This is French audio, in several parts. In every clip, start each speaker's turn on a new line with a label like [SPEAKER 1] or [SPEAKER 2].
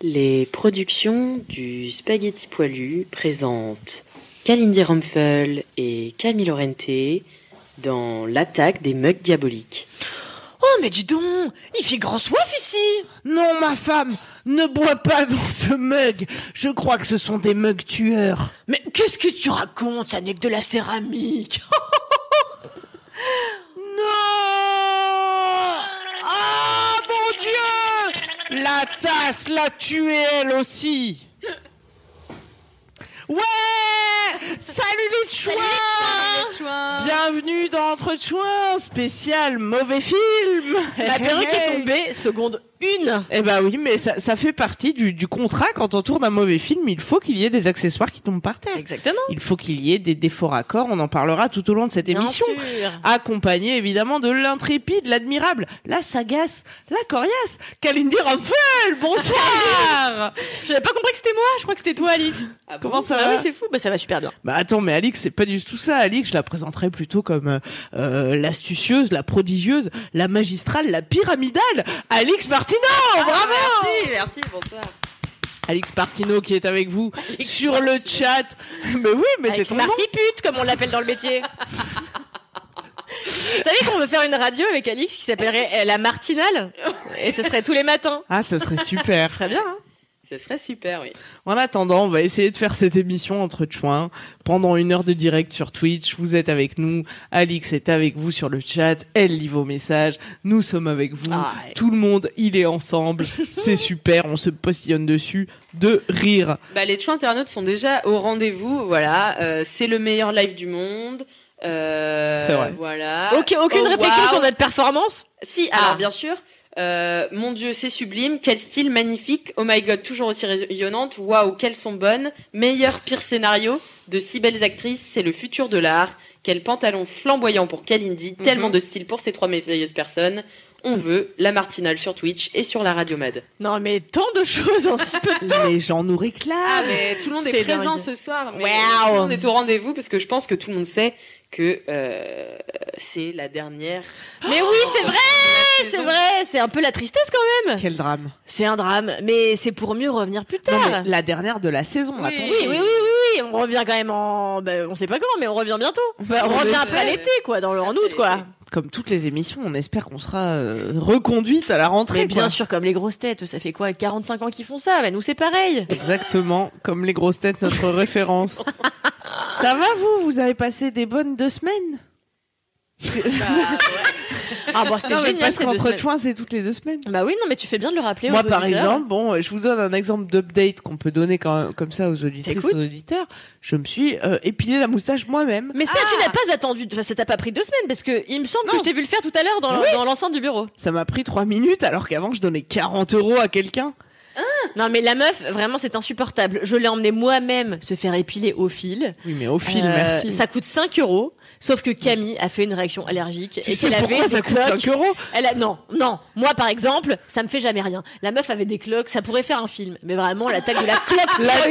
[SPEAKER 1] Les productions du Spaghetti Poilu présentent Kalindi Rumpfel et Camille Lorente dans l'attaque des mugs diaboliques.
[SPEAKER 2] Oh, mais dis donc, il fait grand soif ici
[SPEAKER 3] Non, ma femme, ne bois pas dans ce mug. Je crois que ce sont des mugs tueurs.
[SPEAKER 2] Mais qu'est-ce que tu racontes, ça n'est que de la céramique
[SPEAKER 3] Non Ah, mon Dieu La tasse l'a tué elle aussi. Ouais Salut les chouins Bienvenue dans Entre Chouins, spécial mauvais film
[SPEAKER 2] La perruque
[SPEAKER 3] Hey,
[SPEAKER 2] est
[SPEAKER 3] hey.
[SPEAKER 2] tombée, seconde une
[SPEAKER 3] Eh ben oui, mais ça, ça fait partie du, du contrat. Quand on tourne un mauvais film, il faut qu'il y ait des accessoires qui tombent par terre.
[SPEAKER 2] Exactement
[SPEAKER 3] Il faut qu'il y ait des, des faux raccords. On en parlera tout au long de cette émission.
[SPEAKER 1] Ah
[SPEAKER 3] Accompagné évidemment de l'intrépide, l'admirable, la sagace, la coriace, Kalindi Rumpfel. Bonsoir.
[SPEAKER 2] J'avais pas compris que c'était moi, je crois que c'était toi, Alix.
[SPEAKER 3] Comment ça
[SPEAKER 2] Ah
[SPEAKER 3] va
[SPEAKER 2] oui, c'est fou, bah ça va super bien.
[SPEAKER 3] Bah attends, mais Alix, c'est pas du tout ça. Alix, je la présenterais plutôt comme euh, euh, l'astucieuse, la prodigieuse, la magistrale, la pyramidale, Alix Martino. bravo.
[SPEAKER 2] Merci, merci, bonsoir.
[SPEAKER 3] Alix Martino qui est avec vous sur le chat. Mais oui, mais c'est
[SPEAKER 2] Avec
[SPEAKER 3] ton
[SPEAKER 2] Marty pute, comme on l'appelle dans le métier. Vous savez qu'on veut faire une radio avec Alix qui s'appellerait euh, La Martinale Et ce serait tous les matins.
[SPEAKER 3] nom. Ah, ça serait super.
[SPEAKER 2] Très bien, hein
[SPEAKER 1] Ce serait super, oui.
[SPEAKER 3] en attendant, on va essayer de faire cette émission entre chouins pendant une heure de direct sur Twitch. Vous êtes avec nous. Alix est avec vous sur le chat. Elle lit vos messages. Nous sommes avec vous.
[SPEAKER 2] Ah, ouais.
[SPEAKER 3] Tout le monde, il est ensemble. c'est super. On se postillonne dessus de rire.
[SPEAKER 1] Bah, les chouins internautes sont déjà au rendez-vous. Voilà, Euh, c'est le meilleur live du monde. Euh,
[SPEAKER 3] C'est vrai.
[SPEAKER 1] Voilà.
[SPEAKER 2] Aucune, aucune
[SPEAKER 1] Oh,
[SPEAKER 2] réflexion
[SPEAKER 1] waouh.
[SPEAKER 2] sur notre performance
[SPEAKER 1] Si, alors
[SPEAKER 2] Ah.
[SPEAKER 1] bien sûr. Euh, mon Dieu, c'est sublime. Quel style magnifique. Oh my God, toujours aussi rayonnante. Waouh, qu'elles sont bonnes. Meilleur pire scénario. De si belles actrices, c'est le futur de l'art. Quel pantalon flamboyant pour Kalindi. Tellement de style pour ces trois merveilleuses personnes. On veut la matinale sur Twitch et sur la Radio Mad.
[SPEAKER 2] Non, mais tant de choses en si peu de
[SPEAKER 3] Les gens nous réclament.
[SPEAKER 1] Ah, mais tout le monde est,
[SPEAKER 2] C'est
[SPEAKER 1] présent
[SPEAKER 2] dingue.
[SPEAKER 1] ce soir. mais
[SPEAKER 2] Waouh.
[SPEAKER 1] Tout le monde est au rendez-vous parce que je pense que tout le monde sait que euh, c'est la dernière.
[SPEAKER 2] Mais oui, c'est vrai, c'est
[SPEAKER 1] saison.
[SPEAKER 2] vrai, c'est un peu la tristesse quand même.
[SPEAKER 3] Quel drame.
[SPEAKER 2] Oh, C'est un Ah, drame, mais c'est pour mieux revenir plus
[SPEAKER 3] Non,
[SPEAKER 2] tard.
[SPEAKER 3] mais la dernière de la saison.
[SPEAKER 1] Oui.
[SPEAKER 3] attention.
[SPEAKER 2] Oui, oui, oui, oui, oui, on revient quand même en, ben, on sait pas quand, mais on revient bientôt.
[SPEAKER 3] Bah,
[SPEAKER 2] on
[SPEAKER 3] on
[SPEAKER 2] revient
[SPEAKER 3] est-
[SPEAKER 2] après l'été, quoi, dans le en août, quoi.
[SPEAKER 3] Comme toutes les émissions, on espère qu'on sera euh, reconduite à la rentrée.
[SPEAKER 2] Mais bien
[SPEAKER 3] quoi.
[SPEAKER 2] sûr, comme les grosses têtes, ça fait quoi, 45 ans qu'ils font ça Ben nous c'est pareil.
[SPEAKER 3] Exactement, comme les grosses têtes, notre référence. Ça va vous Vous avez passé des bonnes deux semaines
[SPEAKER 2] Ah bon, c'était
[SPEAKER 3] Non, mais
[SPEAKER 2] génial.
[SPEAKER 3] parce
[SPEAKER 2] ces deux
[SPEAKER 3] qu'entre
[SPEAKER 2] semaines.
[SPEAKER 3] chouins, c'est toutes les deux semaines.
[SPEAKER 2] Bah oui, non, mais tu fais bien de le rappeler.
[SPEAKER 3] Moi,
[SPEAKER 2] aux
[SPEAKER 3] par
[SPEAKER 2] auditeurs.
[SPEAKER 3] exemple, bon, je vous donne un exemple d'update qu'on peut donner quand- comme ça aux auditrices,
[SPEAKER 2] T'écoutes
[SPEAKER 3] aux auditeurs. Je me suis euh, épilé la moustache moi-même.
[SPEAKER 2] Mais ça, tu n'as pas attendu, enfin, ça t'a pas pris deux semaines, parce que il me semble que
[SPEAKER 3] Non.
[SPEAKER 2] je t'ai vu le faire tout à l'heure dans,
[SPEAKER 3] Oui.
[SPEAKER 2] dans l'enceinte du bureau.
[SPEAKER 3] Ça m'a pris trois minutes, alors qu'avant, je donnais 40 euros à quelqu'un.
[SPEAKER 2] Non, mais la meuf, vraiment, c'est insupportable. Je l'ai emmenée moi-même se faire épiler au fil.
[SPEAKER 3] Oui, mais au fil,
[SPEAKER 2] Euh,
[SPEAKER 3] merci.
[SPEAKER 2] Ça coûte 5 euros, sauf que Camille a fait une réaction allergique
[SPEAKER 3] tu
[SPEAKER 2] et
[SPEAKER 3] sais
[SPEAKER 2] qu'elle avait
[SPEAKER 3] pourquoi
[SPEAKER 2] des
[SPEAKER 3] ça coûte
[SPEAKER 2] cloques.
[SPEAKER 3] 5 euros
[SPEAKER 2] Elle a... Non, non. Moi, par exemple, ça me fait jamais rien. La meuf avait des cloques, ça pourrait faire un film. Mais vraiment, l'attaque de la cloque
[SPEAKER 3] L'attaque.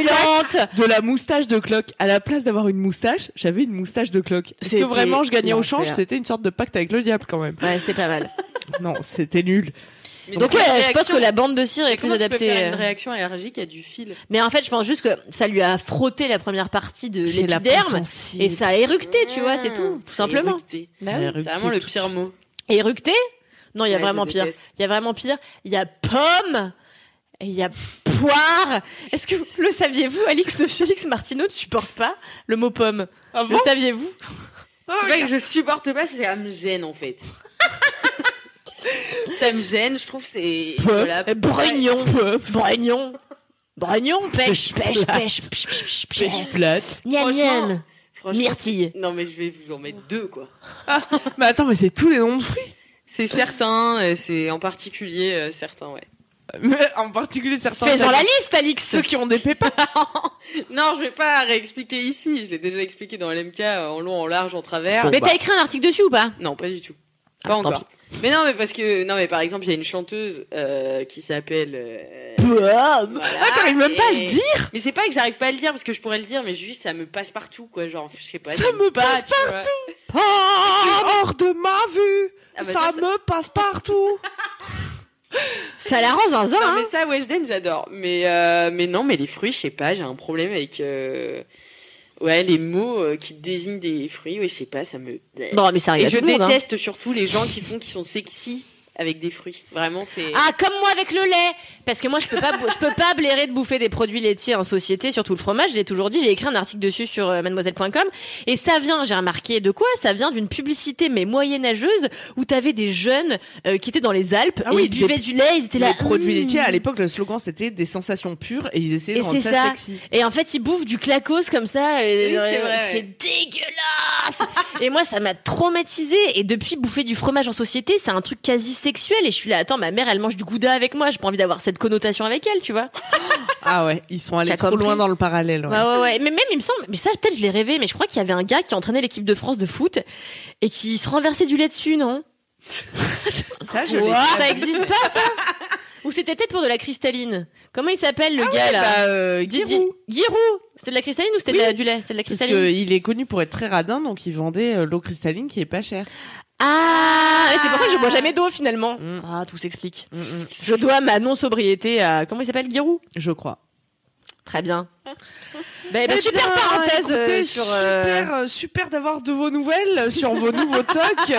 [SPEAKER 2] brûlante.
[SPEAKER 3] De la moustache de cloque. À la place d'avoir une moustache, j'avais une moustache de cloque. Est-ce
[SPEAKER 2] C'était
[SPEAKER 3] que vraiment je gagnais au
[SPEAKER 2] l'enfer.
[SPEAKER 3] change C'était une sorte de pacte avec le diable quand même.
[SPEAKER 2] Ouais, c'était pas mal.
[SPEAKER 3] Non, c'était nul.
[SPEAKER 1] Mais
[SPEAKER 2] Donc,
[SPEAKER 1] quelle
[SPEAKER 2] ouais, je pense
[SPEAKER 1] réaction-
[SPEAKER 2] que la bande de cire est
[SPEAKER 1] Mais
[SPEAKER 2] plus
[SPEAKER 1] comment tu peux
[SPEAKER 2] adaptée.
[SPEAKER 1] faire une
[SPEAKER 2] euh.
[SPEAKER 1] réaction allergique à du fil
[SPEAKER 2] Mais en fait, je pense juste que ça lui a frotté la première partie de
[SPEAKER 3] J'ai la peau
[SPEAKER 2] l'épiderme.
[SPEAKER 3] sensible.
[SPEAKER 2] Et ça a éructé, tu vois, c'est tout, tout
[SPEAKER 1] C'est
[SPEAKER 2] simplement.
[SPEAKER 1] éructé.
[SPEAKER 3] Ça
[SPEAKER 2] Bah oui.
[SPEAKER 3] a
[SPEAKER 1] C'est
[SPEAKER 3] érupté
[SPEAKER 1] vraiment le
[SPEAKER 3] tout-
[SPEAKER 1] pire mot.
[SPEAKER 2] Éructé Non, il y a
[SPEAKER 1] Ouais,
[SPEAKER 2] vraiment
[SPEAKER 1] je
[SPEAKER 2] pire.
[SPEAKER 1] déteste.
[SPEAKER 2] Il y a vraiment pire. Il y a pomme. Et il y a poire. Est-ce que vous le saviez-vous, Alix de Félix Martineau ne supporte pas le mot pomme
[SPEAKER 3] Ah
[SPEAKER 2] Le saviez-vous
[SPEAKER 1] C'est pas que je supporte pas, c'est que ça me gêne en fait. ça me gêne, je trouve que c'est
[SPEAKER 3] Peu.
[SPEAKER 1] voilà.
[SPEAKER 2] Eh, Brognon. Brognon. Brognon, pêche, pêche, pêche. psh, psh, psh, psh.
[SPEAKER 3] Pêche plate.
[SPEAKER 2] Miam,
[SPEAKER 1] Franchement,
[SPEAKER 2] miam.
[SPEAKER 1] Franchement,
[SPEAKER 2] Myrtille.
[SPEAKER 1] Non mais je vais vous en mettre deux quoi.
[SPEAKER 3] Mais attends, mais c'est tous les noms de fruits.
[SPEAKER 1] C'est certains, euh, c'est en particulier euh, certains, ouais.
[SPEAKER 3] Mais en particulier certains.
[SPEAKER 2] Fais-en la liste, Alix
[SPEAKER 3] Ceux qui ont des pépins.
[SPEAKER 1] Non, je vais pas réexpliquer ici. Je l'ai déjà expliqué dans LMK euh, en long, en large, en travers.
[SPEAKER 4] Bon.
[SPEAKER 2] Mais
[SPEAKER 4] bah.
[SPEAKER 2] t'as écrit un article dessus ou pas
[SPEAKER 1] Non, pas du tout. pas
[SPEAKER 2] Ah, tant
[SPEAKER 1] encore. Mais non, mais parce que non, mais par exemple, il y a une chanteuse euh, qui s'appelle. euh,
[SPEAKER 2] Oh,
[SPEAKER 3] Pomme.
[SPEAKER 1] voilà,
[SPEAKER 3] Ah, t'arrives même pas à
[SPEAKER 1] et-
[SPEAKER 3] le dire
[SPEAKER 1] Mais c'est pas que j'arrive pas à le dire parce que je pourrais le dire, mais juste ça me passe partout, quoi. Genre, je sais pas.
[SPEAKER 3] Ça
[SPEAKER 1] j'aime
[SPEAKER 3] me passe
[SPEAKER 1] tu vois.
[SPEAKER 3] Hors de ma vue
[SPEAKER 1] Ah, bah,
[SPEAKER 3] Ça
[SPEAKER 1] ça, ça-
[SPEAKER 3] me passe partout
[SPEAKER 2] Ça la rend zinzin,
[SPEAKER 1] Non,
[SPEAKER 2] hein
[SPEAKER 1] mais ça, Weshden, j'adore. Mais, euh, mais non, mais les fruits, je sais pas, j'ai un problème avec. euh, Ouais, les mots euh, qui désignent des fruits, ouais, je sais pas, ça me.
[SPEAKER 2] Non, mais ça arrive
[SPEAKER 1] Et
[SPEAKER 2] à
[SPEAKER 1] je
[SPEAKER 2] tout le monde, hein.
[SPEAKER 1] déteste surtout les gens qui font qui sont sexy avec des fruits. Vraiment, c'est.
[SPEAKER 2] Ah, comme moi avec le lait Parce que moi, je peux pas, bou- je peux pas blairer de bouffer des produits laitiers en société, surtout le fromage. Je l'ai toujours dit, j'ai écrit un article dessus sur euh, mademoiselle.com. Et ça vient, j'ai remarqué de quoi Ça vient d'une publicité, mais moyenâgeuse, où t'avais des jeunes euh, qui étaient dans les Alpes
[SPEAKER 3] Ah
[SPEAKER 2] et
[SPEAKER 3] oui,
[SPEAKER 2] ils buvaient du lait, ils étaient là...
[SPEAKER 3] Les produits
[SPEAKER 2] Mmh.
[SPEAKER 3] laitiers, à l'époque, le slogan c'était des sensations pures et ils essayaient
[SPEAKER 2] Et
[SPEAKER 3] de rendre
[SPEAKER 2] c'est
[SPEAKER 3] ça,
[SPEAKER 2] ça.
[SPEAKER 3] sexy.
[SPEAKER 2] Et en fait, ils bouffent du clacos comme ça. et-
[SPEAKER 1] Oui, c'est vrai,
[SPEAKER 2] c'est
[SPEAKER 1] ouais.
[SPEAKER 2] dégueulasse. et moi, ça m'a traumatisé. Et depuis, bouffer du fromage en société, c'est un truc quasi sexuel. Et je suis là, attends, ma mère, elle mange du gouda avec moi. J'ai pas envie d'avoir cette connotation avec elle, tu vois.
[SPEAKER 3] Ah ouais, ils sont allés
[SPEAKER 2] T'as
[SPEAKER 3] trop
[SPEAKER 2] compris
[SPEAKER 3] loin dans le parallèle. ouais.
[SPEAKER 2] Ouais, ouais, ouais. Mais même, il me semble, mais ça, peut-être, je l'ai rêvé, mais je crois qu'il y avait un gars qui entraînait l'équipe de France de foot et qui se renversait du lait dessus, non
[SPEAKER 3] Ça, Ah, je l'ai
[SPEAKER 2] Ça existe pas, ça Ou c'était peut-être pour de la cristalline. Comment il s'appelle, le gars, là
[SPEAKER 3] Bah, euh,
[SPEAKER 2] Di-
[SPEAKER 3] Giroud.
[SPEAKER 2] Di- Giroud. C'était de la cristalline ou c'était de la- du lait C'était de la
[SPEAKER 3] Parce
[SPEAKER 2] cristalline.
[SPEAKER 3] qu'il est connu pour être très radin, donc il vendait euh, l'eau cristalline qui est pas chère.
[SPEAKER 2] Ah, et c'est pour ça que je bois jamais d'eau finalement.
[SPEAKER 3] Mm.
[SPEAKER 2] Ah, tout s'explique. Je dois ma non-sobriété à. Comment il s'appelle Giroud
[SPEAKER 3] Je crois.
[SPEAKER 2] Très bien. Ben,
[SPEAKER 3] Eh
[SPEAKER 2] ben, super
[SPEAKER 3] bien,
[SPEAKER 2] parenthèse
[SPEAKER 3] écoutez,
[SPEAKER 2] euh, sur. euh,
[SPEAKER 3] Super, euh, super d'avoir de vos nouvelles euh, sur vos nouveaux tocs.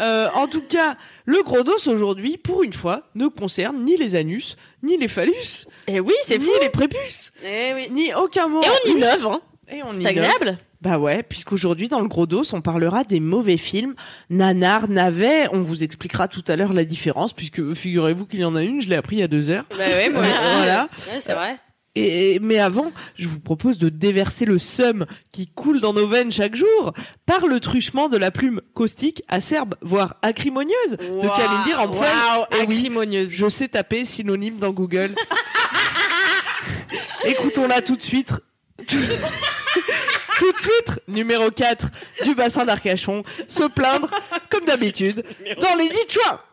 [SPEAKER 3] Euh, en tout cas, le gros dos aujourd'hui, pour une fois, ne concerne ni les anus, ni les phallus,
[SPEAKER 2] Eh oui, c'est
[SPEAKER 3] ni
[SPEAKER 2] fou.
[SPEAKER 3] les prépuces,
[SPEAKER 1] Eh oui.
[SPEAKER 3] ni aucun mot.
[SPEAKER 2] Et
[SPEAKER 3] en
[SPEAKER 2] on
[SPEAKER 3] plus.
[SPEAKER 2] innove, hein.
[SPEAKER 3] Et on
[SPEAKER 2] C'est
[SPEAKER 3] innove.
[SPEAKER 2] agréable.
[SPEAKER 3] Bah ouais, puisqu'aujourd'hui, dans le gros dos, on parlera des mauvais films, nanars, navets. On vous expliquera tout à l'heure la différence, puisque figurez-vous qu'il y en a une, je l'ai appris il y a deux heures. Euh,
[SPEAKER 1] Bah ouais, moi aussi.
[SPEAKER 3] Voilà.
[SPEAKER 1] Ouais, c'est vrai.
[SPEAKER 3] Et, mais avant, je vous propose de déverser le seum qui coule dans nos veines chaque jour par le truchement de la plume caustique, acerbe, voire acrimonieuse de
[SPEAKER 1] Waouh,
[SPEAKER 3] Kalindir en poil. Et oui,
[SPEAKER 2] acrimonieuse.
[SPEAKER 3] je sais taper synonyme dans Google. Écoutons-la tout de suite. Tout, tout de suite, numéro 4 du bassin d'Arcachon, se plaindre, comme d'habitude, dans les dix choix.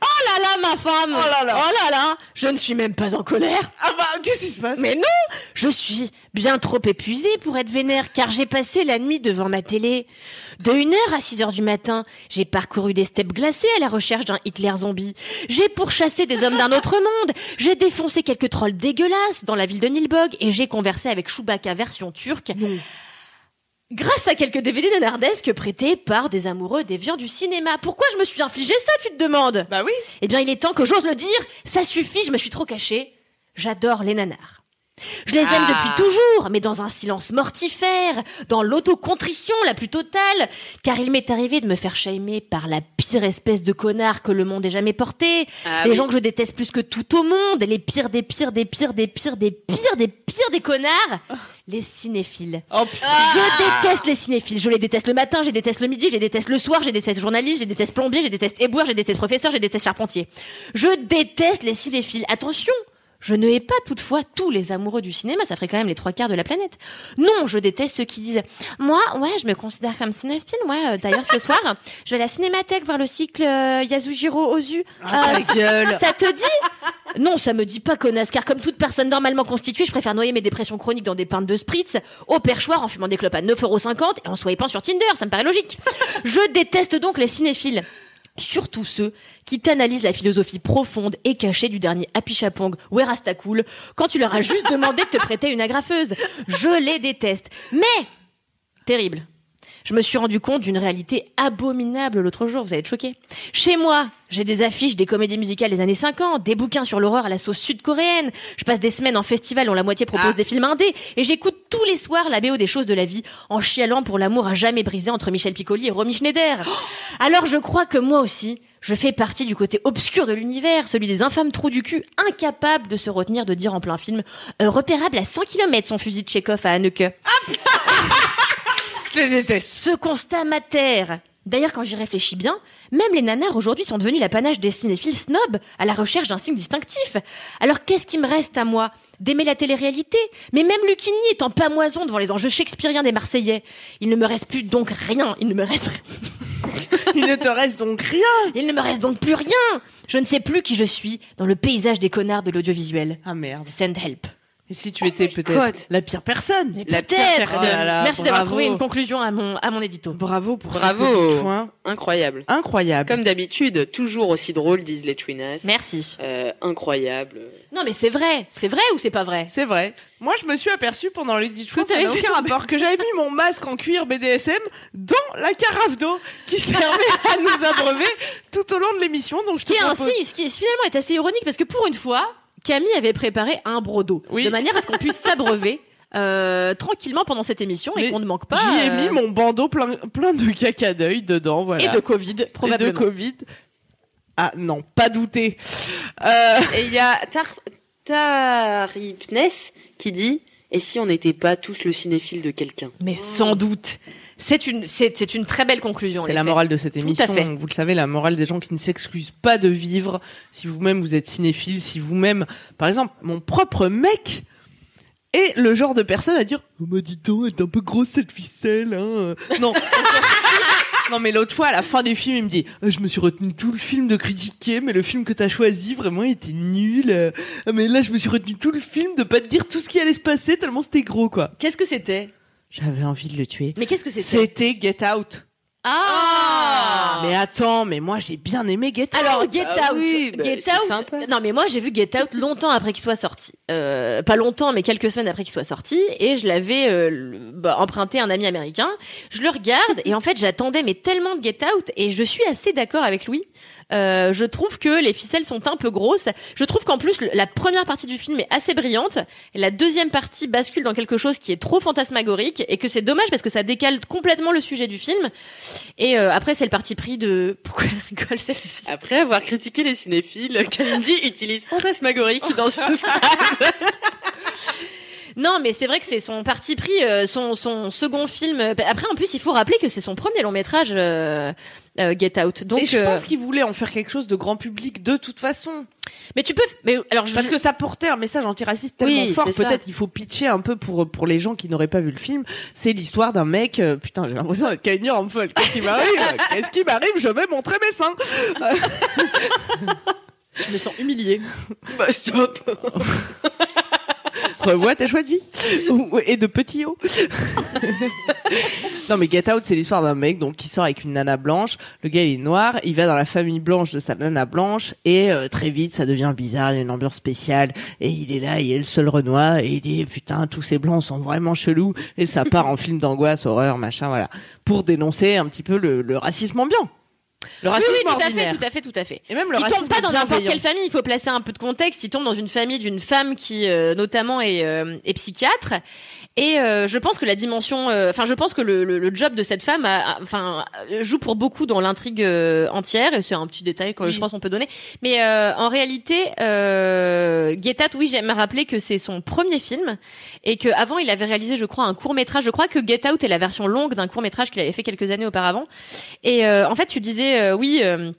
[SPEAKER 2] Oh là là, ma femme
[SPEAKER 3] Oh là là.
[SPEAKER 2] Oh là là, Je ne suis même pas en colère
[SPEAKER 3] Ah bah, qu'est-ce qui se passe
[SPEAKER 2] Mais non Je suis bien trop épuisée pour être vénère car j'ai passé la nuit devant ma télé. De 1h à 6h du matin, j'ai parcouru des steppes glacées à la recherche d'un Hitler zombie. J'ai pourchassé des hommes d'un autre monde. J'ai défoncé quelques trolls dégueulasses dans la ville de Nilbog et j'ai conversé avec Chewbacca version turque. Grâce à quelques DVD nanardesques prêtés par des amoureux déviants du cinéma. Pourquoi je me suis infligé ça, tu te demandes
[SPEAKER 3] Bah oui.
[SPEAKER 2] eh bien, il est temps que j'ose le dire. Ça suffit, je me suis trop cachée. J'adore les nanars. Je les
[SPEAKER 1] Ah.
[SPEAKER 2] aime depuis toujours, mais dans un silence mortifère, dans l'autocontrition la plus totale, car il m'est arrivé de me faire shamer par la pire espèce de connard que le monde ait jamais porté,
[SPEAKER 1] Ah
[SPEAKER 2] les
[SPEAKER 1] oui.
[SPEAKER 2] gens que je déteste plus que tout au monde, les pires des pires des pires des pires des pires des pires des connards,
[SPEAKER 1] Oh.
[SPEAKER 2] les cinéphiles.
[SPEAKER 3] Oh putain.
[SPEAKER 2] Je déteste les cinéphiles. Je les déteste le matin, je les déteste le midi, je les déteste le soir, je les déteste journaliste, je les déteste plombier, je les déteste éboueur, je les déteste professeur, je les déteste charpentier. Je déteste les cinéphiles. Attention je ne hais pas toutefois tous les amoureux du cinéma, ça ferait quand même les trois quarts de la planète. Non, je déteste ceux qui disent « Moi, ouais, je me considère comme cinéphile, ouais, euh, d'ailleurs ce soir, je vais à la Cinémathèque voir le cycle euh, Yasujiro Ozu. Euh,
[SPEAKER 3] Ta gueule.
[SPEAKER 2] ça te dit Non, ça me dit pas, connasse, car comme toute personne normalement constituée, je préfère noyer mes dépressions chroniques dans des pintes de spritz, au perchoir en fumant des clopes à 9,50€ et en swipant sur Tinder, ça me paraît logique. Je déteste donc les cinéphiles. Surtout ceux qui t'analysent la philosophie profonde et cachée du dernier Happy Chapong ou Erastacool quand tu leur as juste demandé de te prêter une agrafeuse. Je les déteste. Mais, terrible. Je me suis rendu compte d'une réalité abominable l'autre jour, vous allez être choqués. Chez moi, j'ai des affiches des comédies musicales des années 50, des bouquins sur l'horreur à la sauce sud-coréenne. Je passe des semaines en festival où la moitié propose des films indés et j'écoute tous les soirs la BO des choses de la vie en chialant pour l'amour à jamais brisé entre Michel Piccoli et Romy Schneider. Alors je crois que moi aussi, je fais partie du côté obscur de l'univers, celui des infâmes trous du cul, incapables de se retenir de dire en plein film euh, repérable à 100 km son fusil de Chekhov à Haneke.
[SPEAKER 3] Je les déteste.
[SPEAKER 2] Ce constat m'atterre. D'ailleurs, quand j'y réfléchis bien, même les nanars aujourd'hui sont devenus l'apanage des cinéphiles snobs à la recherche d'un signe distinctif. Alors qu'est-ce qui me reste à moi D'aimer la télé-réalité Mais même Lucini est en pamoison devant les enjeux shakespeariens des Marseillais. Il ne me reste plus donc rien. Il ne me reste...
[SPEAKER 3] Il ne te reste donc rien.
[SPEAKER 2] Il ne me reste donc plus rien Je ne sais plus qui je suis dans le paysage des connards de l'audiovisuel.
[SPEAKER 3] Ah merde.
[SPEAKER 2] Send help.
[SPEAKER 3] Et si tu étais
[SPEAKER 1] God.
[SPEAKER 3] peut-être la pire personne
[SPEAKER 1] La pire
[SPEAKER 2] Peut-être.
[SPEAKER 1] personne.
[SPEAKER 3] Oh là là,
[SPEAKER 2] Merci d'avoir
[SPEAKER 3] bravo.
[SPEAKER 2] trouvé une conclusion à mon, à mon édito.
[SPEAKER 3] Bravo pour
[SPEAKER 1] Bravo.
[SPEAKER 3] ce petit point
[SPEAKER 1] Incroyable.
[SPEAKER 3] incroyable.
[SPEAKER 1] Comme d'habitude, toujours aussi drôle, disent les Twinas.
[SPEAKER 2] Merci.
[SPEAKER 1] Euh, incroyable.
[SPEAKER 2] Non mais c'est vrai, c'est vrai ou c'est pas vrai
[SPEAKER 3] C'est vrai. Moi, je me suis aperçue pendant les dit
[SPEAKER 2] Quand
[SPEAKER 3] ça
[SPEAKER 2] t'avais
[SPEAKER 3] n'a
[SPEAKER 2] fait
[SPEAKER 3] aucun rapport, que j'avais mis mon masque en cuir BDSM dans la carafe d'eau qui servait à nous abreuver tout au long de l'émission. Donc, je te
[SPEAKER 2] Qui est
[SPEAKER 3] propose...
[SPEAKER 2] ainsi, ce qui est- finalement est assez ironique parce que pour une fois, Camille avait préparé un brodo
[SPEAKER 3] Oui.
[SPEAKER 2] de manière à ce qu'on puisse s'abreuver euh, tranquillement pendant cette émission et
[SPEAKER 3] Mais
[SPEAKER 2] qu'on ne manque pas.
[SPEAKER 3] J'y ai
[SPEAKER 2] euh,
[SPEAKER 3] mis mon bandeau plein, plein de caca d'œil dedans, voilà.
[SPEAKER 2] et de Covid
[SPEAKER 3] Et de
[SPEAKER 2] probablement.
[SPEAKER 3] Covid. Ah non, pas douter. Euh,
[SPEAKER 1] Et il y a Tar Taripnes qui dit Et si on n'était pas tous le cinéphile de quelqu'un
[SPEAKER 2] Mais sans doute, c'est une c'est c'est une très belle conclusion. en
[SPEAKER 3] C'est la
[SPEAKER 2] effet.
[SPEAKER 3] morale de cette
[SPEAKER 2] à
[SPEAKER 3] émission.
[SPEAKER 2] fait.
[SPEAKER 3] Vous le savez, la morale des gens qui ne s'excusent pas de vivre. Si vous-même vous êtes cinéphile, si vous-même, par exemple, mon propre mec est le genre de personne à dire oh, bah, dis donc, elle est un peu grosse cette ficelle. Hein. Non. Non mais l'autre fois à la fin des films il me dit Ah, je me suis retenu tout le film de critiquer mais le film que t'as choisi vraiment il était nul Euh, ah, mais là je me suis retenu tout le film de pas te dire tout ce qui allait se passer tellement c'était gros quoi
[SPEAKER 2] Qu'est-ce que c'était
[SPEAKER 3] j'avais envie de le tuer
[SPEAKER 2] Mais qu'est-ce que c'était
[SPEAKER 3] c'était Get Out
[SPEAKER 2] Ah
[SPEAKER 3] mais attends, mais moi j'ai bien aimé Get Out.
[SPEAKER 2] Alors Get
[SPEAKER 1] Ah
[SPEAKER 2] Out,
[SPEAKER 1] oui, bah,
[SPEAKER 2] Get
[SPEAKER 1] c'est
[SPEAKER 2] Out.
[SPEAKER 1] sympa.
[SPEAKER 2] Non mais moi j'ai vu Get Out longtemps après qu'il soit sorti. Euh, pas longtemps mais quelques semaines après qu'il soit sorti et je l'avais euh, le- bah, emprunté à un ami américain. Je le regarde et en fait j'attendais mais tellement de Get Out et je suis assez d'accord avec lui. Euh, je trouve que les ficelles sont un peu grosses. Je trouve qu'en plus le- la première partie du film est assez brillante. Et la deuxième partie bascule dans quelque chose qui est trop fantasmagorique et que c'est dommage parce que ça décale complètement le sujet du film. Et euh, après c'est le parti pris de pourquoi elle rigole celle-ci.
[SPEAKER 1] Après avoir critiqué les cinéphiles, Candy utilise fantasmagorique dans une phrase.
[SPEAKER 2] Non, mais c'est vrai que c'est son parti pris, euh, son, son second film. Après, en plus, il faut rappeler que c'est son premier long métrage, euh, euh, Get Out. Donc,
[SPEAKER 3] Et je
[SPEAKER 2] euh,
[SPEAKER 3] pense qu'il voulait en faire quelque chose de grand public de toute façon.
[SPEAKER 2] mais tu peux. Mais alors, je-
[SPEAKER 3] Parce que ça portait un message antiraciste
[SPEAKER 2] Oui,
[SPEAKER 3] tellement fort.
[SPEAKER 2] c'est ça.
[SPEAKER 3] Peut-être il faut pitcher un peu pour, pour les gens qui n'auraient pas vu le film. C'est l'histoire d'un mec. euh, putain, j'ai l'impression d'être Kanye en folle. Qu'est-ce qui m'arrive Qu'est-ce qui m'arrive Je vais montrer mes seins.
[SPEAKER 2] je me sens humiliée.
[SPEAKER 1] bah, stop
[SPEAKER 3] Revois tes choix de vie. Ou- Et de petits hauts. non, mais Get Out, c'est l'histoire d'un mec donc, qui sort avec une nana blanche. Le gars, il est noir. Il va dans la famille blanche de sa nana blanche. Et euh, très vite, ça devient bizarre. Il y a une ambiance spéciale. Et il est là, il est le seul Renoir. Et il dit Putain, tous ces blancs sont vraiment chelous. Et ça part en film d'angoisse, horreur, machin, voilà. Pour dénoncer un petit peu le, le racisme ambiant. Le
[SPEAKER 2] Oui,
[SPEAKER 3] racisme
[SPEAKER 2] oui, tout à
[SPEAKER 3] ordinaire.
[SPEAKER 2] fait, tout à fait, tout à fait.
[SPEAKER 3] Et même le
[SPEAKER 2] Il
[SPEAKER 3] racisme
[SPEAKER 2] tombe pas dans n'importe
[SPEAKER 3] bienveillant.
[SPEAKER 2] quelle famille. Il faut placer un peu de contexte. Il tombe dans une famille d'une femme qui, euh, notamment, est, euh, est psychiatre. Et euh, je pense que la dimension, euh, enfin, je pense que le, le- le job de cette femme, a- a- enfin, euh, joue pour beaucoup dans l'intrigue euh, entière. Et c'est un petit détail que je pense qu'on peut donner. Mais euh, en réalité, euh, Get Out, oui, j'aime rappeler que c'est son premier film et que avant il avait réalisé, je crois, un court métrage. Je crois que Get Out est la version longue d'un court métrage qu'il avait fait quelques années auparavant. Et euh, en fait, tu disais, euh, oui. euh,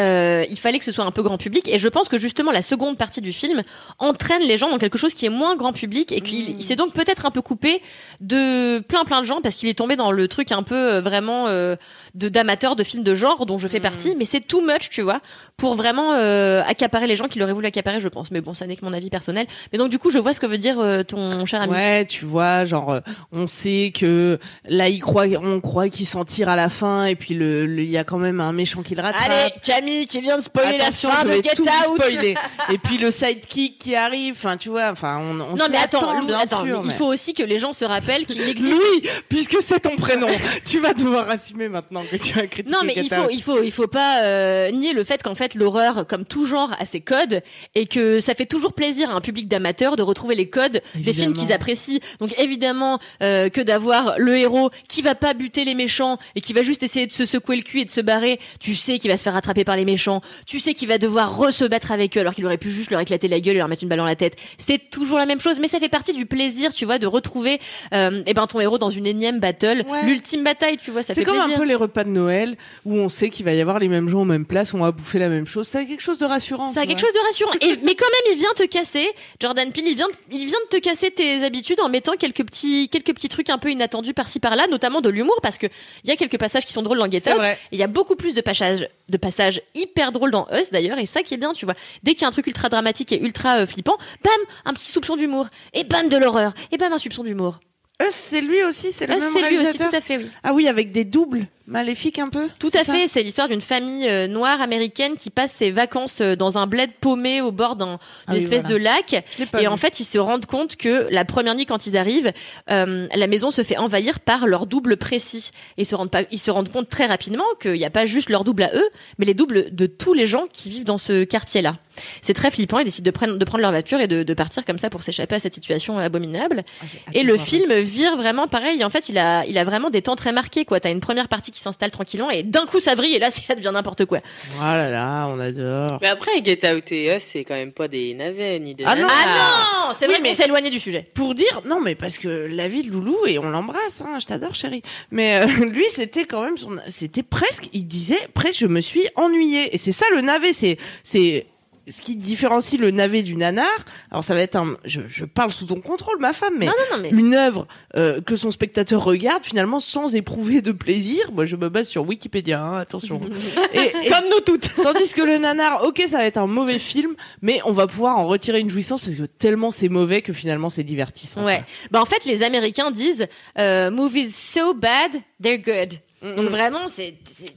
[SPEAKER 2] euh, il fallait que ce soit un peu grand public et je pense que justement la seconde partie du film entraîne les gens dans quelque chose qui est moins grand public et qu'il il s'est donc peut-être un peu coupé de plein plein de gens parce qu'il est tombé dans le truc un peu euh, vraiment euh, de d'amateurs de films de genre dont je fais partie mais c'est too much tu vois pour vraiment euh, accaparer les gens qui l'auraient voulu accaparer je pense mais bon ça n'est que mon avis personnel mais donc du coup je vois ce que veut dire euh, ton cher ami
[SPEAKER 3] Ouais, tu vois, genre euh, on sait que là il croit, on croit qu'il s'en tire à la fin, et puis le, le- il y a quand même un méchant qui le rattrape.
[SPEAKER 2] Camille qui vient de
[SPEAKER 3] Attention, je vais tout vous spoiler. Et puis le sidekick qui arrive, enfin tu vois, enfin on, on
[SPEAKER 2] non
[SPEAKER 3] s'y
[SPEAKER 2] mais attends, Lou,
[SPEAKER 3] bien
[SPEAKER 2] attends,
[SPEAKER 3] sûr,
[SPEAKER 2] mais il
[SPEAKER 3] mais-
[SPEAKER 2] faut aussi que les gens se rappellent qu'il existe
[SPEAKER 3] Louis, puisque c'est ton prénom, tu vas devoir assumer maintenant que tu as critiqué.
[SPEAKER 2] Non, mais
[SPEAKER 3] Get
[SPEAKER 2] il
[SPEAKER 3] Out.
[SPEAKER 2] faut, il faut, il faut pas euh, nier le fait qu'en fait l'horreur, comme tout genre, a ses codes et que ça fait toujours plaisir à un public d'amateurs de retrouver les codes des films
[SPEAKER 3] Évidemment.
[SPEAKER 2] qu'ils apprécient. Donc évidemment euh, que d'avoir le héros qui va pas buter les méchants et qui va juste essayer de se secouer le cul et de se barrer, tu sais qu'il va se faire rattraper kidnappé par les méchants. Tu sais qu'il va devoir re se battre avec eux alors qu'il aurait pu juste leur éclater la gueule et leur mettre une balle dans la tête. C'est toujours la même chose, mais ça fait partie du plaisir, tu vois, de retrouver euh, eh ben ton héros dans une énième battle,
[SPEAKER 3] Ouais.
[SPEAKER 2] l'ultime bataille, tu vois, ça
[SPEAKER 3] C'est
[SPEAKER 2] fait
[SPEAKER 3] comme
[SPEAKER 2] plaisir.
[SPEAKER 3] un peu les repas de Noël où on sait qu'il va y avoir les mêmes gens aux mêmes places, on va bouffer la même chose. Ça a quelque chose de rassurant.
[SPEAKER 2] Ça a
[SPEAKER 3] tu
[SPEAKER 2] quelque
[SPEAKER 3] vois.
[SPEAKER 2] chose de rassurant. Et, mais quand même, il vient te casser. Jordan Peele, il vient, il vient de te casser tes habitudes en mettant quelques petits, quelques petits trucs un peu inattendus par-ci par-là, notamment de l'humour, parce que il y a quelques passages qui sont drôles dans Get
[SPEAKER 3] C'est
[SPEAKER 2] Out.
[SPEAKER 3] vrai.
[SPEAKER 2] Et il y a beaucoup plus de passages, de passages hyper drôles dans Us d'ailleurs. Et ça qui est bien, tu vois. Dès qu'il y a un truc ultra dramatique et ultra euh, flippant, bam, un petit soupçon d'humour. Et bam, de l'horreur. Et bam, un soupçon d'humour.
[SPEAKER 3] Us, c'est lui aussi, c'est le
[SPEAKER 2] Us,
[SPEAKER 3] même
[SPEAKER 2] Ah, c'est lui aussi,
[SPEAKER 3] réalisateur.
[SPEAKER 2] tout à fait, oui.
[SPEAKER 3] Ah oui, avec des doubles maléfiques un peu.
[SPEAKER 2] Tout
[SPEAKER 3] c'est
[SPEAKER 2] à
[SPEAKER 3] ça
[SPEAKER 2] fait, c'est l'histoire d'une famille euh, noire américaine qui passe ses vacances euh, dans un bled paumé au bord d'un
[SPEAKER 3] Ah
[SPEAKER 2] d'une
[SPEAKER 3] oui,
[SPEAKER 2] espèce
[SPEAKER 3] voilà.
[SPEAKER 2] de lac.
[SPEAKER 3] Je l'ai pas
[SPEAKER 2] Et
[SPEAKER 3] vu.
[SPEAKER 2] en fait, ils se rendent compte que la première nuit, quand ils arrivent, euh, la maison se fait envahir par leur double précis. Et ils se rendent, pas, ils se rendent compte très rapidement qu'il n'y a pas juste leur double à eux, mais les doubles de tous les gens qui vivent dans ce quartier-là. C'est très flippant. Ils décident de prendre, de prendre leur voiture et de, de partir comme ça pour s'échapper à cette situation abominable.
[SPEAKER 3] Ah,
[SPEAKER 2] Et le film vire vraiment pareil. En fait, il a, il a vraiment des temps très marqués, quoi. T'as une première partie qui s'installe tranquillement et d'un coup ça brille et là, ça devient n'importe quoi.
[SPEAKER 3] Oh là là, on adore.
[SPEAKER 1] Mais après, Get Out et Us, c'est quand même pas des navets ni des.
[SPEAKER 3] Ah non.
[SPEAKER 1] nanas.
[SPEAKER 2] Ah non! C'est
[SPEAKER 3] Oui,
[SPEAKER 2] vrai, mais
[SPEAKER 3] mais-
[SPEAKER 2] c'est éloigné du sujet.
[SPEAKER 3] Pour dire, non mais parce que la vie de Loulou et on l'embrasse, hein, je t'adore chérie. Mais euh, lui c'était quand même son, c'était presque, il disait presque je me suis ennuyé et c'est ça le navet, c'est c'est ce qui différencie le navet du nanar. Alors ça va être un, je, je parle sous ton contrôle ma femme, mais
[SPEAKER 2] Non, non, non, mais.
[SPEAKER 3] une œuvre euh, que son spectateur regarde finalement sans éprouver de plaisir. Moi, je me base sur Wikipédia, hein, attention. Comme nous toutes. Tandis que le nanar, ok, ça va être un mauvais film, mais on va pouvoir en retirer une jouissance parce que tellement c'est mauvais que finalement c'est divertissant.
[SPEAKER 2] Ouais. Bah en fait, les Américains disent euh, movies so bad they're good. Donc vraiment, c'est c'est- c'est-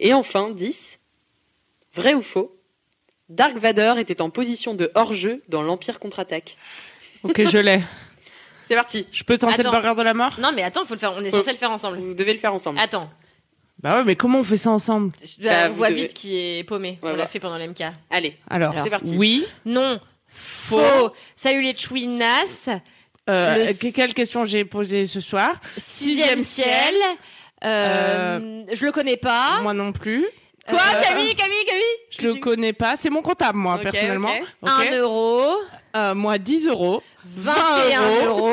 [SPEAKER 1] Et enfin, 10. Vrai ou faux Dark Vador était en position de hors-jeu dans l'Empire contre-attaque.
[SPEAKER 3] Ok, je l'ai.
[SPEAKER 1] C'est parti.
[SPEAKER 3] Je peux tenter
[SPEAKER 2] Attends.
[SPEAKER 3] le burger de la mort
[SPEAKER 2] Non, mais attends, faut le faire. on est
[SPEAKER 1] Faut- Mmh.
[SPEAKER 2] censé le faire ensemble.
[SPEAKER 1] Vous devez le faire ensemble.
[SPEAKER 2] Attends,
[SPEAKER 3] Bah ouais, mais comment on fait ça ensemble
[SPEAKER 2] je-
[SPEAKER 1] Bah,
[SPEAKER 2] on
[SPEAKER 1] vous
[SPEAKER 2] voit
[SPEAKER 1] devez-
[SPEAKER 2] vite qui est paumé. on
[SPEAKER 1] Voilà.
[SPEAKER 2] l'a fait pendant l'MK.
[SPEAKER 1] Allez.
[SPEAKER 3] Alors,
[SPEAKER 1] Alors, c'est parti.
[SPEAKER 3] oui.
[SPEAKER 2] Non, faux. Salut les chouinasses.
[SPEAKER 3] Euh,
[SPEAKER 2] Le-
[SPEAKER 3] que- Quelle question j'ai posée ce soir
[SPEAKER 2] Sixième ciel. Euh, Je le connais pas.
[SPEAKER 3] Moi non plus.
[SPEAKER 1] Quoi,
[SPEAKER 2] Euh,
[SPEAKER 1] Camille, Camille, Camille
[SPEAKER 3] Je le connais pas. C'est mon comptable, moi,
[SPEAKER 1] Ok,
[SPEAKER 3] personnellement.
[SPEAKER 1] ok.
[SPEAKER 3] Ok.
[SPEAKER 2] 1 euro.
[SPEAKER 3] Euh, moi, 10 euros.
[SPEAKER 2] 21 euros.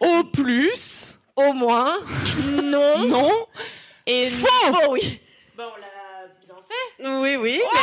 [SPEAKER 3] Au plus.
[SPEAKER 2] Au moins. Non.
[SPEAKER 3] Non.
[SPEAKER 2] Et
[SPEAKER 3] Faux.
[SPEAKER 2] faux, oui.
[SPEAKER 1] Oui, oui.
[SPEAKER 2] Oh,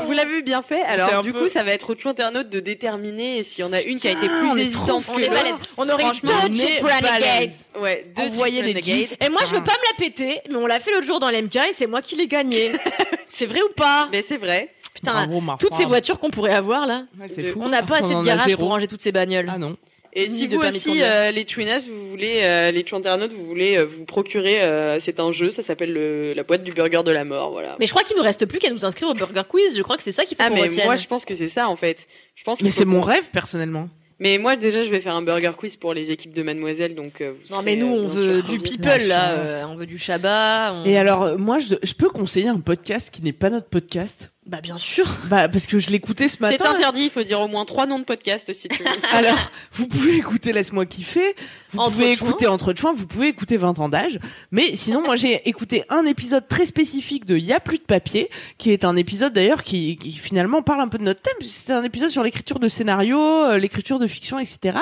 [SPEAKER 1] mais Vous l'avez bien fait.
[SPEAKER 3] C'est un
[SPEAKER 1] Alors, du
[SPEAKER 3] peu-
[SPEAKER 1] coup, ça va être au tout internaute de déterminer s'il y en a une qui a été
[SPEAKER 3] on
[SPEAKER 1] plus
[SPEAKER 3] est
[SPEAKER 1] hésitante
[SPEAKER 3] trop
[SPEAKER 1] que
[SPEAKER 2] Ah, On
[SPEAKER 3] là,
[SPEAKER 2] est balèze.
[SPEAKER 1] l'autre.
[SPEAKER 2] On aurait eu
[SPEAKER 3] franchement, on
[SPEAKER 2] deux
[SPEAKER 3] est
[SPEAKER 2] Jeep
[SPEAKER 3] balèze.
[SPEAKER 2] Renegades.
[SPEAKER 1] Ouais, deux
[SPEAKER 3] Envoyez
[SPEAKER 1] Jeep
[SPEAKER 3] les
[SPEAKER 1] Renegade.
[SPEAKER 3] jeeps.
[SPEAKER 2] Et moi, je veux pas me la péter, mais on l'a fait l'autre jour dans l'MK et c'est moi qui l'ai gagné. c'est vrai ou pas
[SPEAKER 1] Mais c'est vrai.
[SPEAKER 2] Putain,
[SPEAKER 3] Bravo, Marc.
[SPEAKER 2] toutes ces
[SPEAKER 3] Bravo.
[SPEAKER 2] voitures qu'on pourrait avoir là,
[SPEAKER 3] Ouais, c'est fou.
[SPEAKER 2] on n'a pas
[SPEAKER 3] On
[SPEAKER 2] assez
[SPEAKER 3] en
[SPEAKER 2] de
[SPEAKER 3] a
[SPEAKER 2] garage
[SPEAKER 3] zéro.
[SPEAKER 2] pour ranger toutes ces bagnoles.
[SPEAKER 3] Ah non.
[SPEAKER 1] Et
[SPEAKER 2] Ni
[SPEAKER 1] si
[SPEAKER 2] de
[SPEAKER 1] vous
[SPEAKER 2] permis de
[SPEAKER 1] aussi,
[SPEAKER 2] conduire.
[SPEAKER 1] euh, les Twinas, vous voulez, euh, les Twin internautes, vous voulez euh, vous procurer, euh, c'est un jeu, ça s'appelle le- la boîte du burger de la mort, voilà.
[SPEAKER 2] Mais je crois qu'il nous reste plus qu'à nous inscrire au Burger Quiz. Je crois que c'est ça qu'il faut
[SPEAKER 1] ah
[SPEAKER 2] qu'on
[SPEAKER 1] mais
[SPEAKER 2] retienne.
[SPEAKER 1] moi je pense que c'est ça en fait. Je pense qu'il
[SPEAKER 3] Mais
[SPEAKER 1] faut-
[SPEAKER 3] c'est mon rêve, personnellement.
[SPEAKER 1] Mais moi, déjà, je vais faire un burger quiz pour les équipes de Mademoiselle, donc. euh, vous
[SPEAKER 2] Non,
[SPEAKER 1] serez,
[SPEAKER 2] mais nous,
[SPEAKER 1] euh,
[SPEAKER 2] on
[SPEAKER 1] bien
[SPEAKER 2] veut
[SPEAKER 1] sûr
[SPEAKER 2] du
[SPEAKER 1] ravis.
[SPEAKER 2] people, là.
[SPEAKER 3] chance.
[SPEAKER 2] euh, on veut du Shabbat. on-
[SPEAKER 3] Et alors, euh, moi, je, je peux conseiller un podcast qui n'est pas notre podcast
[SPEAKER 2] Bah, bien sûr.
[SPEAKER 3] bah, Parce que je l'écoutais ce
[SPEAKER 1] C'est
[SPEAKER 3] matin.
[SPEAKER 1] interdit, il faut dire au moins trois noms de podcast si tu veux.
[SPEAKER 3] Alors, vous pouvez écouter Laisse-moi kiffer, vous
[SPEAKER 2] Entre
[SPEAKER 3] pouvez
[SPEAKER 2] Chouins.
[SPEAKER 3] écouter Entre Chouins, vous pouvez écouter 20 ans d'âge. Mais sinon, moi, j'ai écouté un épisode très spécifique de Y'a plus de papier, qui est un épisode d'ailleurs qui, qui finalement parle un peu de notre thème. puisque C'était un épisode sur l'écriture de scénarios, euh, l'écriture de fiction, etc.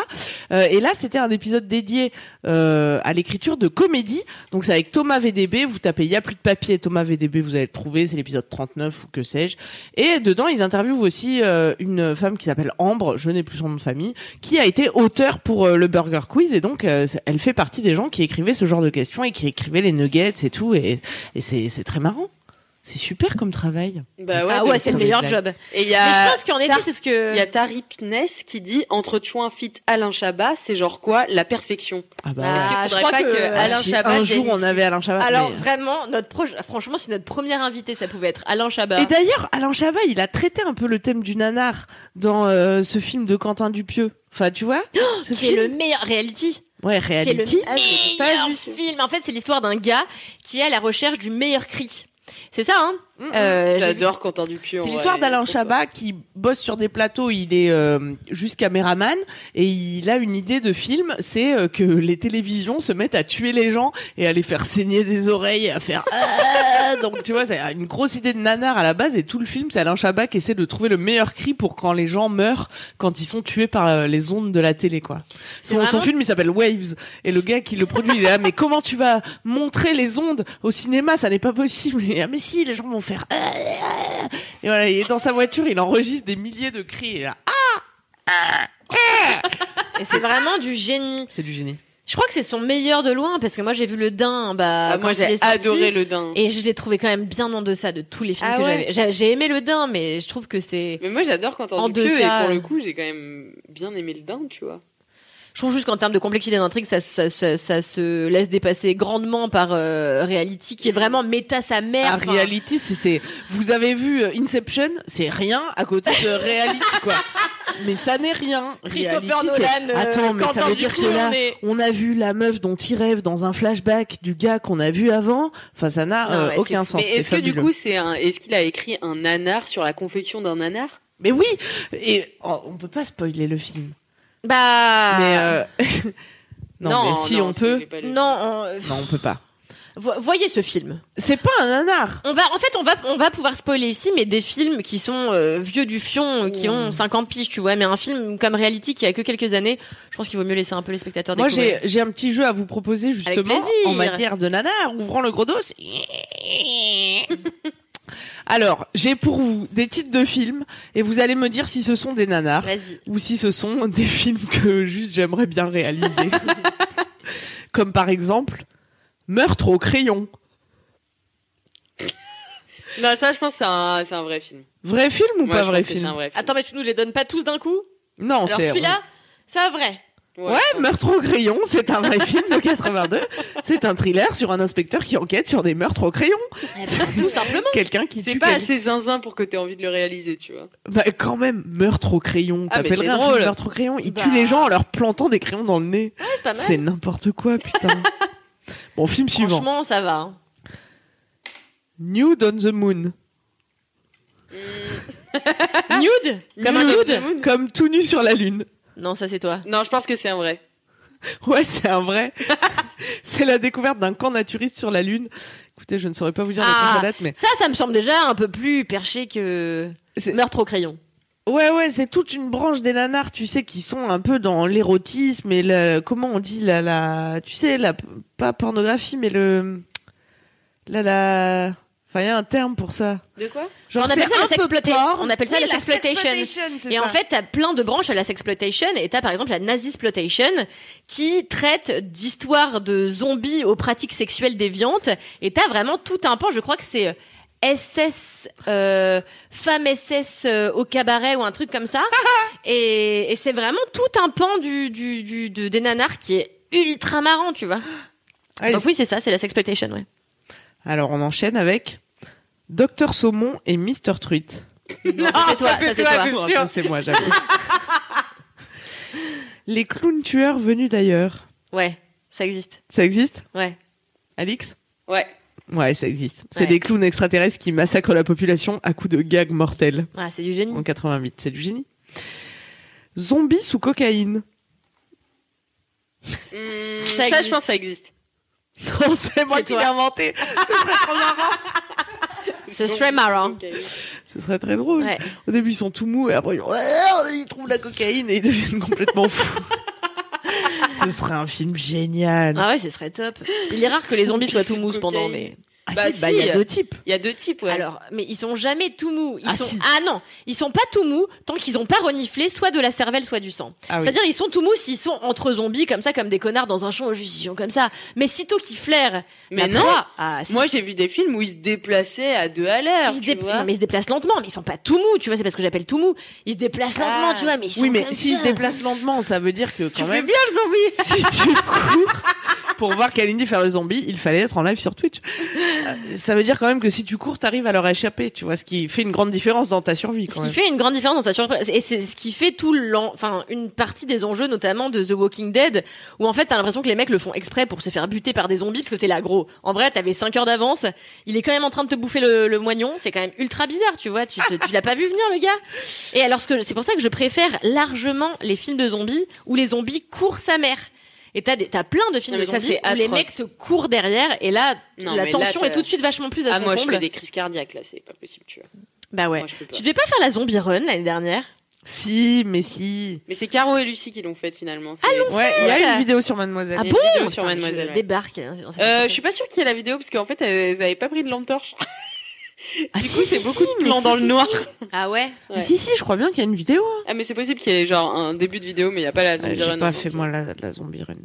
[SPEAKER 3] Euh, et là, c'était un épisode dédié euh, à l'écriture de comédie. Donc, c'est avec Thomas VDB. Vous tapez Y'a plus de papier, Thomas VDB, vous allez le trouver. C'est l'épisode 39 ou que sais-je. Et dedans, ils interviewent aussi euh, une femme qui s'appelle Ambre, je n'ai plus son nom de famille, qui a été auteur pour euh, le Burger Quiz. Et donc, euh, c'est- elle fait partie des gens qui écrivaient ce genre de questions et qui écrivaient les nuggets et tout. Et, et c'est c'est très marrant. C'est super comme travail.
[SPEAKER 1] bah
[SPEAKER 2] ah
[SPEAKER 1] de-
[SPEAKER 2] ouais, c'est le meilleur
[SPEAKER 3] Blague.
[SPEAKER 2] job.
[SPEAKER 1] Et il y
[SPEAKER 2] Mais je
[SPEAKER 1] a,
[SPEAKER 2] pense qu'en effet,
[SPEAKER 1] Tar-
[SPEAKER 2] c'est ce
[SPEAKER 1] il y a
[SPEAKER 2] que.
[SPEAKER 1] Tari Pness qui dit entre Chouin fit Alain Chabat, c'est genre quoi La perfection.
[SPEAKER 3] Ah bah.
[SPEAKER 1] Est-ce
[SPEAKER 2] Ah,
[SPEAKER 1] qu'il
[SPEAKER 2] je
[SPEAKER 1] faudrait
[SPEAKER 2] crois
[SPEAKER 1] pas que,
[SPEAKER 2] que-
[SPEAKER 1] Alain
[SPEAKER 3] si
[SPEAKER 1] Chabat
[SPEAKER 3] un jour
[SPEAKER 1] vienne
[SPEAKER 3] on
[SPEAKER 1] ici
[SPEAKER 3] avait Alain Chabat.
[SPEAKER 2] Alors,
[SPEAKER 3] mais-
[SPEAKER 2] vraiment, notre proche... franchement, si notre premier invité, ça pouvait être Alain Chabat.
[SPEAKER 3] euh. Et d'ailleurs, Alain Chabat, il a traité un peu le thème du nanar dans euh, ce film de Quentin Dupieux. Enfin, tu vois ce
[SPEAKER 2] Oh, Qui est le
[SPEAKER 3] film.
[SPEAKER 2] meilleur reality.
[SPEAKER 3] Ouais,
[SPEAKER 2] qui est le
[SPEAKER 3] reality.
[SPEAKER 2] meilleur film. En fait, c'est l'histoire d'un gars qui est à la recherche du meilleur cri. C'est ça, hein
[SPEAKER 3] Mm, Ah,
[SPEAKER 2] Euh, j'ai vu-
[SPEAKER 1] J'adore Quentin Dupieux. en
[SPEAKER 3] C'est
[SPEAKER 1] vrai,
[SPEAKER 3] l'histoire
[SPEAKER 1] il est
[SPEAKER 3] d'Alain
[SPEAKER 1] trop
[SPEAKER 3] Chabat qui bosse sur des plateaux. Il est euh, juste caméraman et il a une idée de film. C'est euh, que les télévisions se mettent à tuer les gens et à les faire saigner des oreilles et à faire. Ah Donc tu vois, c'est une grosse idée de nanar à la base et tout le film, c'est Alain Chabat qui essaie de trouver le meilleur cri pour quand les gens meurent, quand ils sont tués par euh, les ondes de la télé, quoi. Son, son
[SPEAKER 2] vraiment-
[SPEAKER 3] film, il s'appelle Waves et le gars qui le produit, il est là. Mais comment tu vas montrer les ondes au cinéma Ça n'est pas possible. Il est là, mais si, les gens vont faire. Ah et voilà, il est dans sa voiture, il enregistre des milliers de cris. et là, ah,
[SPEAKER 2] Et c'est vraiment du génie.
[SPEAKER 3] c'est du génie.
[SPEAKER 2] Je crois que c'est son meilleur de loin parce que moi j'ai vu le Dain. Bah,
[SPEAKER 1] Ah,
[SPEAKER 2] quand
[SPEAKER 1] moi
[SPEAKER 2] il est
[SPEAKER 1] j'ai
[SPEAKER 2] sorti.
[SPEAKER 1] adoré le din.
[SPEAKER 2] Et je l'ai trouvé quand même bien en deçà de tous les films
[SPEAKER 1] Ah
[SPEAKER 2] que
[SPEAKER 1] ouais.
[SPEAKER 2] j'avais. J'a- J'ai aimé le Dain, mais je trouve que c'est.
[SPEAKER 1] Mais moi j'adore Quentin
[SPEAKER 2] En
[SPEAKER 1] Dupieux
[SPEAKER 2] deçà.
[SPEAKER 1] et pour le coup j'ai quand même bien aimé le din, tu vois.
[SPEAKER 2] Je trouve juste qu'en termes de complexité d'intrigue, ça, ça, ça, ça se laisse dépasser grandement par euh, Reality, qui est vraiment méta sa mère.
[SPEAKER 3] Ah,
[SPEAKER 2] enfin.
[SPEAKER 3] reality, c'est, c'est. Vous avez vu euh, Inception, c'est rien à côté de reality, quoi. Mais ça n'est rien.
[SPEAKER 2] Christopher
[SPEAKER 3] Reality, c'est-
[SPEAKER 2] Nolan, euh,
[SPEAKER 3] Attends, mais ça
[SPEAKER 2] Quentin
[SPEAKER 3] veut dire
[SPEAKER 2] Dupieux,
[SPEAKER 3] que là,
[SPEAKER 2] on est-
[SPEAKER 3] on a vu la meuf dont il rêve dans un flashback du gars qu'on a vu avant. Enfin, ça n'a
[SPEAKER 2] Non,
[SPEAKER 3] euh,
[SPEAKER 2] ouais,
[SPEAKER 3] aucun
[SPEAKER 2] c'est-
[SPEAKER 3] sens.
[SPEAKER 1] mais
[SPEAKER 3] c'est
[SPEAKER 1] est-ce que du
[SPEAKER 3] fabuleux.
[SPEAKER 1] coup c'est un est-ce qu'il a écrit un nanar sur la confection d'un nanar
[SPEAKER 3] Mais oui. Et oh, on peut pas spoiler le film.
[SPEAKER 2] Bah.
[SPEAKER 3] Mais
[SPEAKER 1] Ah.
[SPEAKER 3] euh, non, mais si on
[SPEAKER 1] ça,
[SPEAKER 3] peut.
[SPEAKER 1] j'ai pas lu.
[SPEAKER 2] Non, on- euh,
[SPEAKER 3] Non, on peut pas.
[SPEAKER 2] Vo- voyez ce film.
[SPEAKER 3] C'est pas un nanar.
[SPEAKER 2] On va, en fait, on va, on va pouvoir spoiler ici, mais des films qui sont euh, vieux du fion, euh, qui ont 50 piges, tu vois. Mais un film comme Reality qui a que quelques années, je pense qu'il vaut mieux laisser un peu les spectateurs
[SPEAKER 3] Moi,
[SPEAKER 2] découvrir.
[SPEAKER 3] j'ai j'ai un petit jeu à vous proposer justement
[SPEAKER 2] plaisir.
[SPEAKER 3] en matière de nanar, ouvrant le gros dos. Alors, j'ai pour vous des titres de films et vous allez me dire si ce sont des nanars
[SPEAKER 2] Vas-y.
[SPEAKER 3] ou si ce sont des films que juste j'aimerais bien réaliser. Comme par exemple Meurtre au crayon.
[SPEAKER 1] Non, ça je pense que c'est un c'est un vrai film.
[SPEAKER 3] Vrai film ou
[SPEAKER 1] Moi,
[SPEAKER 3] pas
[SPEAKER 1] je
[SPEAKER 3] vrai
[SPEAKER 1] pense que c'est un
[SPEAKER 3] film
[SPEAKER 1] vrai film.
[SPEAKER 2] Attends, mais tu nous les donnes pas tous d'un coup
[SPEAKER 3] Non,
[SPEAKER 2] Alors
[SPEAKER 3] c'est
[SPEAKER 2] celui-là, ça vrai.
[SPEAKER 3] Ouais, Meurtre au crayon, c'est un vrai film de 82. C'est un thriller sur un inspecteur qui enquête sur des meurtres au crayon.
[SPEAKER 2] Eh ben, tout simplement.
[SPEAKER 3] Quelqu'un qui
[SPEAKER 1] C'est
[SPEAKER 3] tue
[SPEAKER 1] pas
[SPEAKER 3] quelqu'un.
[SPEAKER 1] assez zinzin pour que t'aies envie de le réaliser, tu vois.
[SPEAKER 3] Bah quand même, meurtre au crayon.
[SPEAKER 1] Ah, mais
[SPEAKER 3] T'appellerais
[SPEAKER 1] c'est
[SPEAKER 3] un film
[SPEAKER 1] drôle.
[SPEAKER 3] meurtre au crayon. Il
[SPEAKER 2] Bah.
[SPEAKER 3] tue les gens en leur plantant des crayons dans le nez.
[SPEAKER 2] Ouais, c'est pas mal.
[SPEAKER 3] C'est n'importe quoi, putain. bon, film suivant.
[SPEAKER 2] Franchement, ça va. hein.
[SPEAKER 3] Nude on the Moon.
[SPEAKER 2] Nude Comme un
[SPEAKER 3] Nude.
[SPEAKER 2] nude
[SPEAKER 3] Comme tout nu sur la lune.
[SPEAKER 2] Non, ça c'est toi.
[SPEAKER 1] Non, je pense que c'est un vrai.
[SPEAKER 3] Ouais, c'est un vrai. c'est la découverte d'un camp naturiste sur la lune. Écoutez, je ne saurais pas vous dire
[SPEAKER 2] Ah.
[SPEAKER 3] la date, mais
[SPEAKER 2] Ça, ça me semble déjà un peu plus perché que
[SPEAKER 3] C'est-
[SPEAKER 2] Meurtre au crayon.
[SPEAKER 3] Ouais, ouais, c'est toute une branche des nanars, tu sais, qui sont un peu dans l'érotisme et le, comment on dit, la, la, tu sais, la, pas pornographie, mais le, la, la, enfin, il y a un terme pour ça.
[SPEAKER 1] De quoi
[SPEAKER 3] Genre,
[SPEAKER 2] On appelle
[SPEAKER 3] c'est
[SPEAKER 2] ça la
[SPEAKER 3] un peu
[SPEAKER 2] sexploita-
[SPEAKER 3] porn.
[SPEAKER 2] on appelle ça
[SPEAKER 3] Oui,
[SPEAKER 2] la sexploitation.
[SPEAKER 3] sexploitation, c'est
[SPEAKER 2] Et en
[SPEAKER 3] ça.
[SPEAKER 2] fait, t'as plein de branches à la sexploitation, et t'as par exemple la nazisploitation, qui traite d'histoires de zombies aux pratiques sexuelles déviantes, et t'as vraiment tout un pan, je crois que c'est euh, SS, euh, femme SS euh, au cabaret ou un truc comme ça, et, et c'est vraiment tout un pan du, du, du, de- des nanars qui est ultra marrant, tu vois.
[SPEAKER 3] Allez,
[SPEAKER 2] Donc oui, c'est ça, c'est la sexploitation, ouais.
[SPEAKER 3] Alors, on enchaîne avec Docteur Saumon et Mister Truite.
[SPEAKER 2] Ah, Non, Oh, ça c'est toi, ça c'est toi.
[SPEAKER 3] Ça, c'est moi, j'avoue. Les clowns tueurs venus d'ailleurs.
[SPEAKER 2] Ouais, ça existe.
[SPEAKER 3] Ça existe,
[SPEAKER 2] Ouais.
[SPEAKER 3] Alix
[SPEAKER 1] Ouais.
[SPEAKER 3] Ouais, ça existe. C'est
[SPEAKER 2] Ouais.
[SPEAKER 3] des clowns extraterrestres qui massacrent la population à coups de gags mortels.
[SPEAKER 2] Ah, c'est du génie.
[SPEAKER 3] En 88, c'est du génie. Zombies sous cocaïne.
[SPEAKER 1] Hmm,
[SPEAKER 2] Ça
[SPEAKER 1] ça,
[SPEAKER 2] existe.
[SPEAKER 1] je pense que ça existe.
[SPEAKER 3] Non, c'est moi
[SPEAKER 2] C'est
[SPEAKER 3] qui
[SPEAKER 2] toi.
[SPEAKER 3] l'ai inventé. Ce serait trop marrant.
[SPEAKER 2] Ce serait marrant.
[SPEAKER 1] Ok.
[SPEAKER 3] Ce serait très drôle.
[SPEAKER 2] Ouais.
[SPEAKER 3] Au début, ils sont tout mous et après, ils, ils trouvent la cocaïne et ils deviennent complètement fous. Ce serait un film génial.
[SPEAKER 2] Ah ouais, ce serait top. Il est rare que les zombies soient tout mous
[SPEAKER 1] Sous
[SPEAKER 2] pendant,
[SPEAKER 1] cocaïne.
[SPEAKER 2] mais.
[SPEAKER 3] Ah,
[SPEAKER 1] bah
[SPEAKER 3] si, bah, il y
[SPEAKER 1] si.
[SPEAKER 3] a deux types.
[SPEAKER 1] Il y a deux types, ouais.
[SPEAKER 2] Alors, mais ils sont jamais tout mous. Ils
[SPEAKER 3] Ah,
[SPEAKER 2] sont...
[SPEAKER 3] si.
[SPEAKER 2] ah non, ils sont pas tout mous tant qu'ils ont pas reniflé soit de la cervelle, soit du sang.
[SPEAKER 3] Ah oui.
[SPEAKER 2] C'est-à-dire, ils sont tout mous s'ils sont entre zombies, comme ça, comme des connards dans un champ au juste, ils sont comme ça. Mais sitôt qu'ils flairent.
[SPEAKER 1] Mais
[SPEAKER 2] la
[SPEAKER 1] non.
[SPEAKER 2] proie- Ah, si.
[SPEAKER 1] moi, j'ai vu des films où ils se déplaçaient à deux à l'heure.
[SPEAKER 2] ils se,
[SPEAKER 1] tu
[SPEAKER 2] dé-
[SPEAKER 1] vois.
[SPEAKER 2] non, mais ils se déplacent lentement, mais ils sont pas tout mous, tu vois, c'est parce que j'appelle tout mous. Ils se déplacent
[SPEAKER 1] Ah.
[SPEAKER 2] lentement, tu vois, mais ils sont
[SPEAKER 3] Oui, mais
[SPEAKER 2] comme
[SPEAKER 3] s'ils se
[SPEAKER 2] ça.
[SPEAKER 3] déplacent lentement, ça veut dire que quand
[SPEAKER 1] Tu fais
[SPEAKER 3] même.
[SPEAKER 1] bien le zombie.
[SPEAKER 3] si tu cours pour voir Kalindi faire le zombie, il fallait être en live sur Twitch. Euh, Ça veut dire quand même que si tu cours, t'arrives à leur échapper, tu vois, ce qui fait une grande différence dans ta survie
[SPEAKER 2] Ce
[SPEAKER 3] quand
[SPEAKER 2] qui
[SPEAKER 3] même.
[SPEAKER 2] fait une grande différence dans sa surprise. Et c'est ce qui fait tout l'en, enfin, une partie des enjeux, notamment de The Walking Dead, où en fait, t'as l'impression que les mecs le font exprès pour se faire buter par des zombies, parce que t'es là, gros. En vrai, t'avais 5 heures d'avance. Il est quand même en train de te bouffer le, le moignon. C'est quand même ultra bizarre, tu vois. Tu, te- tu l'as pas vu venir, le gars. Et alors, ce que, c'est pour ça que je préfère largement les films de zombies où les zombies courent sa mère. Et t'as des, t'as plein de films
[SPEAKER 1] Non, mais
[SPEAKER 2] de
[SPEAKER 1] ça,
[SPEAKER 2] zombies
[SPEAKER 1] c'est
[SPEAKER 2] où les
[SPEAKER 1] atroce.
[SPEAKER 2] mecs se courent derrière, et là,
[SPEAKER 1] Non,
[SPEAKER 2] la
[SPEAKER 1] mais là,
[SPEAKER 2] tension
[SPEAKER 1] t'as-
[SPEAKER 2] est tout de suite vachement plus à
[SPEAKER 1] Ah,
[SPEAKER 2] son
[SPEAKER 1] moi, je
[SPEAKER 2] comble.
[SPEAKER 1] fais des crises cardiaques, là, c'est pas possible, tu vois.
[SPEAKER 2] Bah ouais.
[SPEAKER 1] Moi, je peux pas.
[SPEAKER 2] tu devais pas faire la zombie run l'année dernière?
[SPEAKER 3] Si, mais si.
[SPEAKER 1] Mais c'est Caro et Lucie qui l'ont faite finalement. Ah,
[SPEAKER 3] Ouais, il y
[SPEAKER 2] fait
[SPEAKER 3] a une vidéo sur Mademoiselle.
[SPEAKER 2] Ah
[SPEAKER 1] Il y a
[SPEAKER 2] bon
[SPEAKER 1] une vidéo sur
[SPEAKER 2] Putain, mais
[SPEAKER 1] Mademoiselle,
[SPEAKER 2] je
[SPEAKER 1] ouais.
[SPEAKER 2] Débarque.
[SPEAKER 1] euh, je suis pas sûre qu'il y ait la vidéo parce qu'en fait elles avaient pas pris de lampe torche.
[SPEAKER 2] bah
[SPEAKER 3] Ah,
[SPEAKER 1] du
[SPEAKER 3] si,
[SPEAKER 1] coup, c'est
[SPEAKER 3] si,
[SPEAKER 1] beaucoup de
[SPEAKER 3] mais
[SPEAKER 1] plans
[SPEAKER 3] si,
[SPEAKER 1] dans
[SPEAKER 3] si,
[SPEAKER 1] le noir.
[SPEAKER 2] Ah ouais
[SPEAKER 3] Mais Si, si, je crois bien qu'il y a une vidéo. hein.
[SPEAKER 1] Ah mais c'est possible qu'il y ait genre un début de vidéo mais il y a pas la zombie
[SPEAKER 3] J'ai
[SPEAKER 1] run
[SPEAKER 3] pas
[SPEAKER 1] en
[SPEAKER 3] fait
[SPEAKER 1] entier.
[SPEAKER 3] moi la, la zombie run.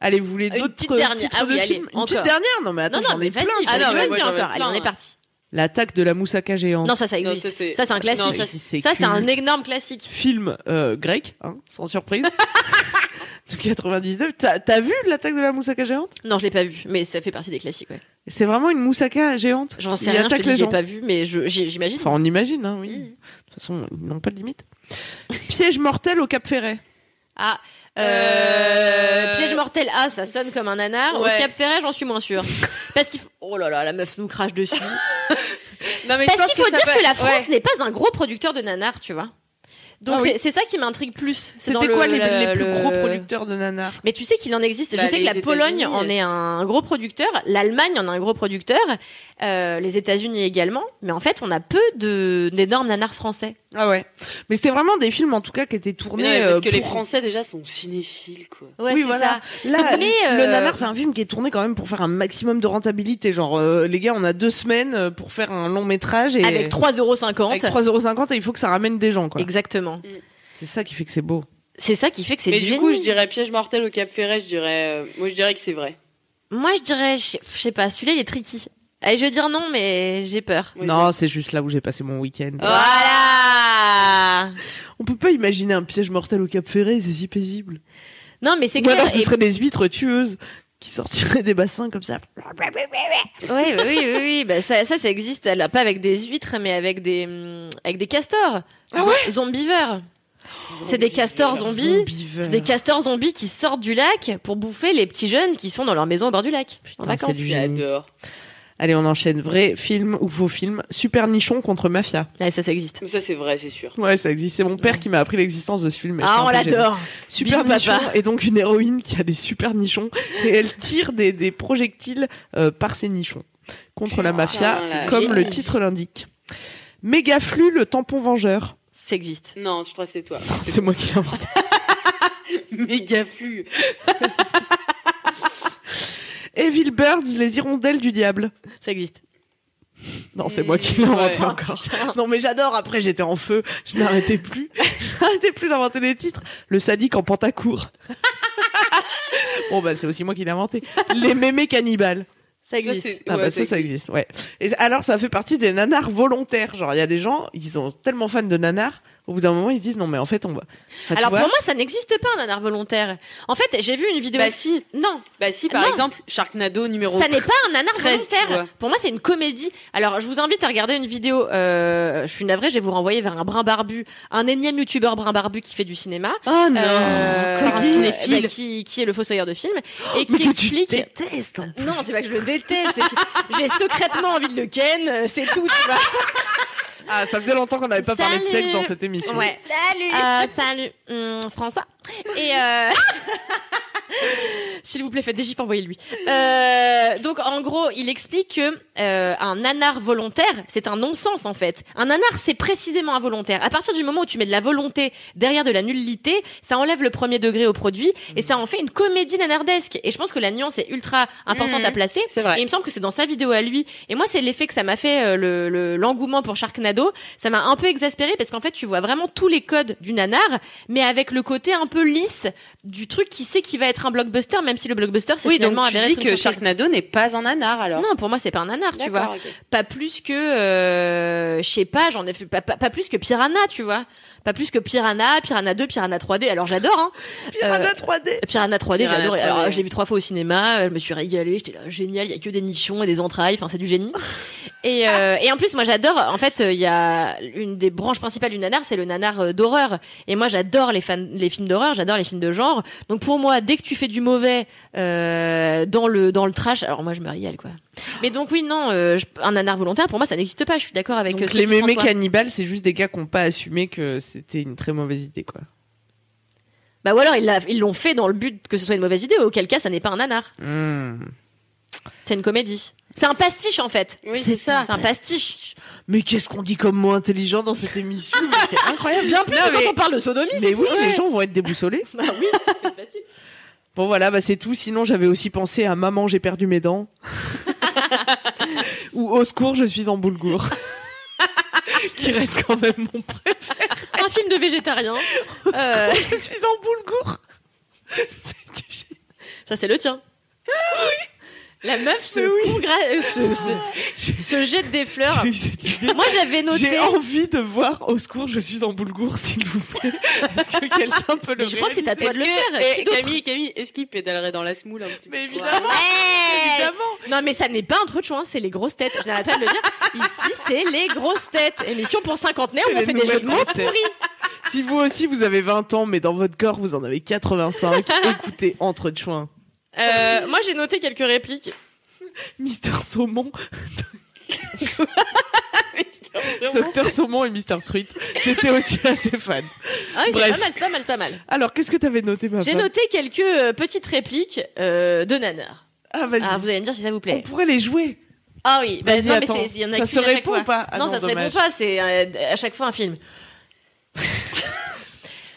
[SPEAKER 3] Allez, vous voulez
[SPEAKER 2] Une
[SPEAKER 3] d'autres
[SPEAKER 2] petite dernière.
[SPEAKER 3] titres
[SPEAKER 2] Ah oui,
[SPEAKER 3] de
[SPEAKER 2] allez,
[SPEAKER 3] films Une petite
[SPEAKER 2] encore.
[SPEAKER 3] dernière Non, mais
[SPEAKER 2] Non,
[SPEAKER 3] attends,
[SPEAKER 2] non,
[SPEAKER 3] j'en ai
[SPEAKER 2] mais
[SPEAKER 3] plein.
[SPEAKER 2] vas-y.
[SPEAKER 3] Ah,
[SPEAKER 1] non,
[SPEAKER 2] vas-y,
[SPEAKER 1] mais
[SPEAKER 2] vas-y
[SPEAKER 1] moi, j'en ai
[SPEAKER 2] encore.
[SPEAKER 1] plein,
[SPEAKER 2] Allez, on est
[SPEAKER 1] hein.
[SPEAKER 2] parti.
[SPEAKER 3] L'attaque de la moussaka géante.
[SPEAKER 2] Non, ça, ça
[SPEAKER 1] Non,
[SPEAKER 2] existe.
[SPEAKER 1] ça, c'est-
[SPEAKER 2] ça, c'est un classique.
[SPEAKER 1] Non, ça,
[SPEAKER 3] c'est-
[SPEAKER 2] ça, c'est un
[SPEAKER 3] culte.
[SPEAKER 2] énorme classique.
[SPEAKER 3] film euh, grec, hein, sans surprise, de 99. T'as t'as vu l'attaque de la moussaka géante
[SPEAKER 2] Non, je l'ai pas vu, mais ça fait partie des classiques, ouais.
[SPEAKER 3] C'est vraiment une moussaka géante.
[SPEAKER 2] J'en sais
[SPEAKER 3] Il
[SPEAKER 2] rien, je
[SPEAKER 3] attaque
[SPEAKER 2] te dis,
[SPEAKER 3] les
[SPEAKER 2] je l'ai
[SPEAKER 3] gens.
[SPEAKER 1] hein.
[SPEAKER 2] pas vu, mais je- j'ai- j'imagine.
[SPEAKER 3] Enfin, on imagine, hein, oui.
[SPEAKER 2] Mm.
[SPEAKER 3] De toute façon, ils n'ont pas de limite. Piège mortel au Cap Ferret.
[SPEAKER 2] Ah, euh,
[SPEAKER 1] Euh,
[SPEAKER 2] Piège mortel, ah, ça sonne comme un nanar.
[SPEAKER 1] Ouais.
[SPEAKER 2] Au Cap Ferret, j'en suis moins sûre. Parce qu'il faut... Oh là là, la meuf nous crache dessus.
[SPEAKER 1] Non, mais je
[SPEAKER 2] Parce
[SPEAKER 1] pense
[SPEAKER 2] qu'il faut
[SPEAKER 1] ça
[SPEAKER 2] dire
[SPEAKER 1] peut-
[SPEAKER 2] que la France
[SPEAKER 1] Ouais.
[SPEAKER 2] n'est pas un gros producteur de nanars, tu vois. Donc
[SPEAKER 3] Ah
[SPEAKER 2] c'est
[SPEAKER 3] oui.
[SPEAKER 2] c'est ça qui m'intrigue plus. C'est dans
[SPEAKER 3] C'était
[SPEAKER 2] le-
[SPEAKER 3] quoi les,
[SPEAKER 2] le-
[SPEAKER 3] les plus gros
[SPEAKER 2] le-
[SPEAKER 3] producteurs de nanars
[SPEAKER 2] Mais tu sais qu'il en existe.
[SPEAKER 1] Bah,
[SPEAKER 2] je sais que
[SPEAKER 1] les
[SPEAKER 2] la Pologne
[SPEAKER 1] États-Unis,
[SPEAKER 2] en
[SPEAKER 1] euh.
[SPEAKER 2] est un gros producteur, l'Allemagne en a un gros producteur, euh, les États-Unis également. Mais en fait, on a peu de d'énormes nanars français.
[SPEAKER 3] Ah ouais. Mais c'était vraiment des films, en tout cas, qui étaient
[SPEAKER 1] Mais
[SPEAKER 3] tournés.
[SPEAKER 1] non, mais parce
[SPEAKER 3] euh,
[SPEAKER 1] que les
[SPEAKER 3] pour-
[SPEAKER 1] Français déjà sont cinéphiles quoi.
[SPEAKER 2] Ouais,
[SPEAKER 3] oui,
[SPEAKER 2] c'est
[SPEAKER 3] voilà. Là,
[SPEAKER 2] Mais,
[SPEAKER 3] le
[SPEAKER 2] euh,
[SPEAKER 3] nanar, c'est un film qui est tourné quand même pour faire un maximum de rentabilité. Genre, euh, les gars, on a deux semaines euh, pour faire un long métrage et
[SPEAKER 2] ça. Avec 3,50
[SPEAKER 3] avec 3,50€ et il faut que ça ramène des gens, quoi.
[SPEAKER 2] Exactement.
[SPEAKER 3] C'est ça qui fait que c'est beau.
[SPEAKER 2] C'est ça qui fait que c'est
[SPEAKER 1] Mais
[SPEAKER 2] du
[SPEAKER 1] du coup,
[SPEAKER 2] génie.
[SPEAKER 1] je dirais piège mortel au Cap Ferret, je dirais euh, moi je dirais que c'est vrai.
[SPEAKER 2] Moi, je dirais, je sais- je sais pas, celui-là, il est tricky. Allez, je vais dire non, mais j'ai peur.
[SPEAKER 1] Moi,
[SPEAKER 3] non, c'est juste là où j'ai passé mon week-end.
[SPEAKER 2] Ah. Voilà.
[SPEAKER 3] On peut pas imaginer un piège mortel au Cap Ferré, c'est si paisible.
[SPEAKER 2] Non, mais c'est
[SPEAKER 3] Ou
[SPEAKER 2] clair.
[SPEAKER 3] alors ce
[SPEAKER 2] Et-
[SPEAKER 3] seraient des huîtres tueuses qui sortiraient des bassins comme ça.
[SPEAKER 2] Ouais, bah oui, oui, oui, bah ça, ça, ça existe. Alors, pas avec des huîtres, mais avec des, hum, avec des castors.
[SPEAKER 3] Ah
[SPEAKER 2] Zo- Zombivores. C'est des castors zombies. C'est des castors zombies qui sortent du lac pour bouffer les petits jeunes qui sont dans leur maison au bord du lac. en
[SPEAKER 3] Putain,
[SPEAKER 2] vacances.
[SPEAKER 3] c'est du-
[SPEAKER 1] J'adore.
[SPEAKER 3] Allez, on enchaîne. Vrai film ou faux film Super nichon contre mafia.
[SPEAKER 2] Ouais, ça, ça existe.
[SPEAKER 1] Ça c'est vrai, c'est sûr.
[SPEAKER 3] Ouais, ça existe. C'est mon père qui m'a appris l'existence de ce film. et j'étais
[SPEAKER 2] Ah,
[SPEAKER 3] un
[SPEAKER 2] on
[SPEAKER 3] peu gênée.
[SPEAKER 2] l'adore.
[SPEAKER 3] Super
[SPEAKER 2] Bisous,
[SPEAKER 3] nichon
[SPEAKER 2] papa.
[SPEAKER 3] est donc une héroïne qui a des super nichons et elle tire des, des projectiles euh, par ses nichons contre la mafia,
[SPEAKER 1] Putain, la
[SPEAKER 3] comme le
[SPEAKER 2] vieille.
[SPEAKER 3] titre l'indique. Mégaflu, le tampon vengeur.
[SPEAKER 2] Ça existe.
[SPEAKER 1] Non, je crois que c'est toi.
[SPEAKER 3] C'est moi qui l'ai inventé.
[SPEAKER 1] Méga flux.
[SPEAKER 3] Evil Birds, les hirondelles du diable.
[SPEAKER 2] Ça existe.
[SPEAKER 3] Non, c'est moi qui l'ai inventé
[SPEAKER 1] Ouais.
[SPEAKER 3] encore. Non, mais j'adore. Après, j'étais en feu. Je n'arrêtais plus. Je n'arrêtais plus d'inventer les titres. Le sadique en pantacourt. bon, bah, c'est aussi moi qui l'ai inventé. Les mémés cannibales.
[SPEAKER 1] Ça
[SPEAKER 3] existe.
[SPEAKER 1] c'est-
[SPEAKER 3] Ah
[SPEAKER 1] ouais,
[SPEAKER 3] bah ça, ça existe, ouais. Et alors, ça fait partie des nanars volontaires. Genre, il y a des gens, ils sont tellement fans de nanars, au bout d'un moment, ils se disent non, mais en fait, on va. Enfin, Ah, tu
[SPEAKER 2] Alors
[SPEAKER 3] vois,
[SPEAKER 2] pour moi, ça n'existe pas un nanar volontaire. En fait, j'ai vu une vidéo.
[SPEAKER 1] Bah si,
[SPEAKER 2] Non,
[SPEAKER 1] bah si, par
[SPEAKER 2] Non.
[SPEAKER 1] exemple, Sharknado numéro
[SPEAKER 2] ça n'est pas un nanar
[SPEAKER 1] 13, tu
[SPEAKER 2] volontaire.
[SPEAKER 1] vois.
[SPEAKER 2] Pour moi, c'est une comédie. Alors, je vous invite à regarder une vidéo. euh, je suis navrée, je vais vous renvoyer vers un brin barbu, un énième youtubeur brin barbu qui fait du cinéma.
[SPEAKER 3] Oh non
[SPEAKER 2] Euh,
[SPEAKER 3] Cookie.
[SPEAKER 2] un cinéphile Oh, bah, qui, qui est le fossoyeur de films et qui explique.
[SPEAKER 3] déteste
[SPEAKER 2] Non, c'est pas que je le déteste. c'est que J'ai secrètement envie de le ken. euh, C'est tout. Tu vois.
[SPEAKER 3] Ah, ça faisait longtemps qu'on n'avait pas parlé de
[SPEAKER 2] Salut.
[SPEAKER 3] sexe dans cette émission.
[SPEAKER 2] Ouais. Salut. Euh, salut, Hum, François. Et euh, s'il vous plaît, faites des gifs, envoyez-lui. Euh, donc en gros, il explique que euh, un nanar volontaire, c'est un non-sens en fait. Un nanar, c'est précisément involontaire. À partir du moment où tu mets de la volonté derrière de la nullité, ça enlève le premier degré au produit et ça en fait une comédie nanardesque. Et je pense que la nuance est ultra importante
[SPEAKER 1] Mhm.
[SPEAKER 2] à placer.
[SPEAKER 1] C'est vrai.
[SPEAKER 2] Et il me semble que Mmh, c'est dans sa vidéo à lui. Et moi, c'est l'effet que ça m'a fait euh, le- le- l'engouement pour Sharknado. Ça m'a un peu exaspéré parce qu'en fait, tu vois vraiment tous les codes du nanar, mais avec le côté un peu lisse du truc qui sait qui va être un blockbuster, même si le blockbuster c'est
[SPEAKER 1] Oui, donc
[SPEAKER 2] finalement
[SPEAKER 1] tu
[SPEAKER 2] avéré
[SPEAKER 1] dis
[SPEAKER 2] être une
[SPEAKER 1] que
[SPEAKER 2] surprise.
[SPEAKER 1] Sharknado n'est pas un nanar alors.
[SPEAKER 2] Non, pour moi, c'est pas un nanar, tu vois.
[SPEAKER 1] D'accord, ok.
[SPEAKER 2] Pas plus que, euh, je sais pas, j'en ai fait, pas, pas, pas plus que Piranha, tu vois. Pas plus que Piranha, Piranha 2, Piranha 3D. Alors j'adore, hein.
[SPEAKER 3] Piranha 3D
[SPEAKER 2] Piranha 3D, j'ai
[SPEAKER 1] Piranha
[SPEAKER 2] adoré.
[SPEAKER 1] 3D,
[SPEAKER 2] Alors,
[SPEAKER 1] ouais.
[SPEAKER 2] je l'ai vu trois fois au cinéma, euh, je me suis régalée, j'étais là, génial, il y a que des nichons et des entrailles, enfin, c'est du génie. Et, euh, et en plus, moi, j'adore, en fait, euh, il y a une des branches principales du nanar, c'est le nanar euh, d'horreur. Et moi, j'adore les, fans- les films d'horreur, j'adore les films de genre. Donc, pour moi, dès que tu fais du mauvais euh, dans, le, dans le trash, alors moi, je me régale, quoi. Mais donc, oui, non, euh, je- un nanar volontaire, pour moi, ça n'existe pas, je suis d'accord avec euh,
[SPEAKER 3] Donc
[SPEAKER 2] ce que
[SPEAKER 3] les
[SPEAKER 2] dit
[SPEAKER 3] mémés
[SPEAKER 2] François.
[SPEAKER 3] cannibales, c'est juste des gars qui n'ont pas assumé que c'était une très mauvaise idée, quoi.
[SPEAKER 2] Bah, ou alors, ils l'a- ils l'ont fait dans le but que ce soit une mauvaise idée, auquel cas, ça n'est pas un nanar.
[SPEAKER 3] Hmm.
[SPEAKER 2] C'est une comédie. C'est un pastiche, en fait.
[SPEAKER 1] Oui, c'est ça.
[SPEAKER 2] C'est un pastiche.
[SPEAKER 3] Mais qu'est-ce qu'on dit comme mot intelligent dans cette émission Mais C'est incroyable.
[SPEAKER 2] Bien plus
[SPEAKER 3] Non,
[SPEAKER 2] que
[SPEAKER 3] mais-
[SPEAKER 2] quand on parle de sodomie,
[SPEAKER 3] Mais
[SPEAKER 2] c'est
[SPEAKER 3] oui,
[SPEAKER 2] fou, ouais.
[SPEAKER 3] les gens vont être déboussolés.
[SPEAKER 2] Bah oui, c'est facile.
[SPEAKER 3] Bon voilà, bah c'est tout. Sinon, j'avais aussi pensé à Maman, j'ai perdu mes dents. Ou Au secours, je suis en boulgour. Qui reste quand même mon préf.
[SPEAKER 2] Un film de végétarien. Euh,
[SPEAKER 3] Au secours, je suis en boulgour. C'est que j'ai-
[SPEAKER 2] Ça, c'est le tien. La meuf se, congra- euh, se- se- se jette des fleurs.
[SPEAKER 3] j'ai eu cette idée.
[SPEAKER 2] Moi, j'avais noté.
[SPEAKER 3] J'ai envie de voir Au secours, je suis en boulgour, s'il vous plaît. Est-ce que quelqu'un peut le
[SPEAKER 2] Mais je crois que c'est à toi de
[SPEAKER 1] Est-ce
[SPEAKER 2] le
[SPEAKER 1] que-
[SPEAKER 2] faire.
[SPEAKER 1] eh,
[SPEAKER 2] Qui d'autre
[SPEAKER 1] Camille, Camille, est-ce qu'il pédalerait dans la smoule un petit peu
[SPEAKER 3] Mais
[SPEAKER 1] tu
[SPEAKER 3] évidemment,
[SPEAKER 2] Ouais.
[SPEAKER 3] évidemment.
[SPEAKER 2] Non, mais ça n'est pas un truc de chouin, c'est les grosses têtes. Je n'arrête pas de le dire. Ici, c'est les grosses têtes. Émission pour cinquantenaire où
[SPEAKER 3] C'est
[SPEAKER 2] on
[SPEAKER 3] les
[SPEAKER 2] fait des jeux
[SPEAKER 3] nouvelles
[SPEAKER 2] de mots
[SPEAKER 3] grosses têtes.
[SPEAKER 2] pourris.
[SPEAKER 3] Si vous aussi vous avez 20 ans, mais dans votre corps vous en avez 85, écoutez entre chouin.
[SPEAKER 2] Euh, moi, j'ai noté quelques répliques.
[SPEAKER 3] Mister Saumon,
[SPEAKER 1] vois.
[SPEAKER 3] Docteur Saumon et Mister Truite. J'étais aussi assez fan.
[SPEAKER 2] Ah oui, c'est
[SPEAKER 3] Bref.
[SPEAKER 2] pas mal, c'est pas mal, c'est pas mal.
[SPEAKER 3] Alors qu'est-ce que t'avais noté ma
[SPEAKER 2] J'ai
[SPEAKER 3] femme
[SPEAKER 2] noté quelques euh, petites répliques euh, de nanar.
[SPEAKER 3] Ah vas-y.
[SPEAKER 2] Ah, vous allez me dire si ça vous plaît.
[SPEAKER 3] On pourrait les jouer.
[SPEAKER 2] Ah oui, bah,
[SPEAKER 3] Vas-y,
[SPEAKER 2] non, mais
[SPEAKER 3] attends.
[SPEAKER 2] c'est- il y en a
[SPEAKER 3] Ça
[SPEAKER 2] qu'une
[SPEAKER 3] se
[SPEAKER 2] à chaque
[SPEAKER 3] répond
[SPEAKER 2] fois.
[SPEAKER 3] ou pas Ah
[SPEAKER 2] non,
[SPEAKER 3] non,
[SPEAKER 2] ça se
[SPEAKER 3] dommage.
[SPEAKER 2] répond pas, c'est euh, à chaque fois un film.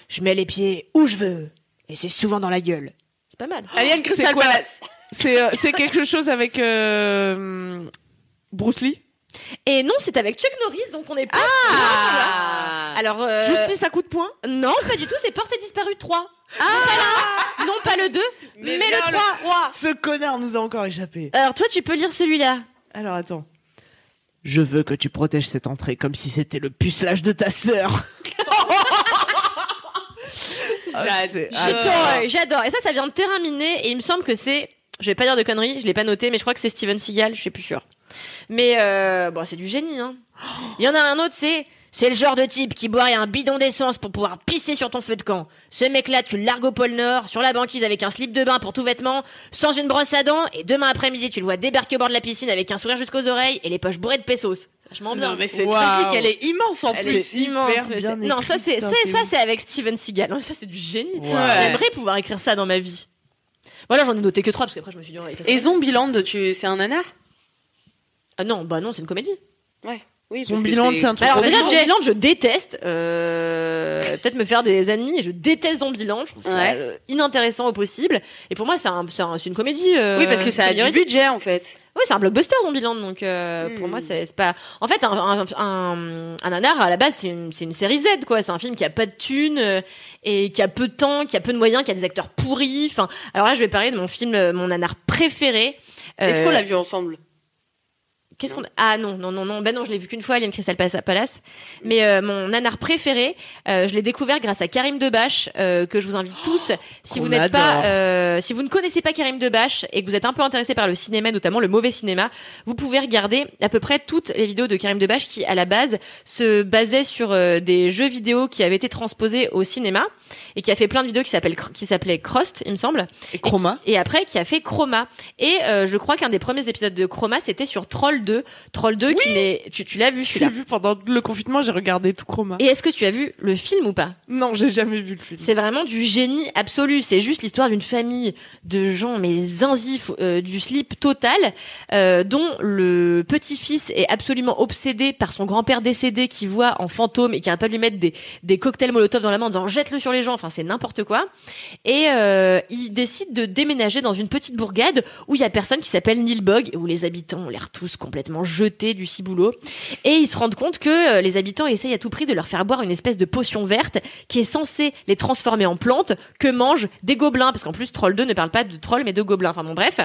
[SPEAKER 5] Je mets les pieds où je veux. Et c'est souvent dans la gueule.
[SPEAKER 2] C'est pas mal.
[SPEAKER 1] Alien Crystal
[SPEAKER 3] quoi
[SPEAKER 1] Palace.
[SPEAKER 3] C'est euh, c'est quelque chose avec euh, Bruce Lee.
[SPEAKER 2] Et non, c'est avec Chuck Norris, donc on est pas si loin, tu vois.
[SPEAKER 1] Ah.
[SPEAKER 2] Alors, euh,
[SPEAKER 3] Justice à coup de poing.
[SPEAKER 2] non, pas du tout, c'est Portée disparue 3. Ah Non, pas le 2, mais,
[SPEAKER 1] bien
[SPEAKER 2] le 3.
[SPEAKER 3] Ce connard nous a encore échappé.
[SPEAKER 2] Alors, toi, tu peux lire celui-là.
[SPEAKER 3] Alors attends. Je veux que tu protèges cette entrée comme si c'était le pucelage de ta sœur. Ah, c'est-
[SPEAKER 2] J'adore, j'adore. Et ça, ça vient de terrain miné, et il me semble que c'est, je vais pas dire de conneries, je l'ai pas noté, mais je crois que c'est Steven Seagal, je suis plus sûre. Mais euh, bon, c'est du génie. Hein. Il y en a un autre, c'est c'est le genre de type qui boirait un bidon d'essence pour pouvoir pisser sur ton feu de camp. Ce mec-là, tu le largues au pôle Nord, sur la banquise avec un slip de bain pour tout vêtement, sans une brosse à dents, et demain après-midi, tu le vois débarquer au bord de la piscine avec un sourire jusqu'aux oreilles et les poches bourrées de pesos. C'est Vachement bien.
[SPEAKER 1] Non, mais cette
[SPEAKER 3] Waouh.
[SPEAKER 1] réplique, elle est immense en
[SPEAKER 2] Elle
[SPEAKER 1] plus.
[SPEAKER 2] est immense.
[SPEAKER 3] hyper
[SPEAKER 2] mais
[SPEAKER 3] bien
[SPEAKER 2] c'est- non, ça
[SPEAKER 3] écrite,
[SPEAKER 2] c'est
[SPEAKER 3] putain,
[SPEAKER 2] c'est-
[SPEAKER 3] c'est
[SPEAKER 2] ça
[SPEAKER 3] ouf.
[SPEAKER 2] c'est avec Steven Seagal. Non, ça c'est du génie.
[SPEAKER 3] Ouais.
[SPEAKER 2] J'aimerais pouvoir écrire ça dans ma vie. Voilà, j'en ai noté que trois parce qu'après je me suis dit. oh, il passe
[SPEAKER 1] Et
[SPEAKER 2] ça.
[SPEAKER 1] Zombieland, tu... c'est un nanar
[SPEAKER 2] Ah non, bah non, c'est une comédie.
[SPEAKER 1] Ouais. Oui, parce que
[SPEAKER 3] Zombieland, c'est un truc.
[SPEAKER 2] Alors
[SPEAKER 1] Bah,
[SPEAKER 2] déjà,
[SPEAKER 1] non.
[SPEAKER 2] Zombieland, je déteste. euh, Peut-être me faire des ennemis. Je déteste Zombieland. Je trouve ça
[SPEAKER 1] Ouais.
[SPEAKER 2] euh, inintéressant au possible. Et pour moi, c'est un, c'est un- c'est une comédie. euh,
[SPEAKER 1] Oui, parce que ça a du
[SPEAKER 2] comédie
[SPEAKER 1] budget en fait.
[SPEAKER 2] Oui, c'est un blockbuster Zombieland, donc euh,
[SPEAKER 1] Hmm.
[SPEAKER 2] pour moi c'est c'est pas. En fait, un, un, un, un nanar à la base c'est une, c'est une série Z quoi. C'est un film qui a pas de thunes euh, et qui a peu de temps, qui a peu de moyens, qui a des acteurs pourris. Enfin, alors là je vais parler de mon film, euh, mon nanar préféré.
[SPEAKER 1] Est-ce
[SPEAKER 2] Euh,
[SPEAKER 1] qu'on l'a vu ensemble
[SPEAKER 2] Qu'est-ce qu'on Ah non non non non ben non je l'ai vu qu'une fois Alien Crystal Pas- Palace
[SPEAKER 3] Mm.
[SPEAKER 2] mais euh, mon nanar préféré euh, je l'ai découvert grâce à Karim Debache euh, que je vous invite tous si
[SPEAKER 3] Oh, qu'on
[SPEAKER 2] vous n'êtes
[SPEAKER 3] adore.
[SPEAKER 2] pas euh, si vous ne connaissez pas Karim Debache et que vous êtes un peu intéressé par le cinéma notamment le mauvais cinéma vous pouvez regarder à peu près toutes les vidéos de Karim Debache qui à la base se basaient sur euh, des jeux vidéo qui avaient été transposés au cinéma et qui a fait plein de vidéos qui s'appellent qui s'appelait Crust il me semble
[SPEAKER 3] Et Chroma.
[SPEAKER 2] et après qui a fait Chroma. Et euh, je crois qu'un des premiers épisodes de Chroma c'était sur Troll 2. Troll 2 qui n'est tu, tu l'as vu
[SPEAKER 3] Je l'ai
[SPEAKER 2] celui-là.
[SPEAKER 3] vu pendant le confinement, j'ai regardé tout Chroma.
[SPEAKER 2] Et est-ce que tu as vu le film ou pas
[SPEAKER 3] Non, j'ai jamais vu le film.
[SPEAKER 2] C'est vraiment du génie absolu. C'est juste l'histoire d'une famille de gens mais zinzifs euh, du slip total, euh, dont le petit-fils est absolument obsédé par son grand-père décédé qui voit en fantôme et qui arrête pas de lui mettre des, des cocktails Molotov dans la main en disant jette-le sur les gens. Enfin c'est n'importe quoi. Et euh, il décide de déménager dans une petite bourgade où il y a personne qui s'appelle Nilbog et où les habitants ont l'air tous complètement jetés du ciboulot. Et ils se rendent compte que euh, les habitants essayent à tout prix de leur faire boire une espèce de potion verte qui est censée les transformer en plantes que mangent des gobelins. Parce qu'en plus, Troll 2 ne parle pas de troll mais de gobelins. Enfin bon, bref.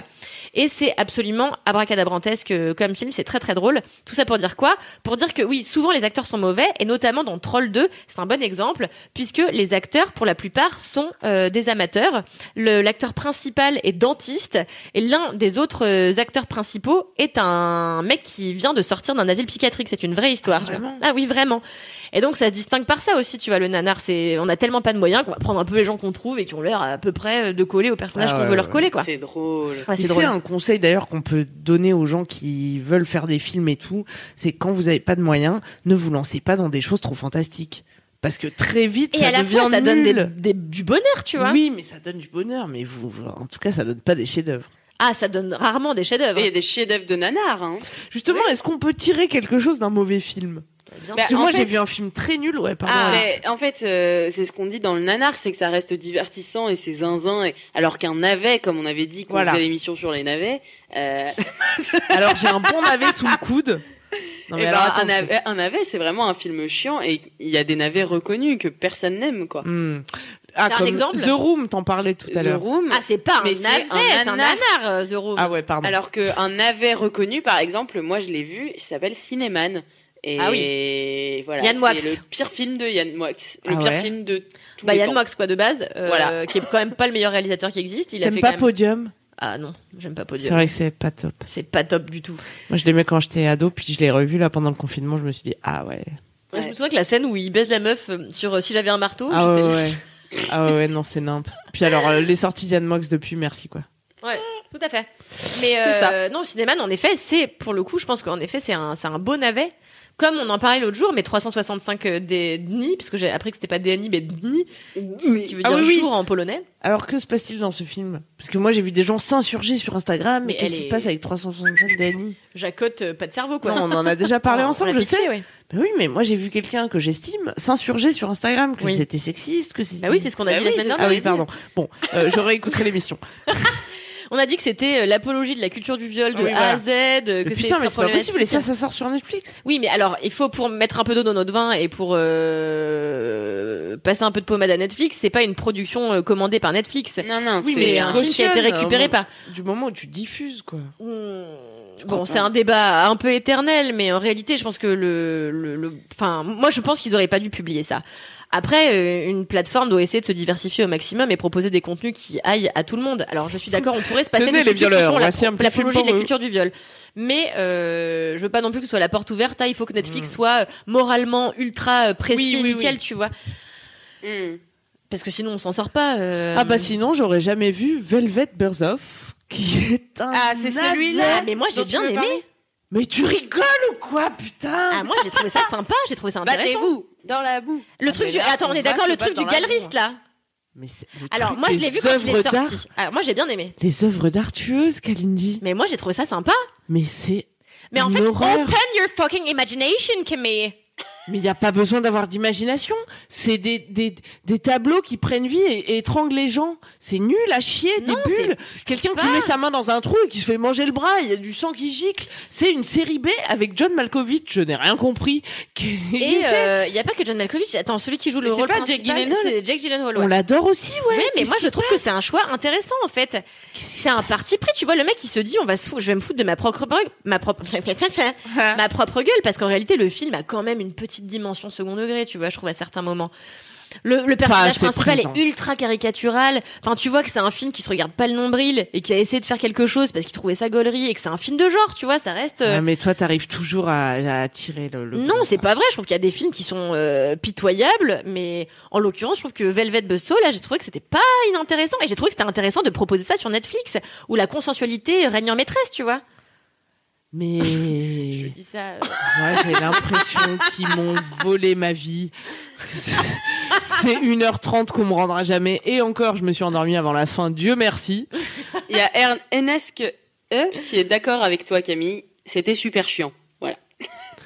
[SPEAKER 2] Et c'est absolument abracadabrantesque euh, comme film. C'est très très drôle. Tout ça pour dire quoi Pour dire que oui, souvent les acteurs sont mauvais et notamment dans Troll 2, c'est un bon exemple puisque les acteurs, pour la plupart, sont euh, des amateurs. Le- L'acteur principal est dentiste et l'un des autres euh, acteurs principaux est un mec qui vient de sortir d'un asile psychiatrique. C'est une vraie histoire. tu vois. ah oui, vraiment. Et donc ça se distingue par ça aussi, tu vois, le nanar, c'est on a tellement pas de moyens qu'on va prendre un peu les gens qu'on trouve et qui ont l'air à peu près euh, de coller au personnage
[SPEAKER 3] Ah
[SPEAKER 2] qu'on
[SPEAKER 3] ouais,
[SPEAKER 2] veut leur
[SPEAKER 3] ouais,
[SPEAKER 2] coller quoi.
[SPEAKER 1] C'est drôle.
[SPEAKER 2] Ouais,
[SPEAKER 3] Et
[SPEAKER 2] c'est drôle.
[SPEAKER 3] un conseil d'ailleurs qu'on peut donner aux gens qui veulent faire des films et tout, c'est quand vous n'avez pas de moyens, ne vous lancez pas dans des choses trop fantastiques. Parce que très vite,
[SPEAKER 2] Et
[SPEAKER 3] ça
[SPEAKER 2] à la
[SPEAKER 3] devient
[SPEAKER 2] fois ça donne des-
[SPEAKER 3] nul.
[SPEAKER 2] des- du bonheur, tu vois.
[SPEAKER 3] Oui, mais ça donne du bonheur, mais vous, vous- en tout cas, ça donne pas des chefs-d'œuvre.
[SPEAKER 2] Ah, ça donne rarement des chefs-d'œuvre.
[SPEAKER 1] Il y a des chefs-d'œuvre de nanar. Hein.
[SPEAKER 3] Justement, est-ce qu'on peut tirer quelque chose d'un mauvais film
[SPEAKER 2] Bien
[SPEAKER 1] Bah,
[SPEAKER 3] Parce que
[SPEAKER 1] en
[SPEAKER 3] moi,
[SPEAKER 1] fait-
[SPEAKER 3] j'ai vu un film très nul, ouais, pardon.
[SPEAKER 1] Ah,
[SPEAKER 3] Alex.
[SPEAKER 1] mais en fait, euh, c'est ce qu'on dit dans le nanar, c'est que ça reste divertissant et c'est zinzin. Et... Alors qu'un navet, comme on avait dit qu'on
[SPEAKER 3] Voilà.
[SPEAKER 1] faisait l'émission sur les navets, euh,
[SPEAKER 3] Alors, j'ai un bon navet sous le coude. Non,
[SPEAKER 1] eh
[SPEAKER 3] mais
[SPEAKER 1] ben,
[SPEAKER 3] alors, attends,
[SPEAKER 1] un, navet, un navet, c'est vraiment un film chiant et il y a des navets reconnus que personne n'aime, quoi.
[SPEAKER 3] Hmm. Ah,
[SPEAKER 2] T'as un
[SPEAKER 3] comme
[SPEAKER 2] exemple
[SPEAKER 3] The Room, t'en parlais tout à
[SPEAKER 1] The
[SPEAKER 3] l'heure.
[SPEAKER 1] Room.
[SPEAKER 2] Ah, c'est pas un
[SPEAKER 1] Mais
[SPEAKER 2] navet,
[SPEAKER 1] c'est un
[SPEAKER 2] c'est un
[SPEAKER 1] nanar.
[SPEAKER 2] nanar, euh, The Room.
[SPEAKER 3] Ah ouais, pardon.
[SPEAKER 1] Alors qu'un navet reconnu, par exemple, moi je l'ai vu, il s'appelle Cinéman. Et
[SPEAKER 2] Ah
[SPEAKER 1] voilà,
[SPEAKER 2] Yann Moix.
[SPEAKER 1] c'est le pire film de Yann Moix. Le
[SPEAKER 3] Ah
[SPEAKER 1] pire
[SPEAKER 3] ouais
[SPEAKER 1] film de tous
[SPEAKER 2] bah
[SPEAKER 1] les
[SPEAKER 2] Yann
[SPEAKER 1] temps.
[SPEAKER 2] Mox quoi de base, euh,
[SPEAKER 1] Voilà.
[SPEAKER 2] qui est quand même pas le meilleur réalisateur qui existe. Il a
[SPEAKER 3] T'aimes
[SPEAKER 2] fait
[SPEAKER 3] pas
[SPEAKER 2] quand même...
[SPEAKER 3] Podium
[SPEAKER 2] Ah non, j'aime pas
[SPEAKER 3] C'est
[SPEAKER 2] Podium.
[SPEAKER 3] vrai que c'est pas top.
[SPEAKER 2] C'est pas top du tout.
[SPEAKER 3] Moi, je l'aimais quand j'étais ado, puis je l'ai revu là pendant le confinement. Je me suis dit, ah ouais.
[SPEAKER 2] Moi, Je
[SPEAKER 1] Ouais.
[SPEAKER 2] me souviens que la scène où il baise la meuf euh, sur euh, Si j'avais un marteau,
[SPEAKER 3] Ah ouais,
[SPEAKER 2] j'étais-
[SPEAKER 3] ouais. ah ouais, ouais, non, c'est nimp. Puis alors, euh, les sorties d'Anne Mox depuis, merci quoi.
[SPEAKER 2] Ouais, tout à fait. Mais
[SPEAKER 1] C'est
[SPEAKER 2] euh, non, Cinéman, en effet, c'est pour le coup, je pense qu'en effet, c'est un, c'est un beau navet. Comme on en parlait l'autre jour, mais 365 euh, des dni, parce que j'ai appris que c'était pas DNI, mais dni, qui veut
[SPEAKER 3] Ah
[SPEAKER 2] dire
[SPEAKER 3] oui, oui.
[SPEAKER 2] jour en polonais.
[SPEAKER 3] Alors, que se passe-t-il dans ce film Parce que moi, j'ai vu des gens s'insurger sur Instagram. Mais,
[SPEAKER 2] Mais
[SPEAKER 3] qu'est-ce
[SPEAKER 2] elle
[SPEAKER 3] qui se
[SPEAKER 2] est-
[SPEAKER 3] passe avec 365 Dani
[SPEAKER 2] Jacotte, euh, pas de cerveau, quoi.
[SPEAKER 3] Non, on en a déjà parlé
[SPEAKER 2] On
[SPEAKER 3] ensemble, je
[SPEAKER 2] l'a pitché,
[SPEAKER 3] sais.
[SPEAKER 2] ouais.
[SPEAKER 3] Mais oui, mais moi, j'ai vu quelqu'un que j'estime s'insurger sur Instagram, que
[SPEAKER 2] Oui.
[SPEAKER 3] c'était sexiste, que c'était.
[SPEAKER 2] Bah oui, c'est ce qu'on a
[SPEAKER 1] Bah
[SPEAKER 2] dit la
[SPEAKER 1] oui,
[SPEAKER 2] semaine
[SPEAKER 1] c'est ce
[SPEAKER 3] Ah
[SPEAKER 2] dernière.
[SPEAKER 3] oui, pardon. Bon, euh, je réécouterai l'émission.
[SPEAKER 2] On a dit que c'était euh, l'apologie de la culture du viol de
[SPEAKER 3] Oui,
[SPEAKER 2] A
[SPEAKER 3] voilà.
[SPEAKER 2] à Z, euh, que
[SPEAKER 3] Mais
[SPEAKER 2] c'était
[SPEAKER 3] putain, mais
[SPEAKER 2] très
[SPEAKER 3] c'est pas possible. Et
[SPEAKER 2] problématique.
[SPEAKER 3] ça, ça sort sur Netflix.
[SPEAKER 2] Oui, mais alors, il faut pour mettre un peu d'eau dans notre vin et pour euh, passer un peu de pommade à Netflix, c'est pas une production euh, commandée par Netflix.
[SPEAKER 1] Non, non,
[SPEAKER 3] Oui, mais
[SPEAKER 2] c'est
[SPEAKER 3] tu
[SPEAKER 2] un film qui a été
[SPEAKER 3] cautionnes,
[SPEAKER 2] récupéré
[SPEAKER 3] euh,
[SPEAKER 2] par
[SPEAKER 3] Du moment où tu diffuses, quoi.
[SPEAKER 2] Euh, Bon, c'est un débat un peu éternel, mais en réalité, je pense que le, le, le- enfin, moi, je pense qu'ils auraient pas dû publier ça. Après, euh, une plateforme doit essayer de se diversifier au maximum et proposer des contenus qui aillent à tout le monde. Alors, je suis d'accord, on pourrait se passer
[SPEAKER 3] Tenez,
[SPEAKER 2] des
[SPEAKER 3] les
[SPEAKER 2] cultures qui
[SPEAKER 3] violeurs,
[SPEAKER 2] font la-
[SPEAKER 3] voici un petit
[SPEAKER 2] l'apologie
[SPEAKER 3] film
[SPEAKER 2] de la
[SPEAKER 3] pour
[SPEAKER 2] culture du viol. Mais euh, je veux pas non plus que ce soit la porte ouverte. ah, il faut que Netflix soit euh, moralement ultra euh,
[SPEAKER 3] Hmm.
[SPEAKER 2] précis,
[SPEAKER 3] Oui, oui,
[SPEAKER 2] nickel,
[SPEAKER 3] oui.
[SPEAKER 2] tu vois.
[SPEAKER 1] Hmm.
[SPEAKER 2] Parce que sinon, on s'en sort pas. euh.
[SPEAKER 3] Ah bah sinon, j'aurais jamais vu Velvet Burzoff, qui est un.
[SPEAKER 1] Ah, c'est
[SPEAKER 3] navet.
[SPEAKER 1] celui-là.
[SPEAKER 2] Ah, mais moi, j'ai
[SPEAKER 1] dont tu
[SPEAKER 2] bien
[SPEAKER 1] veux
[SPEAKER 2] aimé.
[SPEAKER 1] parler
[SPEAKER 3] Mais tu rigoles ou quoi, putain
[SPEAKER 2] Ah, moi, j'ai trouvé ça sympa, j'ai trouvé
[SPEAKER 3] Bah,
[SPEAKER 2] ça intéressant.
[SPEAKER 1] Battez-vous dans la boue.
[SPEAKER 2] Le truc
[SPEAKER 3] mais
[SPEAKER 2] du...
[SPEAKER 3] là,
[SPEAKER 2] Attends, on
[SPEAKER 3] on
[SPEAKER 2] est
[SPEAKER 3] va
[SPEAKER 2] d'accord,
[SPEAKER 3] se
[SPEAKER 2] le truc
[SPEAKER 3] battre
[SPEAKER 2] du
[SPEAKER 3] dans la hein. boue,
[SPEAKER 2] galeriste, là
[SPEAKER 3] Mais c'est- le
[SPEAKER 2] Alors
[SPEAKER 3] truc
[SPEAKER 2] moi je
[SPEAKER 3] des
[SPEAKER 2] l'ai vu quand il est
[SPEAKER 3] œuvres d'art-
[SPEAKER 2] sorti. Alors, moi j'ai bien aimé.
[SPEAKER 3] Les œuvres d'art tueuses, Kalindi.
[SPEAKER 2] Mais moi j'ai trouvé ça sympa.
[SPEAKER 3] Mais c'est.
[SPEAKER 2] Mais en
[SPEAKER 3] Une
[SPEAKER 2] fait,
[SPEAKER 3] horreur.
[SPEAKER 2] open your fucking imagination, Camille.
[SPEAKER 3] Mais il n'y a pas besoin d'avoir d'imagination. C'est des, des, des tableaux qui prennent vie et, et étranglent les gens. C'est nul à chier, des
[SPEAKER 2] Non, c'est-
[SPEAKER 3] bulles. Quelqu'un qui met sa main dans un trou et qui se fait manger le bras, il y a du sang qui gicle. C'est une série B avec John Malkovich, je n'ai rien compris. Quel
[SPEAKER 2] Et
[SPEAKER 3] essai.
[SPEAKER 2] euh, il n'y a pas que John Malkovich. Attends, celui qui joue le
[SPEAKER 1] Mais c'est
[SPEAKER 2] rôle
[SPEAKER 1] pas Jake
[SPEAKER 2] principal,
[SPEAKER 1] Gyllenhaal
[SPEAKER 2] c'est Jake Gyllenhaal.
[SPEAKER 3] On
[SPEAKER 2] ouais.
[SPEAKER 3] l'adore aussi, ouais.
[SPEAKER 2] Ouais, mais
[SPEAKER 3] Qu'est-ce
[SPEAKER 2] moi
[SPEAKER 3] qui
[SPEAKER 2] je
[SPEAKER 3] se
[SPEAKER 2] trouve que c'est un choix intéressant en fait. C'est un parti pris, tu vois. Le mec il se dit on va se fou- je vais me foutre de ma propre ma propre ma propre gueule parce qu'en réalité le film a quand même une petite dimension second degré, tu vois. Je trouve à certains moments. Le, le personnage
[SPEAKER 3] assez
[SPEAKER 2] principal
[SPEAKER 3] présent.
[SPEAKER 2] est ultra caricatural. Enfin, tu vois que c'est un film qui se regarde pas le nombril et qui a essayé de faire quelque chose parce qu'il trouvait ça gaulerie et que c'est un film de genre, tu vois. Ça reste. euh,
[SPEAKER 3] Ouais, Ah, mais toi, t'arrives toujours à, à attirer le. le-
[SPEAKER 2] non, c'est pas vrai. Je trouve qu'il y a des films qui sont euh, pitoyables, mais en l'occurrence, je trouve que Velvet Buzzsaw, là, j'ai trouvé que c'était pas inintéressant. Et j'ai trouvé que c'était intéressant de proposer ça sur Netflix, où la consensualité règne en maîtresse, tu vois.
[SPEAKER 3] Mais
[SPEAKER 2] Je dis ça. euh,
[SPEAKER 3] moi, j'ai l'impression qu'ils m'ont volé ma vie. C'est 1h30 qu'on me rendra jamais. Et encore, je me suis endormie avant la fin. Dieu merci.
[SPEAKER 1] Il y a Ern- Enesque E qui est d'accord avec toi, Camille. C'était super chiant. Voilà.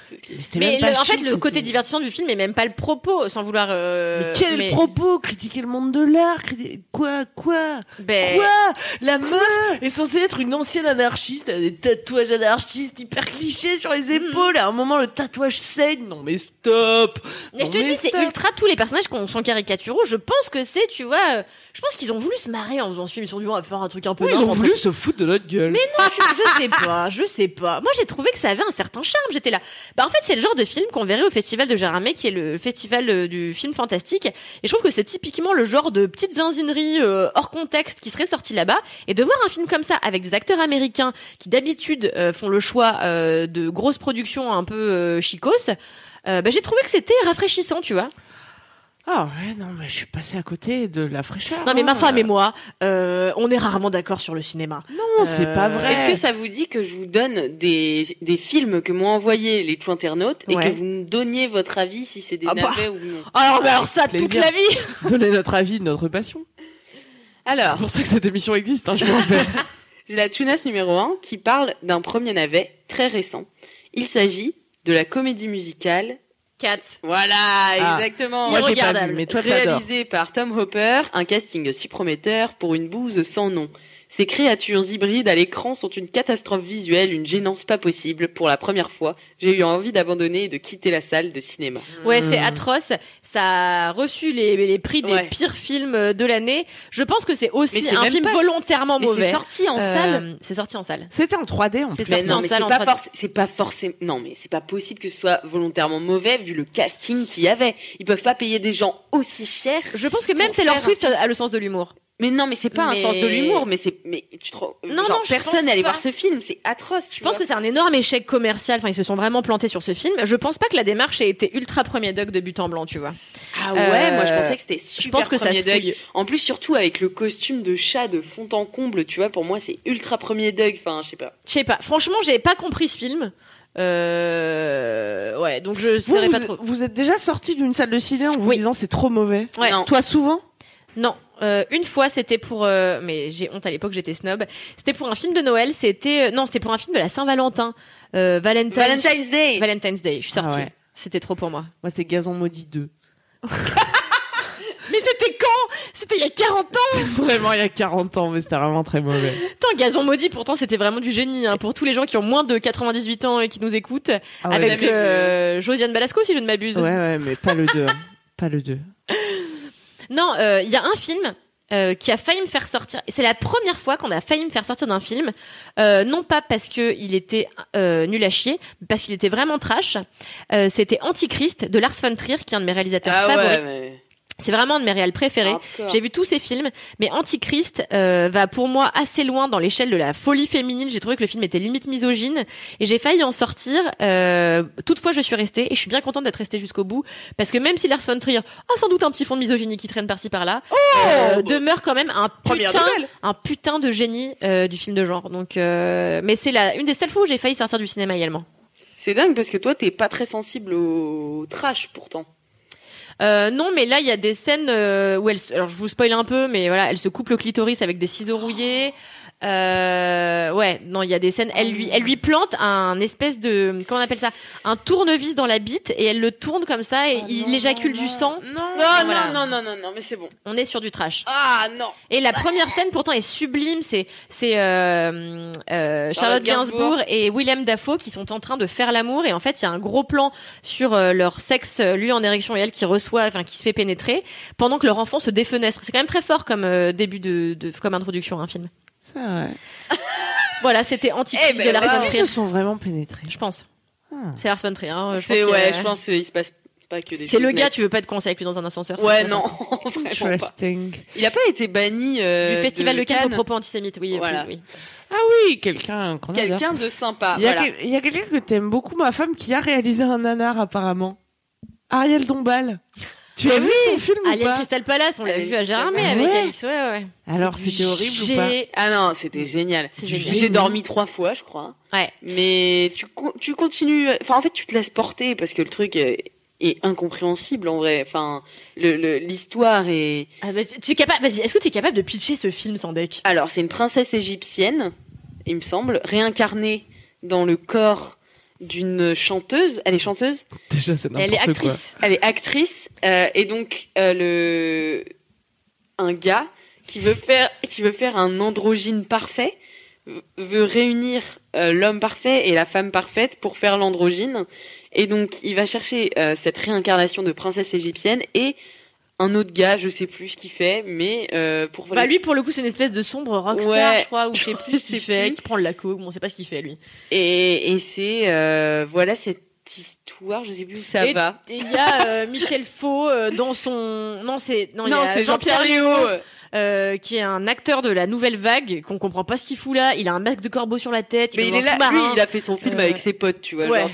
[SPEAKER 1] C'est ce qu'il dit.
[SPEAKER 3] c'était
[SPEAKER 2] Mais
[SPEAKER 3] même pas
[SPEAKER 2] le- en
[SPEAKER 3] chiant,
[SPEAKER 2] fait, le
[SPEAKER 3] c'était-
[SPEAKER 2] côté divertissant du film est même pas le propos, sans vouloir. euh,
[SPEAKER 3] Mais quel
[SPEAKER 2] mais-
[SPEAKER 3] propos Critiquer le monde de l'art criti- Quoi Quoi
[SPEAKER 2] Ben,
[SPEAKER 3] Quoi La meuf est censée être une ancienne anarchiste, elle a des tatouages anarchistes hyper clichés sur les
[SPEAKER 2] Mm.
[SPEAKER 3] épaules. À un moment, le tatouage saigne. Non mais stop
[SPEAKER 2] Mais je te
[SPEAKER 3] Non,
[SPEAKER 2] dis, c'est
[SPEAKER 3] stop.
[SPEAKER 2] ultra. Tous les personnages qui ont- sont caricaturaux, je pense que c'est, tu vois, euh, je pense qu'ils ont voulu se marrer en faisant ce film. Ils se sont dit, on va faire un truc un peu.
[SPEAKER 3] Oui, ils
[SPEAKER 2] marrant,
[SPEAKER 3] ont
[SPEAKER 2] entre
[SPEAKER 3] voulu se foutre de notre gueule.
[SPEAKER 2] Mais non, je, je sais pas, je sais pas. Moi, j'ai trouvé que ça avait un certain charme. J'étais là. Bah, en fait, c'est le genre de film qu'on verrait au festival de Gérardmer, qui est le festival euh, du film fantastique. Et je trouve que c'est typiquement le genre de petites zinzineries euh, hors contexte qui serait sorti là-bas. Et de voir un film comme ça avec des acteurs américains qui d'habitude euh, font le choix euh, de grosses productions un peu euh, chicos. euh, bah, j'ai trouvé que c'était rafraîchissant, tu vois.
[SPEAKER 3] Ah ouais, non, mais je suis passée à côté de la fraîcheur.
[SPEAKER 2] Non, mais ma
[SPEAKER 3] hein.
[SPEAKER 2] femme et moi, euh, on est rarement d'accord sur le cinéma.
[SPEAKER 3] Non, c'est
[SPEAKER 2] Euh,
[SPEAKER 3] pas vrai.
[SPEAKER 1] Est-ce que ça vous dit que je vous donne des, des films que m'ont envoyés les tout internautes et
[SPEAKER 2] Ouais.
[SPEAKER 1] que vous me donniez votre avis si c'est des
[SPEAKER 2] Ah bah.
[SPEAKER 1] navets ou non
[SPEAKER 2] Alors, bah, alors ça,
[SPEAKER 3] Plaisir.
[SPEAKER 2] toute la vie.
[SPEAKER 3] Donner notre avis, de notre passion.
[SPEAKER 1] Alors,
[SPEAKER 3] C'est pour ça que cette émission existe, hein, je vous rappelle.
[SPEAKER 1] j'ai la Tunas numéro 1 qui parle d'un premier navet très récent. Il s'agit de la comédie musicale.
[SPEAKER 2] Quatre.
[SPEAKER 1] Voilà,
[SPEAKER 3] Ah.
[SPEAKER 1] exactement.
[SPEAKER 3] Moi, j'ai pas
[SPEAKER 2] Irregardable.
[SPEAKER 3] vu, mais toi, t'adores.
[SPEAKER 1] réalisé par Tom Hopper, un casting aussi prometteur pour une bouse sans nom. Ces créatures hybrides à l'écran sont une catastrophe visuelle, une gênance pas possible. Pour la première fois, j'ai eu envie d'abandonner et de quitter la salle de cinéma.
[SPEAKER 2] Ouais, c'est atroce. Ça a reçu les, les prix des
[SPEAKER 1] Hmm. Ouais.
[SPEAKER 2] pires films euh, de l'année. Je pense que c'est aussi
[SPEAKER 1] Mais c'est
[SPEAKER 2] un
[SPEAKER 1] même
[SPEAKER 2] film
[SPEAKER 1] pas-
[SPEAKER 2] volontairement
[SPEAKER 1] Mais
[SPEAKER 2] mauvais.
[SPEAKER 1] c'est sorti en
[SPEAKER 2] Euh,
[SPEAKER 1] salle.
[SPEAKER 2] C'est sorti en salle.
[SPEAKER 3] C'était en 3D, en
[SPEAKER 2] C'est
[SPEAKER 3] plus.
[SPEAKER 2] ça.
[SPEAKER 1] Mais
[SPEAKER 2] sorti en
[SPEAKER 1] non, mais c'est
[SPEAKER 2] salle en
[SPEAKER 1] pas,
[SPEAKER 2] 3D.
[SPEAKER 1] forc- c'est pas forcément. Non, mais c'est pas possible que ce soit volontairement mauvais vu le casting qu'il y avait. Ils peuvent pas payer des gens aussi cher.
[SPEAKER 2] Je pense que même
[SPEAKER 1] Pour
[SPEAKER 2] Taylor
[SPEAKER 1] faire un
[SPEAKER 2] Swift a le sens de l'humour.
[SPEAKER 1] Mais non, mais c'est pas
[SPEAKER 2] Mais-
[SPEAKER 1] un sens de l'humour. Mais c'est. Mais tu te... rends-
[SPEAKER 2] Non,
[SPEAKER 1] genre,
[SPEAKER 2] non, je pense
[SPEAKER 1] personne allait
[SPEAKER 2] pas.
[SPEAKER 1] voir ce film. C'est atroce.
[SPEAKER 2] Je pense que c'est un énorme échec commercial. Enfin, ils se sont vraiment plantés sur ce film. Je pense pas que la démarche ait été ultra premier doc de but en blanc, tu vois.
[SPEAKER 1] Ah ouais,
[SPEAKER 2] Euh,
[SPEAKER 1] moi je pensais que c'était
[SPEAKER 2] Je
[SPEAKER 1] super.
[SPEAKER 2] pense que ça se
[SPEAKER 1] premier Doug.
[SPEAKER 2] fouille.
[SPEAKER 1] En plus, surtout avec le costume de chat de fond en comble, tu vois, pour moi c'est ultra premier Doug. Enfin, je sais pas.
[SPEAKER 2] Je sais pas. Franchement, j'ai pas compris ce film. Euh... Ouais, donc je
[SPEAKER 3] Vous,
[SPEAKER 2] saurais pas
[SPEAKER 3] vous-
[SPEAKER 2] trop.
[SPEAKER 3] vous êtes déjà sorti d'une salle de ciné en vous
[SPEAKER 2] Oui.
[SPEAKER 3] disant c'est trop mauvais.
[SPEAKER 2] Ouais.
[SPEAKER 1] Non.
[SPEAKER 3] Toi, souvent
[SPEAKER 2] Non, euh, une fois c'était pour euh, mais j'ai honte à l'époque j'étais snob. C'était pour un film de Noël, c'était euh, non, c'était pour un film de la Saint-Valentin. Euh, Valentine-
[SPEAKER 1] Valentine's Day.
[SPEAKER 2] Valentine's Day, je suis
[SPEAKER 3] Ah
[SPEAKER 2] sortie.
[SPEAKER 3] ouais.
[SPEAKER 2] C'était trop pour moi.
[SPEAKER 3] Moi, c'était Gazon Maudit 2.
[SPEAKER 2] Mais c'était quand C'était il y a 40 ans.
[SPEAKER 3] Vraiment, il y a 40 ans, mais c'était vraiment très mauvais.
[SPEAKER 2] Putain, Gazon maudit pourtant c'était vraiment du génie hein, pour tous les gens qui ont moins de 98 ans et qui nous écoutent
[SPEAKER 3] Ah ouais.
[SPEAKER 2] avec
[SPEAKER 1] Jamais vu.
[SPEAKER 2] euh, Josiane Balasco si je ne m'abuse.
[SPEAKER 3] Ouais, ouais, mais pas le 2. pas le 2.
[SPEAKER 2] Non, euh, il y a un film euh, qui a failli me faire sortir. C'est la première fois qu'on a failli me faire sortir d'un film, Euh, non pas parce que il était euh, nul à chier, mais parce qu'il était vraiment trash. Euh, C'était Antichrist de Lars von Trier, qui est un de mes réalisateurs
[SPEAKER 1] Ah
[SPEAKER 2] favoris.
[SPEAKER 1] ouais, mais-
[SPEAKER 2] C'est vraiment un de mes réals préférés.
[SPEAKER 1] Hardcore.
[SPEAKER 2] J'ai vu tous ces films, mais Antichrist euh, va pour moi assez loin dans l'échelle de la folie féminine. J'ai trouvé que le film était limite misogyne et j'ai failli en sortir. Euh, toutefois, je suis restée et je suis bien contente d'être restée jusqu'au bout parce que même si Lars von Trier a sans doute un petit fond de misogynie qui traîne par-ci par-là, euh, demeure quand même un
[SPEAKER 1] Première
[SPEAKER 2] putain,
[SPEAKER 1] nouvelle.
[SPEAKER 2] un putain de génie euh, du film de genre. Donc, euh, mais c'est la une des seules fois où j'ai failli sortir du cinéma également.
[SPEAKER 1] C'est dingue parce que toi t'es pas très sensible au trash pourtant.
[SPEAKER 2] Euh, non, mais là, il y a des scènes euh, où elle. se- Alors, je vous spoil un peu, mais voilà, elle se coupe le clitoris avec des ciseaux rouillés. Euh, ouais, non, il y a des scènes. Elle lui, elle lui plante un espèce de, comment on appelle ça, un tournevis dans la bite et elle le tourne comme ça et il éjacule du sang.
[SPEAKER 1] Non,
[SPEAKER 2] Voilà.
[SPEAKER 1] non, non, non, non, non, mais c'est bon.
[SPEAKER 2] On est sur du trash.
[SPEAKER 1] Ah non.
[SPEAKER 2] Et la première scène pourtant est sublime, c'est c'est euh, euh, Charlotte
[SPEAKER 1] Charlotte
[SPEAKER 2] Gainsbourg
[SPEAKER 1] Gainsbourg.
[SPEAKER 2] et Willem Dafoe qui sont en train de faire l'amour et en fait il y a un gros plan sur euh, leur sexe, euh, lui en érection et elle qui reçoit, enfin qui se fait pénétrer pendant que leur enfant se défenestre. C'est quand même très fort comme euh, début de, de- comme introduction à un film.
[SPEAKER 3] C'est vrai.
[SPEAKER 2] Voilà, c'était anti
[SPEAKER 1] Eh ben,
[SPEAKER 2] de la
[SPEAKER 1] voilà.
[SPEAKER 2] raison
[SPEAKER 3] Est-ce qu'ils se sont vraiment pénétrés Ah.
[SPEAKER 2] je pense. C'est Lars von Trier. hein, je
[SPEAKER 1] C'est
[SPEAKER 2] pense que-
[SPEAKER 1] ouais, je pense qu'il se passe pas que des.
[SPEAKER 2] C'est le
[SPEAKER 1] choses
[SPEAKER 2] gars,
[SPEAKER 1] nettes.
[SPEAKER 2] tu veux pas être coincé avec lui dans un ascenseur. c'est
[SPEAKER 1] Ouais,
[SPEAKER 2] pas
[SPEAKER 1] non.
[SPEAKER 2] ça.
[SPEAKER 1] Vraiment pas.
[SPEAKER 3] Interesting.
[SPEAKER 1] Il a pas été banni euh,
[SPEAKER 2] Du festival de
[SPEAKER 1] de
[SPEAKER 2] Cannes aux propos antisémites, oui.
[SPEAKER 1] Voilà.
[SPEAKER 2] oui, oui.
[SPEAKER 3] Ah oui, quelqu'un qu'on adore.
[SPEAKER 1] Quelqu'un de sympa.
[SPEAKER 3] Il y a,
[SPEAKER 1] Ah, voilà.
[SPEAKER 3] quel- il y a quelqu'un que t'aimes beaucoup, ma femme, qui a réalisé un nanar apparemment. Ariel Dombal.
[SPEAKER 1] Ah
[SPEAKER 3] Tu as vu son film ou
[SPEAKER 2] Alien
[SPEAKER 3] pas
[SPEAKER 2] Crystal Palace, on l'a
[SPEAKER 1] Alien
[SPEAKER 2] vu à Gérard
[SPEAKER 3] Crystal
[SPEAKER 2] avec
[SPEAKER 3] Palace. Ouais.
[SPEAKER 2] Alix, ouais, ouais.
[SPEAKER 3] Alors
[SPEAKER 2] C'est du
[SPEAKER 3] c'était horrible ou pas
[SPEAKER 2] gé-
[SPEAKER 1] Ah non, c'était génial.
[SPEAKER 2] C'est génial.
[SPEAKER 1] J'ai dormi trois fois, je crois.
[SPEAKER 2] Ouais.
[SPEAKER 1] Mais tu, con- tu continues. Enfin, en fait, tu te laisses porter parce que le truc est, est incompréhensible en vrai. Enfin, le- le- l'histoire est.
[SPEAKER 2] Ah, bah, tu es capable, vas-y, est-ce que tu es capable de pitcher ce film sans deck
[SPEAKER 1] Alors, c'est une princesse égyptienne, il me semble, réincarnée dans le corps d'une chanteuse. Elle est chanteuse,
[SPEAKER 3] Déjà c'est n'importe
[SPEAKER 2] Elle est
[SPEAKER 3] quoi.
[SPEAKER 2] actrice.
[SPEAKER 1] elle est actrice, euh, et donc euh, le un gars qui veut faire qui veut faire un androgyne parfait v- veut réunir euh, l'homme parfait et la femme parfaite pour faire l'androgyne et donc il va chercher euh, cette réincarnation de princesse égyptienne et un autre gars je sais plus ce qu'il fait mais euh, pour
[SPEAKER 2] Bah, lui, pour le coup, c'est une espèce de sombre rockstar,
[SPEAKER 1] Ouais.
[SPEAKER 2] je crois, ou je sais plus
[SPEAKER 1] Je
[SPEAKER 2] ce qu'il
[SPEAKER 1] sais
[SPEAKER 2] fait,
[SPEAKER 1] plus.
[SPEAKER 2] qui prend de la coke, on sait pas ce qu'il fait, lui.
[SPEAKER 1] Et, et c'est euh, voilà cette histoire, je sais plus où ça
[SPEAKER 2] Et-
[SPEAKER 1] va.
[SPEAKER 2] Et il y a euh, Michel Faux euh, dans son. Non, c'est. Non, il y a Léaud, euh, qui est un acteur de la nouvelle vague, qu'on comprend pas ce qu'il fout là. Il a un masque de corbeau sur la tête,
[SPEAKER 1] Mais
[SPEAKER 2] est
[SPEAKER 1] il
[SPEAKER 2] dans
[SPEAKER 1] est là,
[SPEAKER 2] un
[SPEAKER 1] lui,
[SPEAKER 2] sous-marin.
[SPEAKER 1] il a fait son film
[SPEAKER 2] Euh,
[SPEAKER 1] avec ses potes, tu vois.
[SPEAKER 2] ouais.
[SPEAKER 1] genre.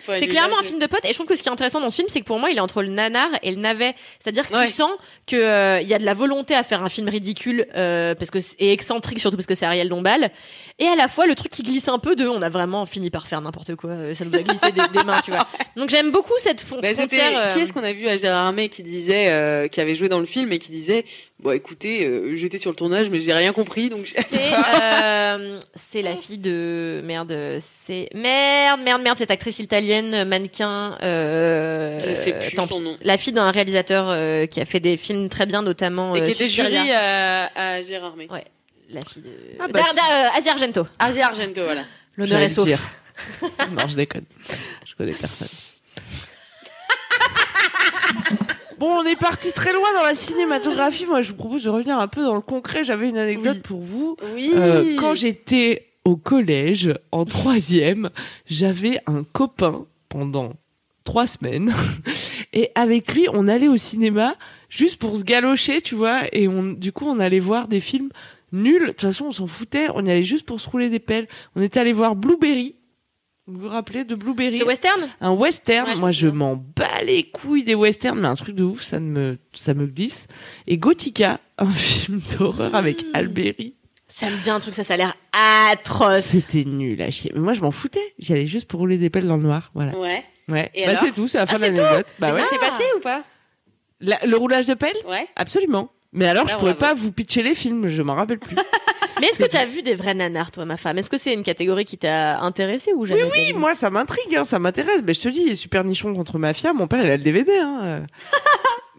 [SPEAKER 1] Enfin, il
[SPEAKER 2] C'est
[SPEAKER 1] est
[SPEAKER 2] clairement
[SPEAKER 1] là,
[SPEAKER 2] un film de potes et je trouve que ce qui est intéressant dans ce film, c'est que pour moi, il est entre le nanar et le navet. C'est-à-dire que
[SPEAKER 1] Ouais.
[SPEAKER 2] tu sens que euh, il y a de la volonté à faire un film ridicule euh, parce que c'est- et excentrique surtout parce que c'est Ariel Dombal et à la fois le truc qui glisse un peu de on a vraiment fini par faire n'importe quoi, euh, ça nous a glissé des, des mains, tu vois. Donc j'aime beaucoup cette fon-
[SPEAKER 1] Bah, c'était-
[SPEAKER 2] frontière. euh,
[SPEAKER 1] Qui est-ce qu'on a vu à Gérard Armé qui disait, euh, qui avait joué dans le film et qui disait, bon écoutez, euh, j'étais sur le tournage mais j'ai rien compris donc. j'ai-
[SPEAKER 2] C'est euh, c'est la fille de merde c'est merde merde merde cette actrice italienne mannequin euh,
[SPEAKER 1] Je sais plus
[SPEAKER 2] tant
[SPEAKER 1] son
[SPEAKER 2] pis.
[SPEAKER 1] nom.
[SPEAKER 2] la fille d'un réalisateur euh, qui a fait des films très bien notamment
[SPEAKER 1] Et
[SPEAKER 2] euh,
[SPEAKER 1] qui était
[SPEAKER 2] Suspiria.
[SPEAKER 1] jury à, à Gérard Armé.
[SPEAKER 2] Ouais. la fille de
[SPEAKER 3] Ah bah,
[SPEAKER 2] Dar- Dar- euh, Asia Argento
[SPEAKER 1] Asie Argento, voilà.
[SPEAKER 2] l'honneur
[SPEAKER 3] J'allais
[SPEAKER 2] est sauf
[SPEAKER 3] le dire. non, je déconne. Je connais personne. Bon, on est parti très loin dans la cinématographie. Moi, je vous propose de revenir un peu dans le concret. J'avais une anecdote pour vous.
[SPEAKER 1] Oui.
[SPEAKER 3] Euh, quand j'étais au collège, en troisième, j'avais un copain pendant trois semaines. Et avec lui, on allait au cinéma juste pour se galocher, tu vois. Et on, du coup, on allait voir des films nuls. De toute façon, on s'en foutait. On y allait juste pour se rouler des pelles. On était allé voir Blueberry. Vous vous rappelez de Blueberry
[SPEAKER 2] ce western
[SPEAKER 3] un western.
[SPEAKER 2] Ouais, je
[SPEAKER 3] Moi,
[SPEAKER 2] me
[SPEAKER 3] je
[SPEAKER 2] souviens.
[SPEAKER 3] m'en bats les couilles des westerns, mais un truc de ouf, ça ne me, ça me glisse. Et Gothica, un film d'horreur avec Alberi.
[SPEAKER 2] ça me dit un truc ça ça a l'air atroce
[SPEAKER 3] C'était nul à chier. Mais moi, je m'en foutais. J'y allais juste pour rouler des pelles dans le noir. Voilà.
[SPEAKER 1] Ouais.
[SPEAKER 3] Ouais.
[SPEAKER 1] Et
[SPEAKER 3] Bah,
[SPEAKER 1] alors
[SPEAKER 3] c'est tout, c'est la fin
[SPEAKER 1] c'est
[SPEAKER 3] de l'anecdote. Bah,
[SPEAKER 1] Mais
[SPEAKER 3] ouais.
[SPEAKER 1] Ça s'est passé ou pas
[SPEAKER 3] La- le roulage de pelles
[SPEAKER 1] Ouais.
[SPEAKER 3] Absolument. Mais alors,
[SPEAKER 1] Là,
[SPEAKER 3] je
[SPEAKER 1] on
[SPEAKER 3] pourrais
[SPEAKER 1] la
[SPEAKER 3] pas vous pitcher les films, je m'en rappelle plus.
[SPEAKER 2] mais est-ce que t'as vu des vrais nanars toi ma femme est-ce que c'est une catégorie qui t'a intéressée ou jamais t'as
[SPEAKER 3] oui,
[SPEAKER 2] vu
[SPEAKER 3] moi, ça m'intrigue, hein, ça m'intéresse. Mais je te dis, Super Nichon contre Mafia, mon père, il a le DVD. Hein.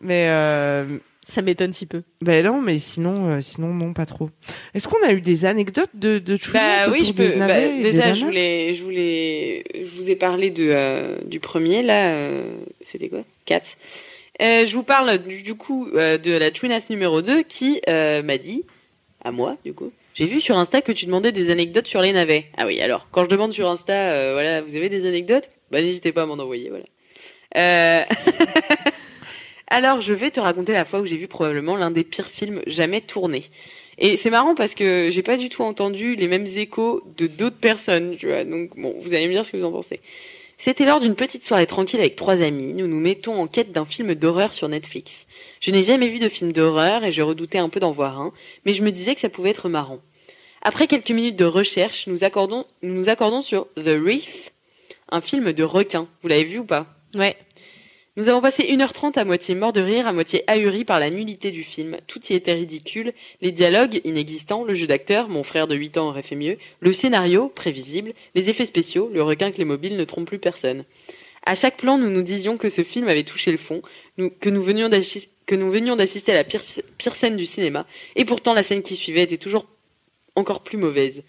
[SPEAKER 3] mais, euh,
[SPEAKER 2] ça m'étonne si peu
[SPEAKER 3] Ben non, mais sinon, euh, sinon non, pas trop. Est-ce qu'on a eu des anecdotes de, de choses
[SPEAKER 1] Bah oui,
[SPEAKER 3] autour
[SPEAKER 1] je
[SPEAKER 3] des
[SPEAKER 1] peux.
[SPEAKER 3] navets
[SPEAKER 1] bah,
[SPEAKER 3] et des
[SPEAKER 1] déjà,
[SPEAKER 3] nanas
[SPEAKER 1] je voulais, je voulais, je vous ai parlé de euh, du premier là. euh, C'était quoi Katz. Euh, je vous parle du, du coup euh, de la Twinas numéro 2 qui euh, m'a dit à moi du coup. J'ai vu sur Insta que tu demandais des anecdotes sur les navets. Ah oui, alors quand je demande sur Insta, euh, voilà, vous avez des anecdotes Bah n'hésitez pas à m'en envoyer, voilà. Euh, Alors, je vais te raconter la fois où j'ai vu probablement l'un des pires films jamais tournés. Et c'est marrant parce que j'ai pas du tout entendu les mêmes échos de d'autres personnes, tu vois. Donc bon, vous allez me dire ce que vous en pensez. C'était lors d'une petite soirée tranquille avec trois amis, nous nous mettons en quête d'un film d'horreur sur Netflix. Je n'ai jamais vu de film d'horreur et je redoutais un peu d'en voir un, mais je me disais que ça pouvait être marrant. Après quelques minutes de recherche, nous accordons, nous nous accordons sur The Reef, un film de requin. Vous l'avez vu ou pas
[SPEAKER 2] ouais
[SPEAKER 1] Nous avons passé 1h30 à moitié mort de rire, à moitié ahuri par la nullité du film. Tout y était ridicule, les dialogues inexistants, le jeu d'acteur, mon frère de 8 ans aurait fait mieux, le scénario, prévisible, les effets spéciaux, le requin que les mobiles ne trompent plus personne. À chaque plan, nous nous disions que ce film avait touché le fond, nous- que nous venions d'assis- que nous venions d'assister à la pire, pire scène du cinéma, et pourtant la scène qui suivait était toujours encore plus mauvaise.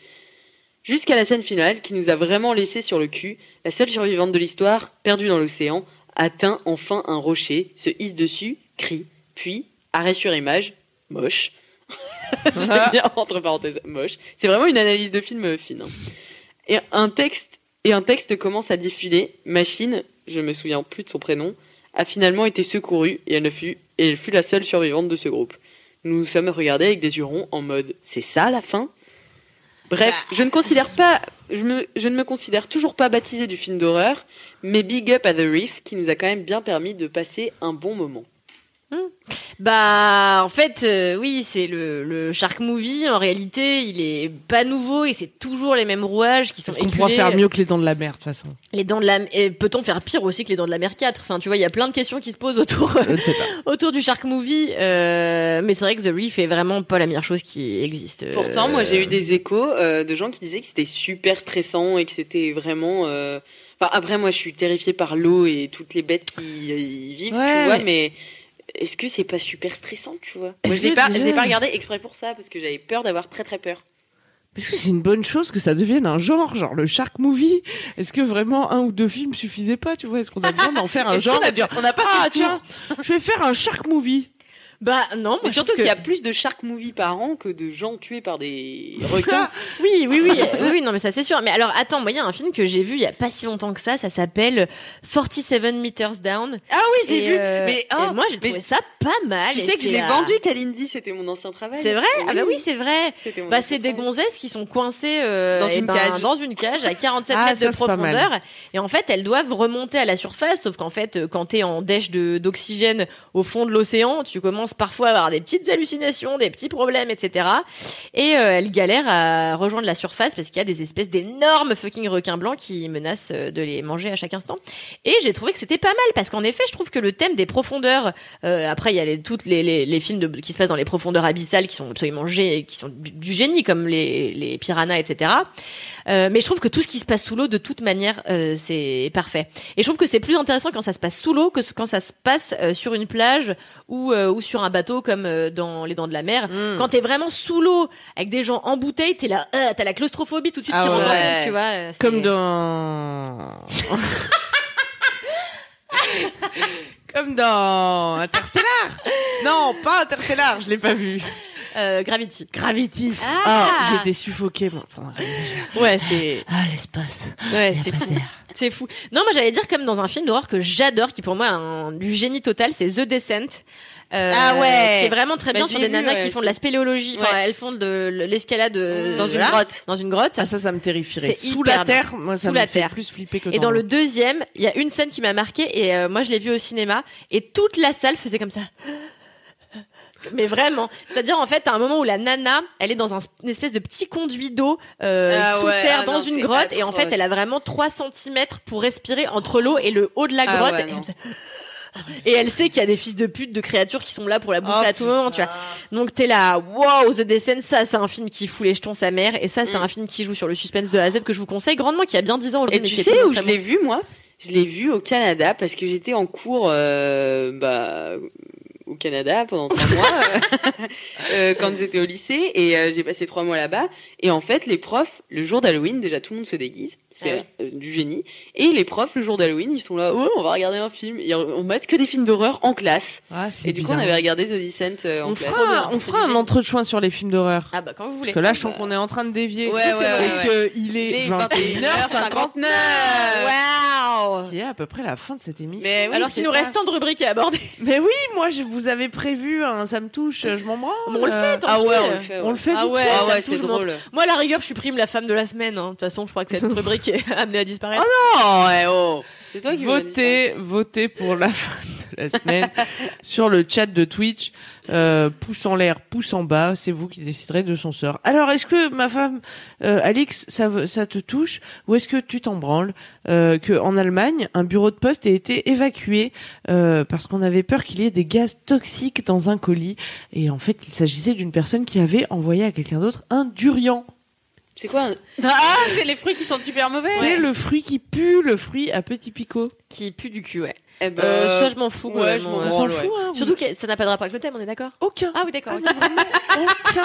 [SPEAKER 1] Jusqu'à la scène finale, qui nous a vraiment laissé sur le cul, la seule survivante de l'histoire, perdue dans l'océan, atteint enfin un rocher, se hisse dessus, crie, puis, arrêt sur image, moche. J'aime bien, entre parenthèses, moche. C'est vraiment une analyse de film euh, fine. hein. Et un texte, et un texte commence à défiler. Machine, je me souviens plus de son prénom, a finalement été secourue et elle, ne fut, et elle fut la seule survivante de ce groupe. Nous nous sommes regardés avec des hurons en mode c'est ça la fin Bref, je ne considère pas, je, me- je ne me considère toujours pas baptisé du film d'horreur, mais big up à The Reef qui nous a quand même bien permis de passer un bon moment.
[SPEAKER 2] Bah, en fait, euh, oui, c'est le, le Shark Movie. En réalité, il est pas nouveau et c'est toujours les mêmes rouages qui sont
[SPEAKER 3] Parce qu'on
[SPEAKER 2] éculés.
[SPEAKER 3] pourra faire
[SPEAKER 1] euh,
[SPEAKER 3] mieux que les dents de la mer, de toute façon.
[SPEAKER 2] Les dents de la et peut-on faire pire aussi que les dents de la mer 4 Enfin, tu vois, il y a plein de questions qui se posent autour
[SPEAKER 3] Je ne sais pas.
[SPEAKER 2] autour du Shark Movie. euh, mais c'est vrai que The Reef est vraiment pas la meilleure chose qui existe. Euh,
[SPEAKER 1] Pourtant, moi j'ai eu des échos euh, de gens qui disaient que c'était super stressant et que c'était vraiment. euh, Enfin, après, moi je suis terrifiée par l'eau et toutes les bêtes qui y vivent, tu
[SPEAKER 3] Ouais,
[SPEAKER 1] vois, mais. Est-ce que c'est pas super stressant, tu vois
[SPEAKER 3] Est-ce
[SPEAKER 1] Moi, je l'ai
[SPEAKER 3] que
[SPEAKER 1] pas, je
[SPEAKER 3] déjà-
[SPEAKER 1] l'ai pas regardé exprès pour ça parce que j'avais peur d'avoir très très peur.
[SPEAKER 3] Est-ce que c'est une bonne chose que ça devienne un genre, genre le shark movie Est-ce que vraiment un ou deux films suffisaient pas Tu vois, est-ce qu'on a besoin d'en faire un genre et de dire,
[SPEAKER 1] n'a
[SPEAKER 3] Ah tiens, je vais faire un shark movie.
[SPEAKER 2] Bah non,
[SPEAKER 1] Mais
[SPEAKER 2] moi, je
[SPEAKER 1] surtout
[SPEAKER 2] trouve que-
[SPEAKER 1] qu'il y a plus de shark movie par an que de gens tués par des requins.
[SPEAKER 2] Oui, oui, oui, oui, oui, non, mais ça c'est sûr. Mais alors, attends, moi, il y a un film que j'ai vu il y a pas si longtemps que ça. Ça s'appelle 47 Meters Down.
[SPEAKER 1] ah oui,
[SPEAKER 2] Et, euh, et moi, j'ai trouvé ça pas mal.
[SPEAKER 1] oh, Tu
[SPEAKER 2] Et
[SPEAKER 1] sais que je
[SPEAKER 2] j'étais
[SPEAKER 1] l'ai
[SPEAKER 2] là-
[SPEAKER 1] vendu, Kalindi, c'était mon ancien travail.
[SPEAKER 2] C'est vrai Ah bah oui, c'est vrai.
[SPEAKER 1] C'était mon
[SPEAKER 2] Bah,
[SPEAKER 1] ancien
[SPEAKER 2] c'est des
[SPEAKER 1] travail.
[SPEAKER 2] gonzesses qui sont coincées euh,
[SPEAKER 1] Dans
[SPEAKER 2] eh
[SPEAKER 1] une
[SPEAKER 2] ben,
[SPEAKER 1] cage.
[SPEAKER 2] dans une cage à 47
[SPEAKER 3] Ah,
[SPEAKER 2] mètres
[SPEAKER 3] ça,
[SPEAKER 2] de
[SPEAKER 3] c'est pas mal.
[SPEAKER 2] profondeur. Et en fait, elles doivent remonter à la surface. Sauf qu'en fait, euh, quand t'es en dèche de- d'oxygène au fond de l'océan, tu commences parfois à avoir des petites hallucinations, des petits problèmes, etc. Et euh, elles galèrent à rejoindre la surface parce qu'il y a des espèces d'énormes fucking requins blancs qui menacent euh, de les manger à chaque instant. Et j'ai trouvé que c'était pas mal parce qu'en effet, je trouve que le thème des profondeurs euh, après, il y a les, toutes les, les, les films de, qui se passent dans les profondeurs abyssales qui sont absolument gé- qui sont du, du génie, comme les, les piranhas, etc. Euh, mais je trouve que tout ce qui se passe sous l'eau, de toute manière, euh, c'est parfait. Et je trouve que c'est plus intéressant quand ça se passe sous l'eau que ce- quand ça se passe euh, sur une plage ou, euh, ou sur un bateau comme euh, dans Les Dents de la Mer.
[SPEAKER 3] Mm.
[SPEAKER 2] Quand t'es vraiment sous l'eau avec des gens en bouteille, t'es là, euh, t'as la claustrophobie tout de suite
[SPEAKER 3] Ah
[SPEAKER 2] qui rentre en
[SPEAKER 3] ouais.
[SPEAKER 2] jeu, tu vois. euh, c'est-
[SPEAKER 3] Comme dans. Comme dans Interstellar. Non, pas Interstellar, je l'ai pas vu.
[SPEAKER 2] euh, Gravity.
[SPEAKER 3] Gravity.
[SPEAKER 2] Ah.
[SPEAKER 3] j'étais suffoquée moi. pendant Gravity.
[SPEAKER 2] Ouais, c'est.
[SPEAKER 3] Ah l'espace.
[SPEAKER 2] Ouais, c'est fou. C'est fou. Non, moi j'allais dire comme dans un film d'horreur que j'adore, qui pour moi est un- du génie total, c'est The Descent. Euh,
[SPEAKER 1] Ah ouais.
[SPEAKER 2] Qui est vraiment très
[SPEAKER 1] Bah,
[SPEAKER 2] bien
[SPEAKER 1] je
[SPEAKER 2] sur
[SPEAKER 1] l'ai
[SPEAKER 2] des
[SPEAKER 1] vu,
[SPEAKER 2] nanas
[SPEAKER 1] ouais,
[SPEAKER 2] qui font
[SPEAKER 1] c'est-
[SPEAKER 2] de la spéléologie. Enfin,
[SPEAKER 1] Ouais.
[SPEAKER 2] elles font de l- l'escalade euh,
[SPEAKER 1] Dans une
[SPEAKER 2] voilà,
[SPEAKER 1] grotte.
[SPEAKER 2] Dans une grotte.
[SPEAKER 3] Ah ça, ça me terrifierait.
[SPEAKER 2] C'est
[SPEAKER 3] Sous
[SPEAKER 2] hyper
[SPEAKER 3] la
[SPEAKER 2] bien.
[SPEAKER 3] terre, moi
[SPEAKER 2] Sous
[SPEAKER 3] ça
[SPEAKER 2] la
[SPEAKER 3] me fait
[SPEAKER 2] terre.
[SPEAKER 3] plus flipper que
[SPEAKER 2] Et dans le deuxième, il y a une scène qui m'a marquée et euh, moi je l'ai vue au cinéma et toute la salle faisait comme ça. Mais vraiment, c'est-à-dire en fait, à un moment où la nana, elle est dans un, une espèce de petit conduit d'eau euh,
[SPEAKER 1] Ah
[SPEAKER 2] sous
[SPEAKER 1] ouais,
[SPEAKER 2] terre
[SPEAKER 1] ah
[SPEAKER 2] dans
[SPEAKER 1] non,
[SPEAKER 2] une
[SPEAKER 1] c'est
[SPEAKER 2] grotte et en fait,
[SPEAKER 1] atroce.
[SPEAKER 2] elle a vraiment 3 cm pour respirer entre l'eau et le haut de la
[SPEAKER 1] Ah
[SPEAKER 2] grotte
[SPEAKER 1] ouais,
[SPEAKER 2] et,
[SPEAKER 1] non.
[SPEAKER 2] elle fait- Et elle sait qu'il y a des fils de pute, de créatures qui sont là
[SPEAKER 1] Oh,
[SPEAKER 2] pour la bouffer à tout moment, tu vois. Donc t'es là, wow, The Descent, ça c'est un film qui fout les jetons sa mère, et ça c'est
[SPEAKER 1] Mm.
[SPEAKER 2] un film qui joue sur le suspense de A à Z que je vous conseille grandement, qui a bien 10 ans aujourd'hui.
[SPEAKER 1] Et
[SPEAKER 2] mais
[SPEAKER 1] tu
[SPEAKER 2] qui est
[SPEAKER 1] sais
[SPEAKER 2] toujours
[SPEAKER 1] où
[SPEAKER 2] très
[SPEAKER 1] je
[SPEAKER 2] bon.
[SPEAKER 1] l'ai vu, moi Je l'ai vu au Canada parce que j'étais en cours euh, bah, au Canada pendant trois mois euh, euh, quand j'étais au lycée et euh, j'ai passé trois mois là-bas. Et en fait, les profs, le jour d'Halloween, déjà tout le monde se déguise, c'est
[SPEAKER 2] Ah
[SPEAKER 1] euh, du génie. Et les profs, le jour d'Halloween, ils sont là, oh, on va regarder un film. Et on met que des films d'horreur en classe.
[SPEAKER 3] Ah, c'est
[SPEAKER 1] Et du coup, on
[SPEAKER 3] bizarre.
[SPEAKER 1] avait regardé The Descent euh, en
[SPEAKER 3] On
[SPEAKER 1] classe.
[SPEAKER 3] fera, on fera un entrechoin sur les films d'horreur.
[SPEAKER 2] Ah bah quand vous voulez.
[SPEAKER 3] Parce que là, je sens qu'on est en train de dévier.
[SPEAKER 1] Ouais,
[SPEAKER 3] Et
[SPEAKER 1] ouais, ouais,
[SPEAKER 3] qu'il est
[SPEAKER 1] Les
[SPEAKER 3] 21h59.
[SPEAKER 1] 21h59.
[SPEAKER 2] Euh, Waouh
[SPEAKER 3] Qui est à peu près la fin de cette émission.
[SPEAKER 1] Mais oui,
[SPEAKER 2] Alors
[SPEAKER 1] c'est
[SPEAKER 2] s'il nous
[SPEAKER 1] ça.
[SPEAKER 2] reste tant de rubriques à aborder,
[SPEAKER 3] Mais oui, moi, je vous avais prévu, hein, ça me touche, je m'en branle.
[SPEAKER 2] Bon, on le fait, tant
[SPEAKER 3] Ah
[SPEAKER 2] pis.
[SPEAKER 3] ouais,
[SPEAKER 2] on
[SPEAKER 3] on
[SPEAKER 2] le
[SPEAKER 3] le
[SPEAKER 1] fait,
[SPEAKER 3] fait.
[SPEAKER 1] ouais.
[SPEAKER 3] vite
[SPEAKER 2] ouais,
[SPEAKER 3] fait.
[SPEAKER 2] ça
[SPEAKER 1] Ah
[SPEAKER 2] me
[SPEAKER 1] ouais, c'est
[SPEAKER 2] touche, je m'en-
[SPEAKER 1] drôle.
[SPEAKER 2] moi à la rigueur je supprime la femme de la semaine. hein. De toute façon je crois que cette Ah rubrique est amenée à disparaître.
[SPEAKER 1] Oh, ouais, oh. C'est toi qui m'as dit ça.
[SPEAKER 3] Votez, votez pour la femme la semaine sur le chat de Twitch. Euh, pouce en l'air, pouce en bas, c'est vous qui déciderez de son sort. Alors, est-ce que ma femme, euh, Alix, ça, ve- ça te touche ou est-ce que tu t'en branles euh, que en Allemagne, un bureau de poste a été évacué euh, parce qu'on avait peur qu'il y ait des gaz toxiques dans un colis et en fait, il s'agissait d'une personne qui avait envoyé à quelqu'un d'autre un durian.
[SPEAKER 1] C'est quoi un- Ah, c'est les fruits qui sont super mauvais.
[SPEAKER 3] C'est le fruit qui pue, le fruit à petits picots.
[SPEAKER 2] Qui pue du cul, ouais.
[SPEAKER 1] Eh ben,
[SPEAKER 2] Euh, ça, je m'en fous.
[SPEAKER 1] ouais,
[SPEAKER 2] globalement,
[SPEAKER 1] je m'en
[SPEAKER 2] ouais.
[SPEAKER 3] On s'en fout, hein,
[SPEAKER 2] Surtout que ça n'a pas de rapport avec le thème, on est d'accord
[SPEAKER 3] aucun.
[SPEAKER 2] Ah oui, d'accord. ok.
[SPEAKER 3] Aucun.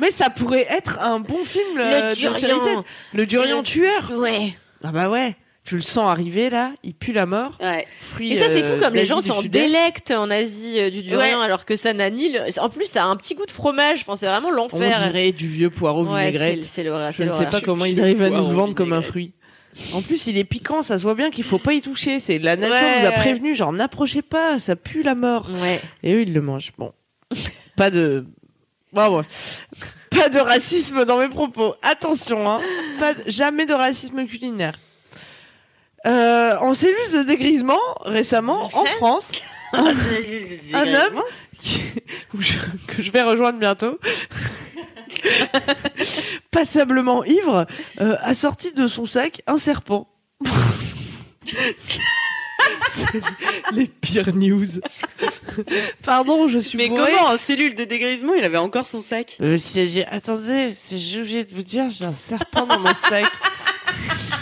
[SPEAKER 3] Mais ça pourrait être un bon film euh, de
[SPEAKER 2] durian.
[SPEAKER 3] série Z. Le durian
[SPEAKER 2] Le-
[SPEAKER 3] tueur.
[SPEAKER 2] Ouais.
[SPEAKER 3] Ah bah ouais, tu le sens arriver là, il pue la mort.
[SPEAKER 1] ouais.
[SPEAKER 3] Fruit,
[SPEAKER 2] Et ça, c'est
[SPEAKER 3] euh,
[SPEAKER 2] fou comme les
[SPEAKER 3] d'Asie
[SPEAKER 2] gens
[SPEAKER 3] du
[SPEAKER 2] s'en
[SPEAKER 3] Sud-Est.
[SPEAKER 2] délectent en Asie euh, du durian, alors que ça n'a ni le- En plus, ça a un petit goût de fromage. Enfin, c'est vraiment
[SPEAKER 3] On
[SPEAKER 2] l'enfer.
[SPEAKER 3] dirait du vieux poireau
[SPEAKER 2] Ouais, c'est-
[SPEAKER 3] vinaigrette.
[SPEAKER 2] c'est l'horreur.
[SPEAKER 3] Je
[SPEAKER 2] c'est
[SPEAKER 3] ne sais
[SPEAKER 2] l'horreur.
[SPEAKER 3] pas comment ils arrivent à nous
[SPEAKER 1] Poireau
[SPEAKER 3] le vendre comme un
[SPEAKER 1] vinaigrette.
[SPEAKER 3] fruit. En plus, il est piquant, ça se voit bien qu'il faut pas y toucher. C'est la nature
[SPEAKER 1] Ouais,
[SPEAKER 3] vous a
[SPEAKER 1] ouais.
[SPEAKER 3] prévenu, genre n'approchez pas, ça pue la mort.
[SPEAKER 2] Ouais.
[SPEAKER 3] Et eux, ils le mangent. Bon, pas de, Bon, ouais. pas de racisme dans mes propos. Attention, hein. Pas de- jamais de racisme culinaire. Euh, en cellule de dégrisement récemment en France, un homme qui- où je- que je vais rejoindre bientôt, passablement ivre, euh, a sorti de son sac un serpent. C'est- c'est les pires news. Pardon, je suis
[SPEAKER 1] Mais
[SPEAKER 3] bourrée.
[SPEAKER 1] comment en cellule de dégrisement il avait encore son sac
[SPEAKER 3] Le monsieur dit attendez, c'est j'ai oublié de vous dire, j'ai un serpent dans mon sac.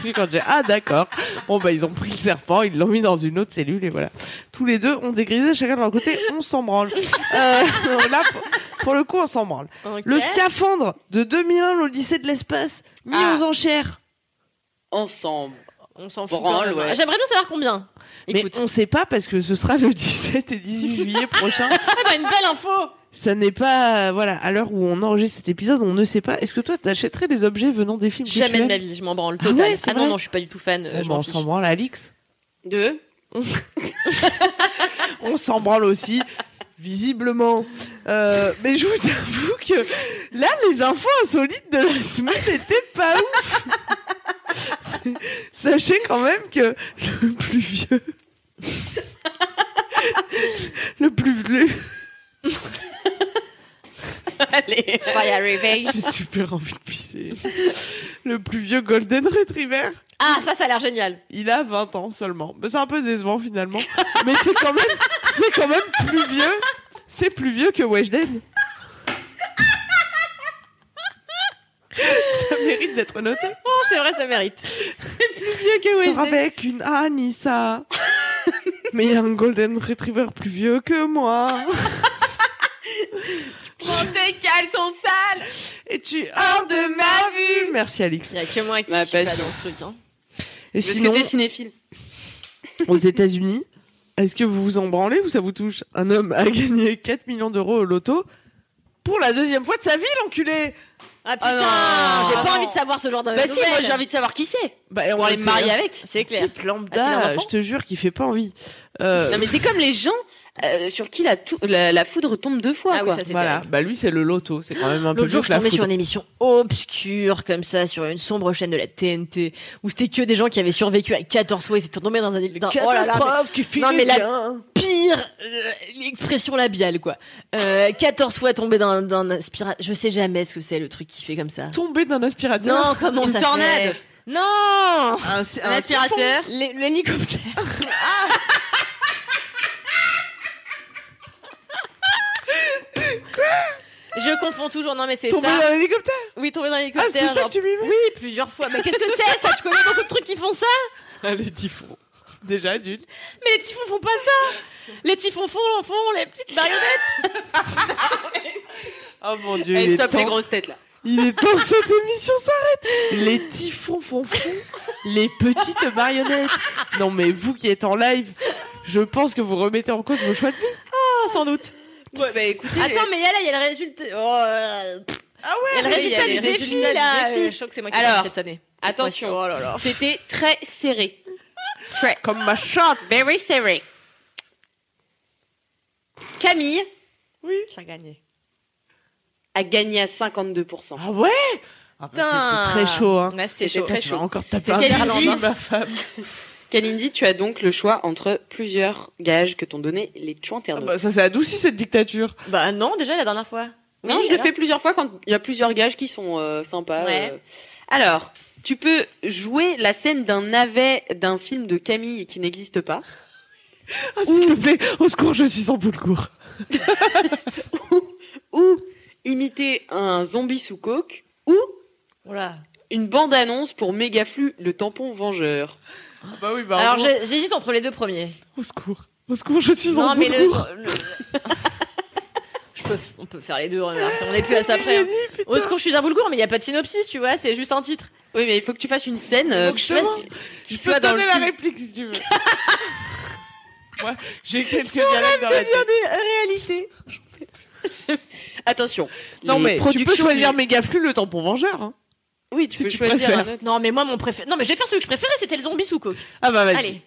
[SPEAKER 3] Puis quand j'ai ah d'accord, bon bah ils ont pris le serpent, ils l'ont mis dans une autre cellule et voilà. Tous les deux ont dégrisé chacun de leur côté, on s'en branle. Euh, là pour, pour le coup on s'en branle. Le scaphandre de 2001 l'Odyssée de l'espace mis
[SPEAKER 1] Ah.
[SPEAKER 3] aux enchères.
[SPEAKER 1] Ensemble.
[SPEAKER 2] On s'en fout.
[SPEAKER 1] Branle,
[SPEAKER 2] quand même.
[SPEAKER 1] ouais.
[SPEAKER 2] J'aimerais bien savoir combien. Écoute,
[SPEAKER 3] Mais on sait pas parce que ce sera le 17 et 18 juillet prochain.
[SPEAKER 2] une belle info.
[SPEAKER 3] Ça n'est pas euh, voilà, à l'heure où on enregistre cet épisode, on ne sait pas. Est-ce que toi t'achèterais des objets venant des films que tu
[SPEAKER 2] Jamais de
[SPEAKER 3] aimes
[SPEAKER 2] ma vie, je m'en branle
[SPEAKER 3] Ah
[SPEAKER 2] total.
[SPEAKER 3] ouais, c'est
[SPEAKER 2] Ah non,
[SPEAKER 3] vrai
[SPEAKER 2] non, je suis pas du tout fan. euh,
[SPEAKER 3] Bon,
[SPEAKER 2] je
[SPEAKER 3] bah,
[SPEAKER 2] m'en
[SPEAKER 3] on
[SPEAKER 2] fiche.
[SPEAKER 3] s'en branle, Alix.
[SPEAKER 1] Deux.
[SPEAKER 3] On s'en branle aussi, visiblement. Euh, mais je vous avoue que là, les infos insolites de la semaine n'étaient pas ouf. Sachez quand même que le plus vieux. le plus vieux.
[SPEAKER 1] Allez.
[SPEAKER 2] Je vais y arriver.
[SPEAKER 3] J'ai super envie de pisser. Le plus vieux Golden Retriever.
[SPEAKER 2] Ah, ça, ça a l'air génial.
[SPEAKER 3] Il a 20 ans seulement. Bah, c'est un peu décevant finalement. Mais c'est quand même, c'est quand même plus vieux. C'est plus vieux que Weshden. Ça mérite d'être noté.
[SPEAKER 1] c'est vrai, ça mérite. plus vieux que
[SPEAKER 3] Sera avec une Anissa. Mais il y a un Golden Retriever plus vieux que moi.
[SPEAKER 1] Prends tes caleçons sales.
[SPEAKER 3] Et tu hors de ma vue. Merci Alix.
[SPEAKER 2] Il y a que moi qui
[SPEAKER 1] Ma
[SPEAKER 2] suis pas
[SPEAKER 1] passion.
[SPEAKER 2] dans ce truc. hein.
[SPEAKER 3] Et
[SPEAKER 1] Parce
[SPEAKER 3] sinon,
[SPEAKER 1] que t'es cinéphile.
[SPEAKER 3] aux États-Unis, est-ce que vous vous en branlez ou ça vous touche Un homme a gagné 4 millions d'euros au loto pour la deuxième fois de sa vie, l'enculé.
[SPEAKER 2] Ah putain,
[SPEAKER 3] Ah non.
[SPEAKER 2] j'ai pas
[SPEAKER 3] Ah non.
[SPEAKER 2] envie de savoir ce genre de.
[SPEAKER 3] Bah si, moi, j'ai envie
[SPEAKER 2] de savoir qui c'est.
[SPEAKER 3] Bah, et on
[SPEAKER 2] Pour aller
[SPEAKER 3] sait,
[SPEAKER 2] me marier
[SPEAKER 3] hein.
[SPEAKER 2] avec, c'est clair.
[SPEAKER 3] Type
[SPEAKER 2] A-t-il un
[SPEAKER 3] lambda,
[SPEAKER 2] enfant
[SPEAKER 3] je te jure qu'il fait pas envie. Euh,
[SPEAKER 1] Non mais c'est comme les gens euh, sur qui la, tou- la, la foudre tombe deux fois.
[SPEAKER 2] Ah oui,
[SPEAKER 1] quoi.
[SPEAKER 2] ça c'est
[SPEAKER 3] voilà,
[SPEAKER 2] terrible.
[SPEAKER 3] bah lui c'est le loto, c'est quand même un peu
[SPEAKER 2] L'autre
[SPEAKER 3] mieux
[SPEAKER 2] jour,
[SPEAKER 3] que
[SPEAKER 2] je
[SPEAKER 3] la
[SPEAKER 2] tombais sur
[SPEAKER 3] foudre.
[SPEAKER 2] une émission obscure comme ça, sur une sombre chaîne de la TNT, où c'était que des gens qui avaient survécu à 14 fois et s'étaient tombés dans un île. Oh là là, mais-
[SPEAKER 3] qui finit
[SPEAKER 2] Non, mais la-
[SPEAKER 3] bien.
[SPEAKER 2] pire euh, expression labiale quoi. Euh, 14 fois tombé dans dans un spira- je sais jamais ce que c'est le truc qui fait comme ça.
[SPEAKER 3] Tomber d'un aspirateur.
[SPEAKER 2] Non, comment
[SPEAKER 1] Une
[SPEAKER 2] ça
[SPEAKER 1] tornade.
[SPEAKER 2] fait Non
[SPEAKER 3] Un, un
[SPEAKER 2] aspirateur, l'hé- l'hélicoptère. Je confonds toujours. Non mais c'est
[SPEAKER 3] Tomber
[SPEAKER 2] ça.
[SPEAKER 3] d'un hélicoptère.
[SPEAKER 2] Oui, tomber dans
[SPEAKER 3] Ah, c'était
[SPEAKER 2] l'hélicoptère
[SPEAKER 3] ça
[SPEAKER 2] genre,
[SPEAKER 3] que tu m'y mets
[SPEAKER 2] plusieurs fois. Mais qu'est-ce que c'est ça Tu connais beaucoup de trucs qui font ça
[SPEAKER 3] Ah, les typhons. Déjà, d'une.
[SPEAKER 2] Mais les typhons font pas ça. Les typhons font font les petites marionnettes.
[SPEAKER 3] Oh mon dieu, il
[SPEAKER 1] Allez,
[SPEAKER 3] est,
[SPEAKER 1] stop les
[SPEAKER 3] temps,
[SPEAKER 1] grosses têtes là.
[SPEAKER 3] il est temps que cette émission s'arrête. Les typhons font fond, les petites marionnettes. Non mais vous qui êtes en live, je pense que vous remettez en cause vos choix de vie. Ah, sans doute.
[SPEAKER 1] Ouais, bah écoutez.
[SPEAKER 2] Attends, mais là, il y a le résultat. ah ouais,
[SPEAKER 1] mais
[SPEAKER 2] il y a le résultat du défi, là.
[SPEAKER 1] défi.
[SPEAKER 2] Euh, Je trouve que c'est moi qui
[SPEAKER 1] Alors,
[SPEAKER 2] gagne cette année.
[SPEAKER 1] euh, attention.
[SPEAKER 2] Oh là là.
[SPEAKER 1] C'était très serré.
[SPEAKER 3] Comme ma
[SPEAKER 2] Ah,
[SPEAKER 3] chatte.
[SPEAKER 1] Very serré. Camille
[SPEAKER 2] J'ai gagné.
[SPEAKER 1] a gagné à 52%.
[SPEAKER 3] Ah ouais Ah bah, C'était très chaud, hein.
[SPEAKER 2] Ouais, c'était
[SPEAKER 1] C'était
[SPEAKER 2] chaud.
[SPEAKER 1] très
[SPEAKER 3] Tu vas
[SPEAKER 1] chaud.
[SPEAKER 3] encore taper
[SPEAKER 2] C'était
[SPEAKER 3] un
[SPEAKER 2] Irlandais.
[SPEAKER 3] coup, ma femme.
[SPEAKER 1] Kalindi, tu as donc le choix entre plusieurs gages que t'ont donné les
[SPEAKER 3] Ah
[SPEAKER 1] chouinternautes.
[SPEAKER 3] bah, ça s'est adouci cette dictature.
[SPEAKER 6] Bah non, déjà la dernière fois. Oui,
[SPEAKER 1] non, je le
[SPEAKER 6] alors
[SPEAKER 1] fais plusieurs fois quand il y a plusieurs gages qui sont euh, sympas.
[SPEAKER 6] Ouais.
[SPEAKER 1] euh. Alors, tu peux jouer la scène d'un navet d'un film de Camille qui n'existe pas.
[SPEAKER 3] Ah, s'il te plaît, au secours, je suis sans bout de cours.
[SPEAKER 1] ou imiter un zombie sous coke, ou
[SPEAKER 2] Oh
[SPEAKER 6] Voilà.
[SPEAKER 1] une bande-annonce pour Megaflu, le tampon vengeur.
[SPEAKER 3] bah oui, bah.
[SPEAKER 6] Alors j'ai- j'hésite entre les deux premiers.
[SPEAKER 3] Au secours. Au secours, je suis
[SPEAKER 6] Non
[SPEAKER 3] en
[SPEAKER 6] mais
[SPEAKER 3] bout de
[SPEAKER 6] le.
[SPEAKER 3] cours.
[SPEAKER 6] je peux, on peut faire les
[SPEAKER 2] hein,
[SPEAKER 6] deux remarques. On est plus à ça près. hein. Au secours, je suis un boulgour, mais il y a pas de synopsis, tu vois. C'est juste un titre.
[SPEAKER 1] Oui, mais il faut que tu fasses une scène euh,
[SPEAKER 6] Donc, je
[SPEAKER 1] qui fasse-
[SPEAKER 6] peux-
[SPEAKER 1] qui
[SPEAKER 3] Je peux
[SPEAKER 1] soit
[SPEAKER 3] te
[SPEAKER 1] dans le
[SPEAKER 3] donner la
[SPEAKER 1] film.
[SPEAKER 3] réplique si tu veux. Moi, j'ai quelques dialogues dans la tête.
[SPEAKER 6] réalité.
[SPEAKER 1] Attention.
[SPEAKER 3] Non
[SPEAKER 1] Les
[SPEAKER 3] mais tu peux
[SPEAKER 1] productions
[SPEAKER 3] choisir
[SPEAKER 1] du-
[SPEAKER 3] Megaflu le tampon vengeur. Hein.
[SPEAKER 1] Oui, tu
[SPEAKER 3] si
[SPEAKER 1] peux
[SPEAKER 3] tu
[SPEAKER 1] choisir
[SPEAKER 3] préfères.
[SPEAKER 1] un autre.
[SPEAKER 2] Non, mais moi, mon préféré. Non, mais je vais faire celui que je préférais, c'était le zombie sous coke.
[SPEAKER 3] Ah bah vas-y.
[SPEAKER 2] Allez,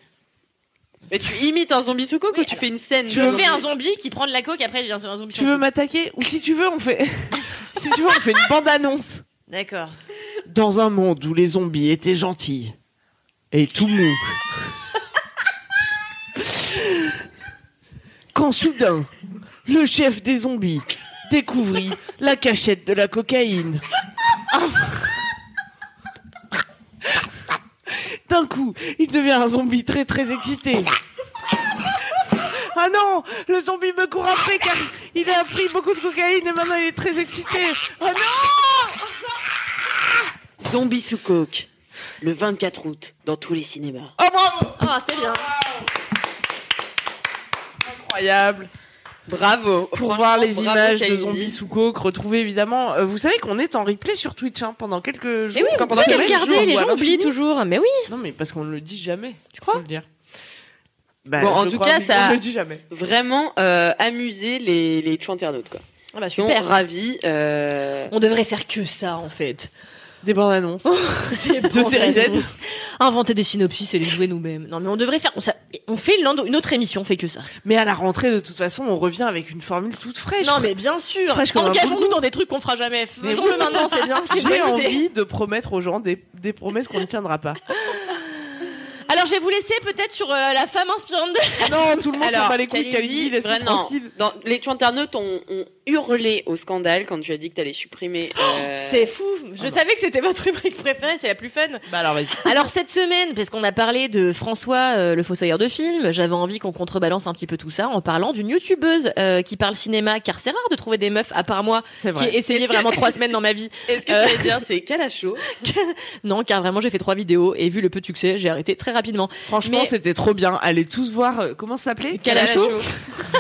[SPEAKER 1] Mais tu imites un zombie sous coke
[SPEAKER 2] Oui,
[SPEAKER 1] ou tu fais une scène
[SPEAKER 2] je fais un zombie qui prend de la coke, après il devient un zombie
[SPEAKER 3] Tu
[SPEAKER 2] sous
[SPEAKER 3] veux
[SPEAKER 2] coke.
[SPEAKER 3] m'attaquer ou si tu veux on fait si tu veux on fait une bande annonce.
[SPEAKER 2] D'accord.
[SPEAKER 3] Dans un monde où les zombies étaient gentils et tout mou. Quand soudain, le chef des zombies découvrit la cachette de la cocaïne. Ah. D'un coup, il devient un zombie très très excité. Ah non, le zombie me court après car il a pris beaucoup de cocaïne et maintenant il est très excité. Ah non
[SPEAKER 1] Zombie sous coke, le 24 août, dans tous les cinémas.
[SPEAKER 3] Oh bravo
[SPEAKER 6] Ah, c'était bien.
[SPEAKER 3] Incroyable
[SPEAKER 1] Bravo.
[SPEAKER 3] Pour voir les images de zombies sous coke, retrouver évidemment. euh, vous savez qu'on est en replay sur Twitch hein, pendant quelques jours.
[SPEAKER 2] Mais Eh oui,
[SPEAKER 3] quand-
[SPEAKER 2] on
[SPEAKER 3] pendant
[SPEAKER 2] peut les
[SPEAKER 3] quelques jours,
[SPEAKER 2] regarder, les
[SPEAKER 3] ou à
[SPEAKER 2] gens oublient
[SPEAKER 3] l'infini.
[SPEAKER 2] toujours. Mais oui,
[SPEAKER 3] Non mais parce qu'on ne le dit jamais. Tu
[SPEAKER 2] crois
[SPEAKER 3] le dire. Bah,
[SPEAKER 1] Bon, en
[SPEAKER 3] je
[SPEAKER 1] tout
[SPEAKER 3] crois,
[SPEAKER 1] cas,
[SPEAKER 3] mais
[SPEAKER 1] ça-
[SPEAKER 3] On ne le dit jamais.
[SPEAKER 1] Vraiment euh, amuser les, les chouinternautes, quoi.
[SPEAKER 2] ah bah,
[SPEAKER 1] Qui ont
[SPEAKER 2] super.
[SPEAKER 1] ravi. euh,
[SPEAKER 6] On devrait faire que ça en fait.
[SPEAKER 3] Des bandes annonces.
[SPEAKER 2] Oh.
[SPEAKER 3] de série Z.
[SPEAKER 2] Inventer des synopsis et les jouer nous-mêmes. Non, mais on devrait faire. On, ça- on fait l'un- une autre émission, on fait que ça.
[SPEAKER 3] Mais à la rentrée, de toute façon, on revient avec une formule toute fraîche.
[SPEAKER 2] Non, mais bien sûr.
[SPEAKER 3] Fraîche comme un
[SPEAKER 2] Engageons-nous
[SPEAKER 3] boulot.
[SPEAKER 2] dans des trucs qu'on fera jamais.
[SPEAKER 3] Mais
[SPEAKER 2] Faisons-le
[SPEAKER 3] oui.
[SPEAKER 2] maintenant, c'est bien. C'est une
[SPEAKER 3] J'ai
[SPEAKER 2] bonne idée.
[SPEAKER 3] envie de promettre aux gens des, des promesses qu'on ne tiendra pas.
[SPEAKER 2] Alors, je vais vous laisser peut-être sur euh, la femme inspirante de.
[SPEAKER 3] Non, tout le monde s'en
[SPEAKER 1] Alors,
[SPEAKER 3] bat les couilles. Kalindi,
[SPEAKER 1] Kalindi,
[SPEAKER 3] laisse-nous
[SPEAKER 1] vraiment,
[SPEAKER 3] tranquille.
[SPEAKER 1] dans- les internautes ont, ont hurlé au scandale quand tu as dit que t'allais supprimer.
[SPEAKER 3] Oh,
[SPEAKER 1] euh,
[SPEAKER 6] C'est fou.
[SPEAKER 2] Ah
[SPEAKER 6] Je
[SPEAKER 2] bah.
[SPEAKER 6] savais que c'était votre rubrique préférée. C'est la plus fun.
[SPEAKER 3] Bah alors vas-y.
[SPEAKER 2] Alors cette semaine, parce qu'on a parlé de François, euh, le fossoyeur de films, j'avais envie qu'on contrebalance un petit peu tout ça en parlant d'une youtubeuse euh, qui parle cinéma, car c'est rare de trouver des meufs à part moi
[SPEAKER 3] C'est
[SPEAKER 2] qui
[SPEAKER 3] vrai.
[SPEAKER 2] ai essayé vraiment trois semaines dans ma vie.
[SPEAKER 1] Est-ce
[SPEAKER 3] Euh.
[SPEAKER 1] que tu vas dire c'est Calacho
[SPEAKER 2] Non, car vraiment j'ai fait trois vidéos et vu le peu de succès, j'ai arrêté très rapidement.
[SPEAKER 3] Franchement,
[SPEAKER 2] Mais-
[SPEAKER 3] c'était trop bien. Allez tous voir. euh, Comment ça s'appelait
[SPEAKER 2] Calacho.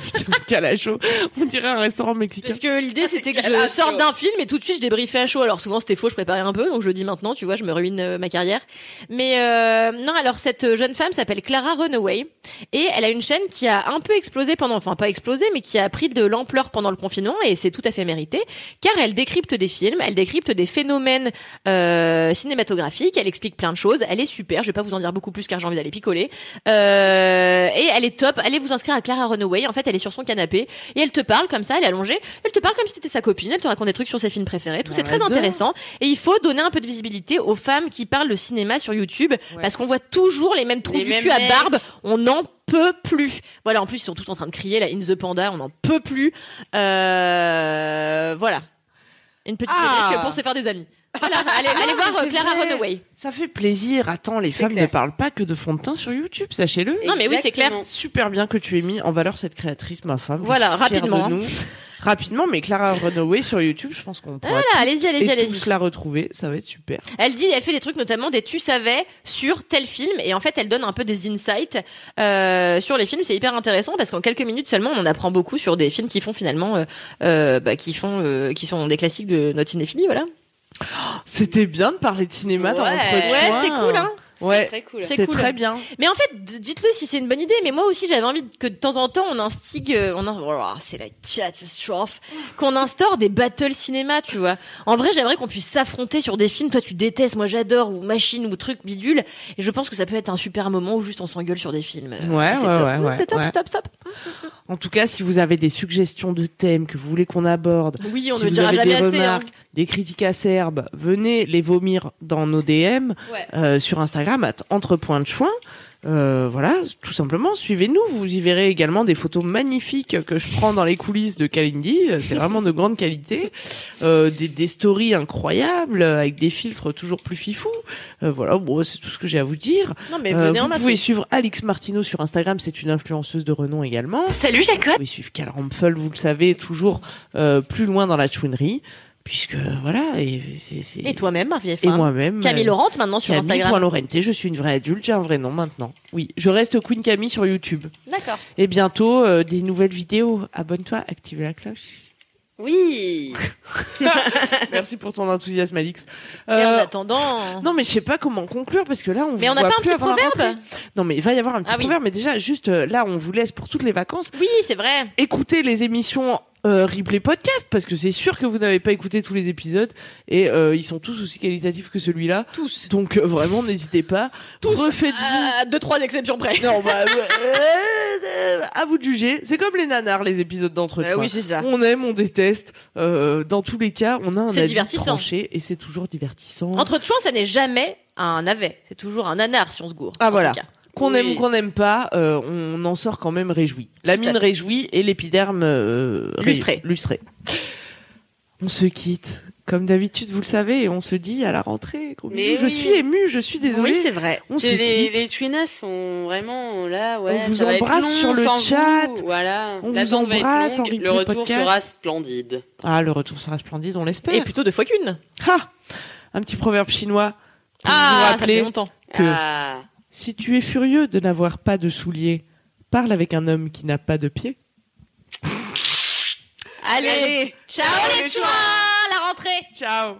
[SPEAKER 3] Calacho. On dirait un restaurant mexicain.
[SPEAKER 2] Parce que l'idée c'était que je
[SPEAKER 1] Calacho.
[SPEAKER 2] sorte d'un film et tout de suite je débriefais à chaud. Alors souvent c'était faux, je préparais un peu, donc je le dis maintenant, tu vois, je me ruine euh, ma carrière. Mais euh, non, alors cette jeune femme s'appelle Clara Runaway et elle a une chaîne qui a un peu explosé pendant, enfin pas explosé, mais qui a pris de l'ampleur pendant le confinement et c'est tout à fait mérité, car elle décrypte des films, elle décrypte des phénomènes euh, cinématographiques, elle explique plein de choses, elle est super, je vais pas vous en dire beaucoup plus car j'ai envie d'aller picoler, euh, et elle est top, allez vous inscrire à Clara Runaway, en fait elle est sur son canapé et elle te parle comme ça, elle est allongée, elle te parle comme si t'étais sa copine, elle te raconte des trucs sur ses films préférés, tout c'est très
[SPEAKER 3] J'adore.
[SPEAKER 2] intéressant et il faut donner un peu de visibilité aux femmes qui parlent de cinéma sur YouTube parce qu'on voit toujours les mêmes trous
[SPEAKER 1] Les
[SPEAKER 2] du
[SPEAKER 1] mêmes
[SPEAKER 2] cul à
[SPEAKER 1] mecs.
[SPEAKER 2] barbe. On n'en peut plus. Voilà, en plus ils sont tous en train de crier là, In the Panda, on n'en peut plus. Euh, voilà. Une petite
[SPEAKER 3] Ah.
[SPEAKER 2] rubrique pour se faire des amis. Voilà, allez, allez
[SPEAKER 3] mais
[SPEAKER 2] voir euh,
[SPEAKER 3] c'est
[SPEAKER 2] Clara
[SPEAKER 3] vrai.
[SPEAKER 2] Runaway.
[SPEAKER 3] Ça fait plaisir. Attends, les femmes
[SPEAKER 1] clair.
[SPEAKER 3] ne parlent pas que de fond de teint sur YouTube, sachez-le.
[SPEAKER 2] Non, mais oui, c'est clair.
[SPEAKER 1] Exactement.
[SPEAKER 3] Super bien que tu aies mis en valeur cette créatrice, ma femme. Je
[SPEAKER 2] Voilà,
[SPEAKER 3] suis fière
[SPEAKER 2] rapidement,
[SPEAKER 3] de nous. Rapidement, mais Clara Runaway sur YouTube, je pense qu'on pourra
[SPEAKER 2] Voilà, allez-y, Ah, allez-y,
[SPEAKER 3] et
[SPEAKER 2] allez-y.
[SPEAKER 3] tous la retrouver. Ça va être super.
[SPEAKER 2] Elle dit, elle fait des trucs notamment des tu savais sur tel film et en fait elle donne un peu des insights euh, sur les films. C'est hyper intéressant parce qu'en quelques minutes seulement on en apprend beaucoup sur des films qui font finalement, euh, euh, bah, qui font, euh, qui sont des classiques de notre cinéphilie, voilà.
[SPEAKER 3] C'était bien de parler de cinéma dans
[SPEAKER 1] Ouais.
[SPEAKER 3] notre
[SPEAKER 2] Ouais, c'était cool, hein.
[SPEAKER 3] Ouais.
[SPEAKER 1] Très cool.
[SPEAKER 2] C'est
[SPEAKER 3] C'était
[SPEAKER 2] cool.
[SPEAKER 3] très bien.
[SPEAKER 2] Mais en fait, d- dites-le si c'est une bonne idée. Mais moi aussi, j'avais envie que de temps en temps, on instigue, euh, on in- oh, c'est la catastrophe, qu'on instaure des battles cinéma, tu vois. En vrai, j'aimerais qu'on puisse s'affronter sur des films. Toi, tu détestes, moi, j'adore, ou machine, ou truc bidule. Et je pense que ça peut être un super moment où juste on s'engueule sur des films. Euh,
[SPEAKER 3] Ouais,
[SPEAKER 2] c'est
[SPEAKER 3] ouais,
[SPEAKER 2] top.
[SPEAKER 3] ouais,
[SPEAKER 2] Mmh,
[SPEAKER 3] ouais,
[SPEAKER 2] c'est top,
[SPEAKER 3] ouais.
[SPEAKER 2] stop, stop.
[SPEAKER 3] En tout cas, si vous avez des suggestions de thèmes que vous voulez qu'on aborde,
[SPEAKER 2] Oui, on
[SPEAKER 3] Si
[SPEAKER 2] ne
[SPEAKER 3] vous
[SPEAKER 2] dira
[SPEAKER 3] avez
[SPEAKER 2] jamais
[SPEAKER 3] des
[SPEAKER 2] assez. hein.
[SPEAKER 3] remarques, des critiques acerbes, venez les vomir dans nos DM
[SPEAKER 2] Ouais.
[SPEAKER 3] euh, sur Instagram at entre points de chouin. Euh, voilà, tout simplement, suivez-nous. Vous y verrez également des photos magnifiques que je prends dans les coulisses de Kalindi. C'est vraiment de grande qualité. Euh, des, des stories incroyables euh, avec des filtres toujours plus fifous. Euh, voilà, bon, c'est tout ce que j'ai à vous dire.
[SPEAKER 6] Non, mais
[SPEAKER 3] Euh,
[SPEAKER 6] venez en
[SPEAKER 3] vous
[SPEAKER 6] masse.
[SPEAKER 3] pouvez suivre Alix Martineau sur Instagram, c'est une influenceuse de renom également.
[SPEAKER 5] Salut Jacob
[SPEAKER 3] Vous pouvez suivre Karl Rampfel, vous le savez, toujours euh, plus loin dans la chouinerie. Puisque voilà, et, c'est- c'est-
[SPEAKER 6] Et toi-même, Marie
[SPEAKER 3] et
[SPEAKER 6] F1.
[SPEAKER 3] moi-même.
[SPEAKER 6] Camille
[SPEAKER 3] euh,
[SPEAKER 6] Laurent maintenant sur
[SPEAKER 3] Camille point
[SPEAKER 6] Instagram.
[SPEAKER 3] Laurenté, je suis une vraie adulte, j'ai un vrai nom maintenant. Oui, je reste Queen Camille sur YouTube.
[SPEAKER 6] D'accord.
[SPEAKER 3] Et bientôt, euh, des nouvelles vidéos. Abonne-toi, active la cloche.
[SPEAKER 1] Oui.
[SPEAKER 3] Merci pour ton enthousiasme, Alix.
[SPEAKER 6] Et en
[SPEAKER 3] Euh,
[SPEAKER 6] attendant.
[SPEAKER 3] non, mais je sais pas comment conclure parce que là on
[SPEAKER 6] Mais
[SPEAKER 3] vous
[SPEAKER 6] on n'a
[SPEAKER 3] voit
[SPEAKER 6] pas un
[SPEAKER 3] plus
[SPEAKER 6] petit
[SPEAKER 3] avant la
[SPEAKER 6] proverbe
[SPEAKER 3] rentrée. Non mais il va y avoir un petit
[SPEAKER 6] Ah oui.
[SPEAKER 3] proverbe mais déjà juste euh, là on vous laisse pour toutes les vacances.
[SPEAKER 6] Oui, c'est vrai.
[SPEAKER 3] Écoutez les émissions euh, replay podcast parce que c'est sûr que vous n'avez pas écouté tous les épisodes et euh, ils sont tous aussi qualitatifs que celui-là.
[SPEAKER 6] Tous.
[SPEAKER 3] Donc euh, vraiment n'hésitez pas.
[SPEAKER 6] Tous. Ah.
[SPEAKER 3] Refaites-vous
[SPEAKER 6] À Euh, deux, trois exceptions près.
[SPEAKER 3] Non, bah, euh, euh, à vous de juger. C'est comme les nanars, les épisodes d'entretien.
[SPEAKER 6] Euh, oui, c'est ça.
[SPEAKER 3] On aime, on déteste. Euh, dans tous les cas, on a un
[SPEAKER 6] C'est
[SPEAKER 3] avis
[SPEAKER 6] divertissant.
[SPEAKER 3] tranché et c'est toujours divertissant.
[SPEAKER 6] Entre chouans, ça n'est jamais un navet. C'est toujours un anard si on se gourre.
[SPEAKER 3] Ah,
[SPEAKER 6] en
[SPEAKER 3] voilà.
[SPEAKER 6] tout cas.
[SPEAKER 3] Qu'on
[SPEAKER 1] Oui.
[SPEAKER 3] aime, qu'on n'aime pas, euh, on en sort quand même réjoui. La mine réjouie et l'épiderme euh, ré-
[SPEAKER 6] Lustré.
[SPEAKER 3] lustré. On se quitte. Comme d'habitude, vous le savez, et on se dit à la rentrée. Gros
[SPEAKER 1] Mais
[SPEAKER 3] bisous. Je
[SPEAKER 1] oui.
[SPEAKER 3] suis émue, je suis désolée.
[SPEAKER 6] Oui, c'est vrai.
[SPEAKER 3] on se
[SPEAKER 1] C'est les,
[SPEAKER 3] quitte.
[SPEAKER 1] les Twinas sont vraiment là, ouais.
[SPEAKER 3] On vous
[SPEAKER 1] ça va être
[SPEAKER 3] embrasse
[SPEAKER 1] long
[SPEAKER 3] sur le
[SPEAKER 1] sans
[SPEAKER 3] chat.
[SPEAKER 1] vous, Voilà.
[SPEAKER 3] On
[SPEAKER 1] L'attente
[SPEAKER 3] vous
[SPEAKER 1] va être
[SPEAKER 3] embrasse,
[SPEAKER 1] longue,
[SPEAKER 3] Henri
[SPEAKER 1] Le retour
[SPEAKER 3] Podcast.
[SPEAKER 1] sera splendide.
[SPEAKER 3] Ah, le retour sera splendide, on l'espère.
[SPEAKER 6] Et plutôt deux fois qu'une.
[SPEAKER 3] Ah Un petit proverbe chinois
[SPEAKER 6] Ah,
[SPEAKER 3] pour vous
[SPEAKER 6] ça fait
[SPEAKER 3] rappeler
[SPEAKER 6] longtemps.
[SPEAKER 3] que
[SPEAKER 1] Ah.
[SPEAKER 3] si tu es furieux de n'avoir pas de souliers, parle avec un homme qui n'a pas de pieds.
[SPEAKER 6] Allez, ciao les chouans, la rentrée.
[SPEAKER 3] Ciao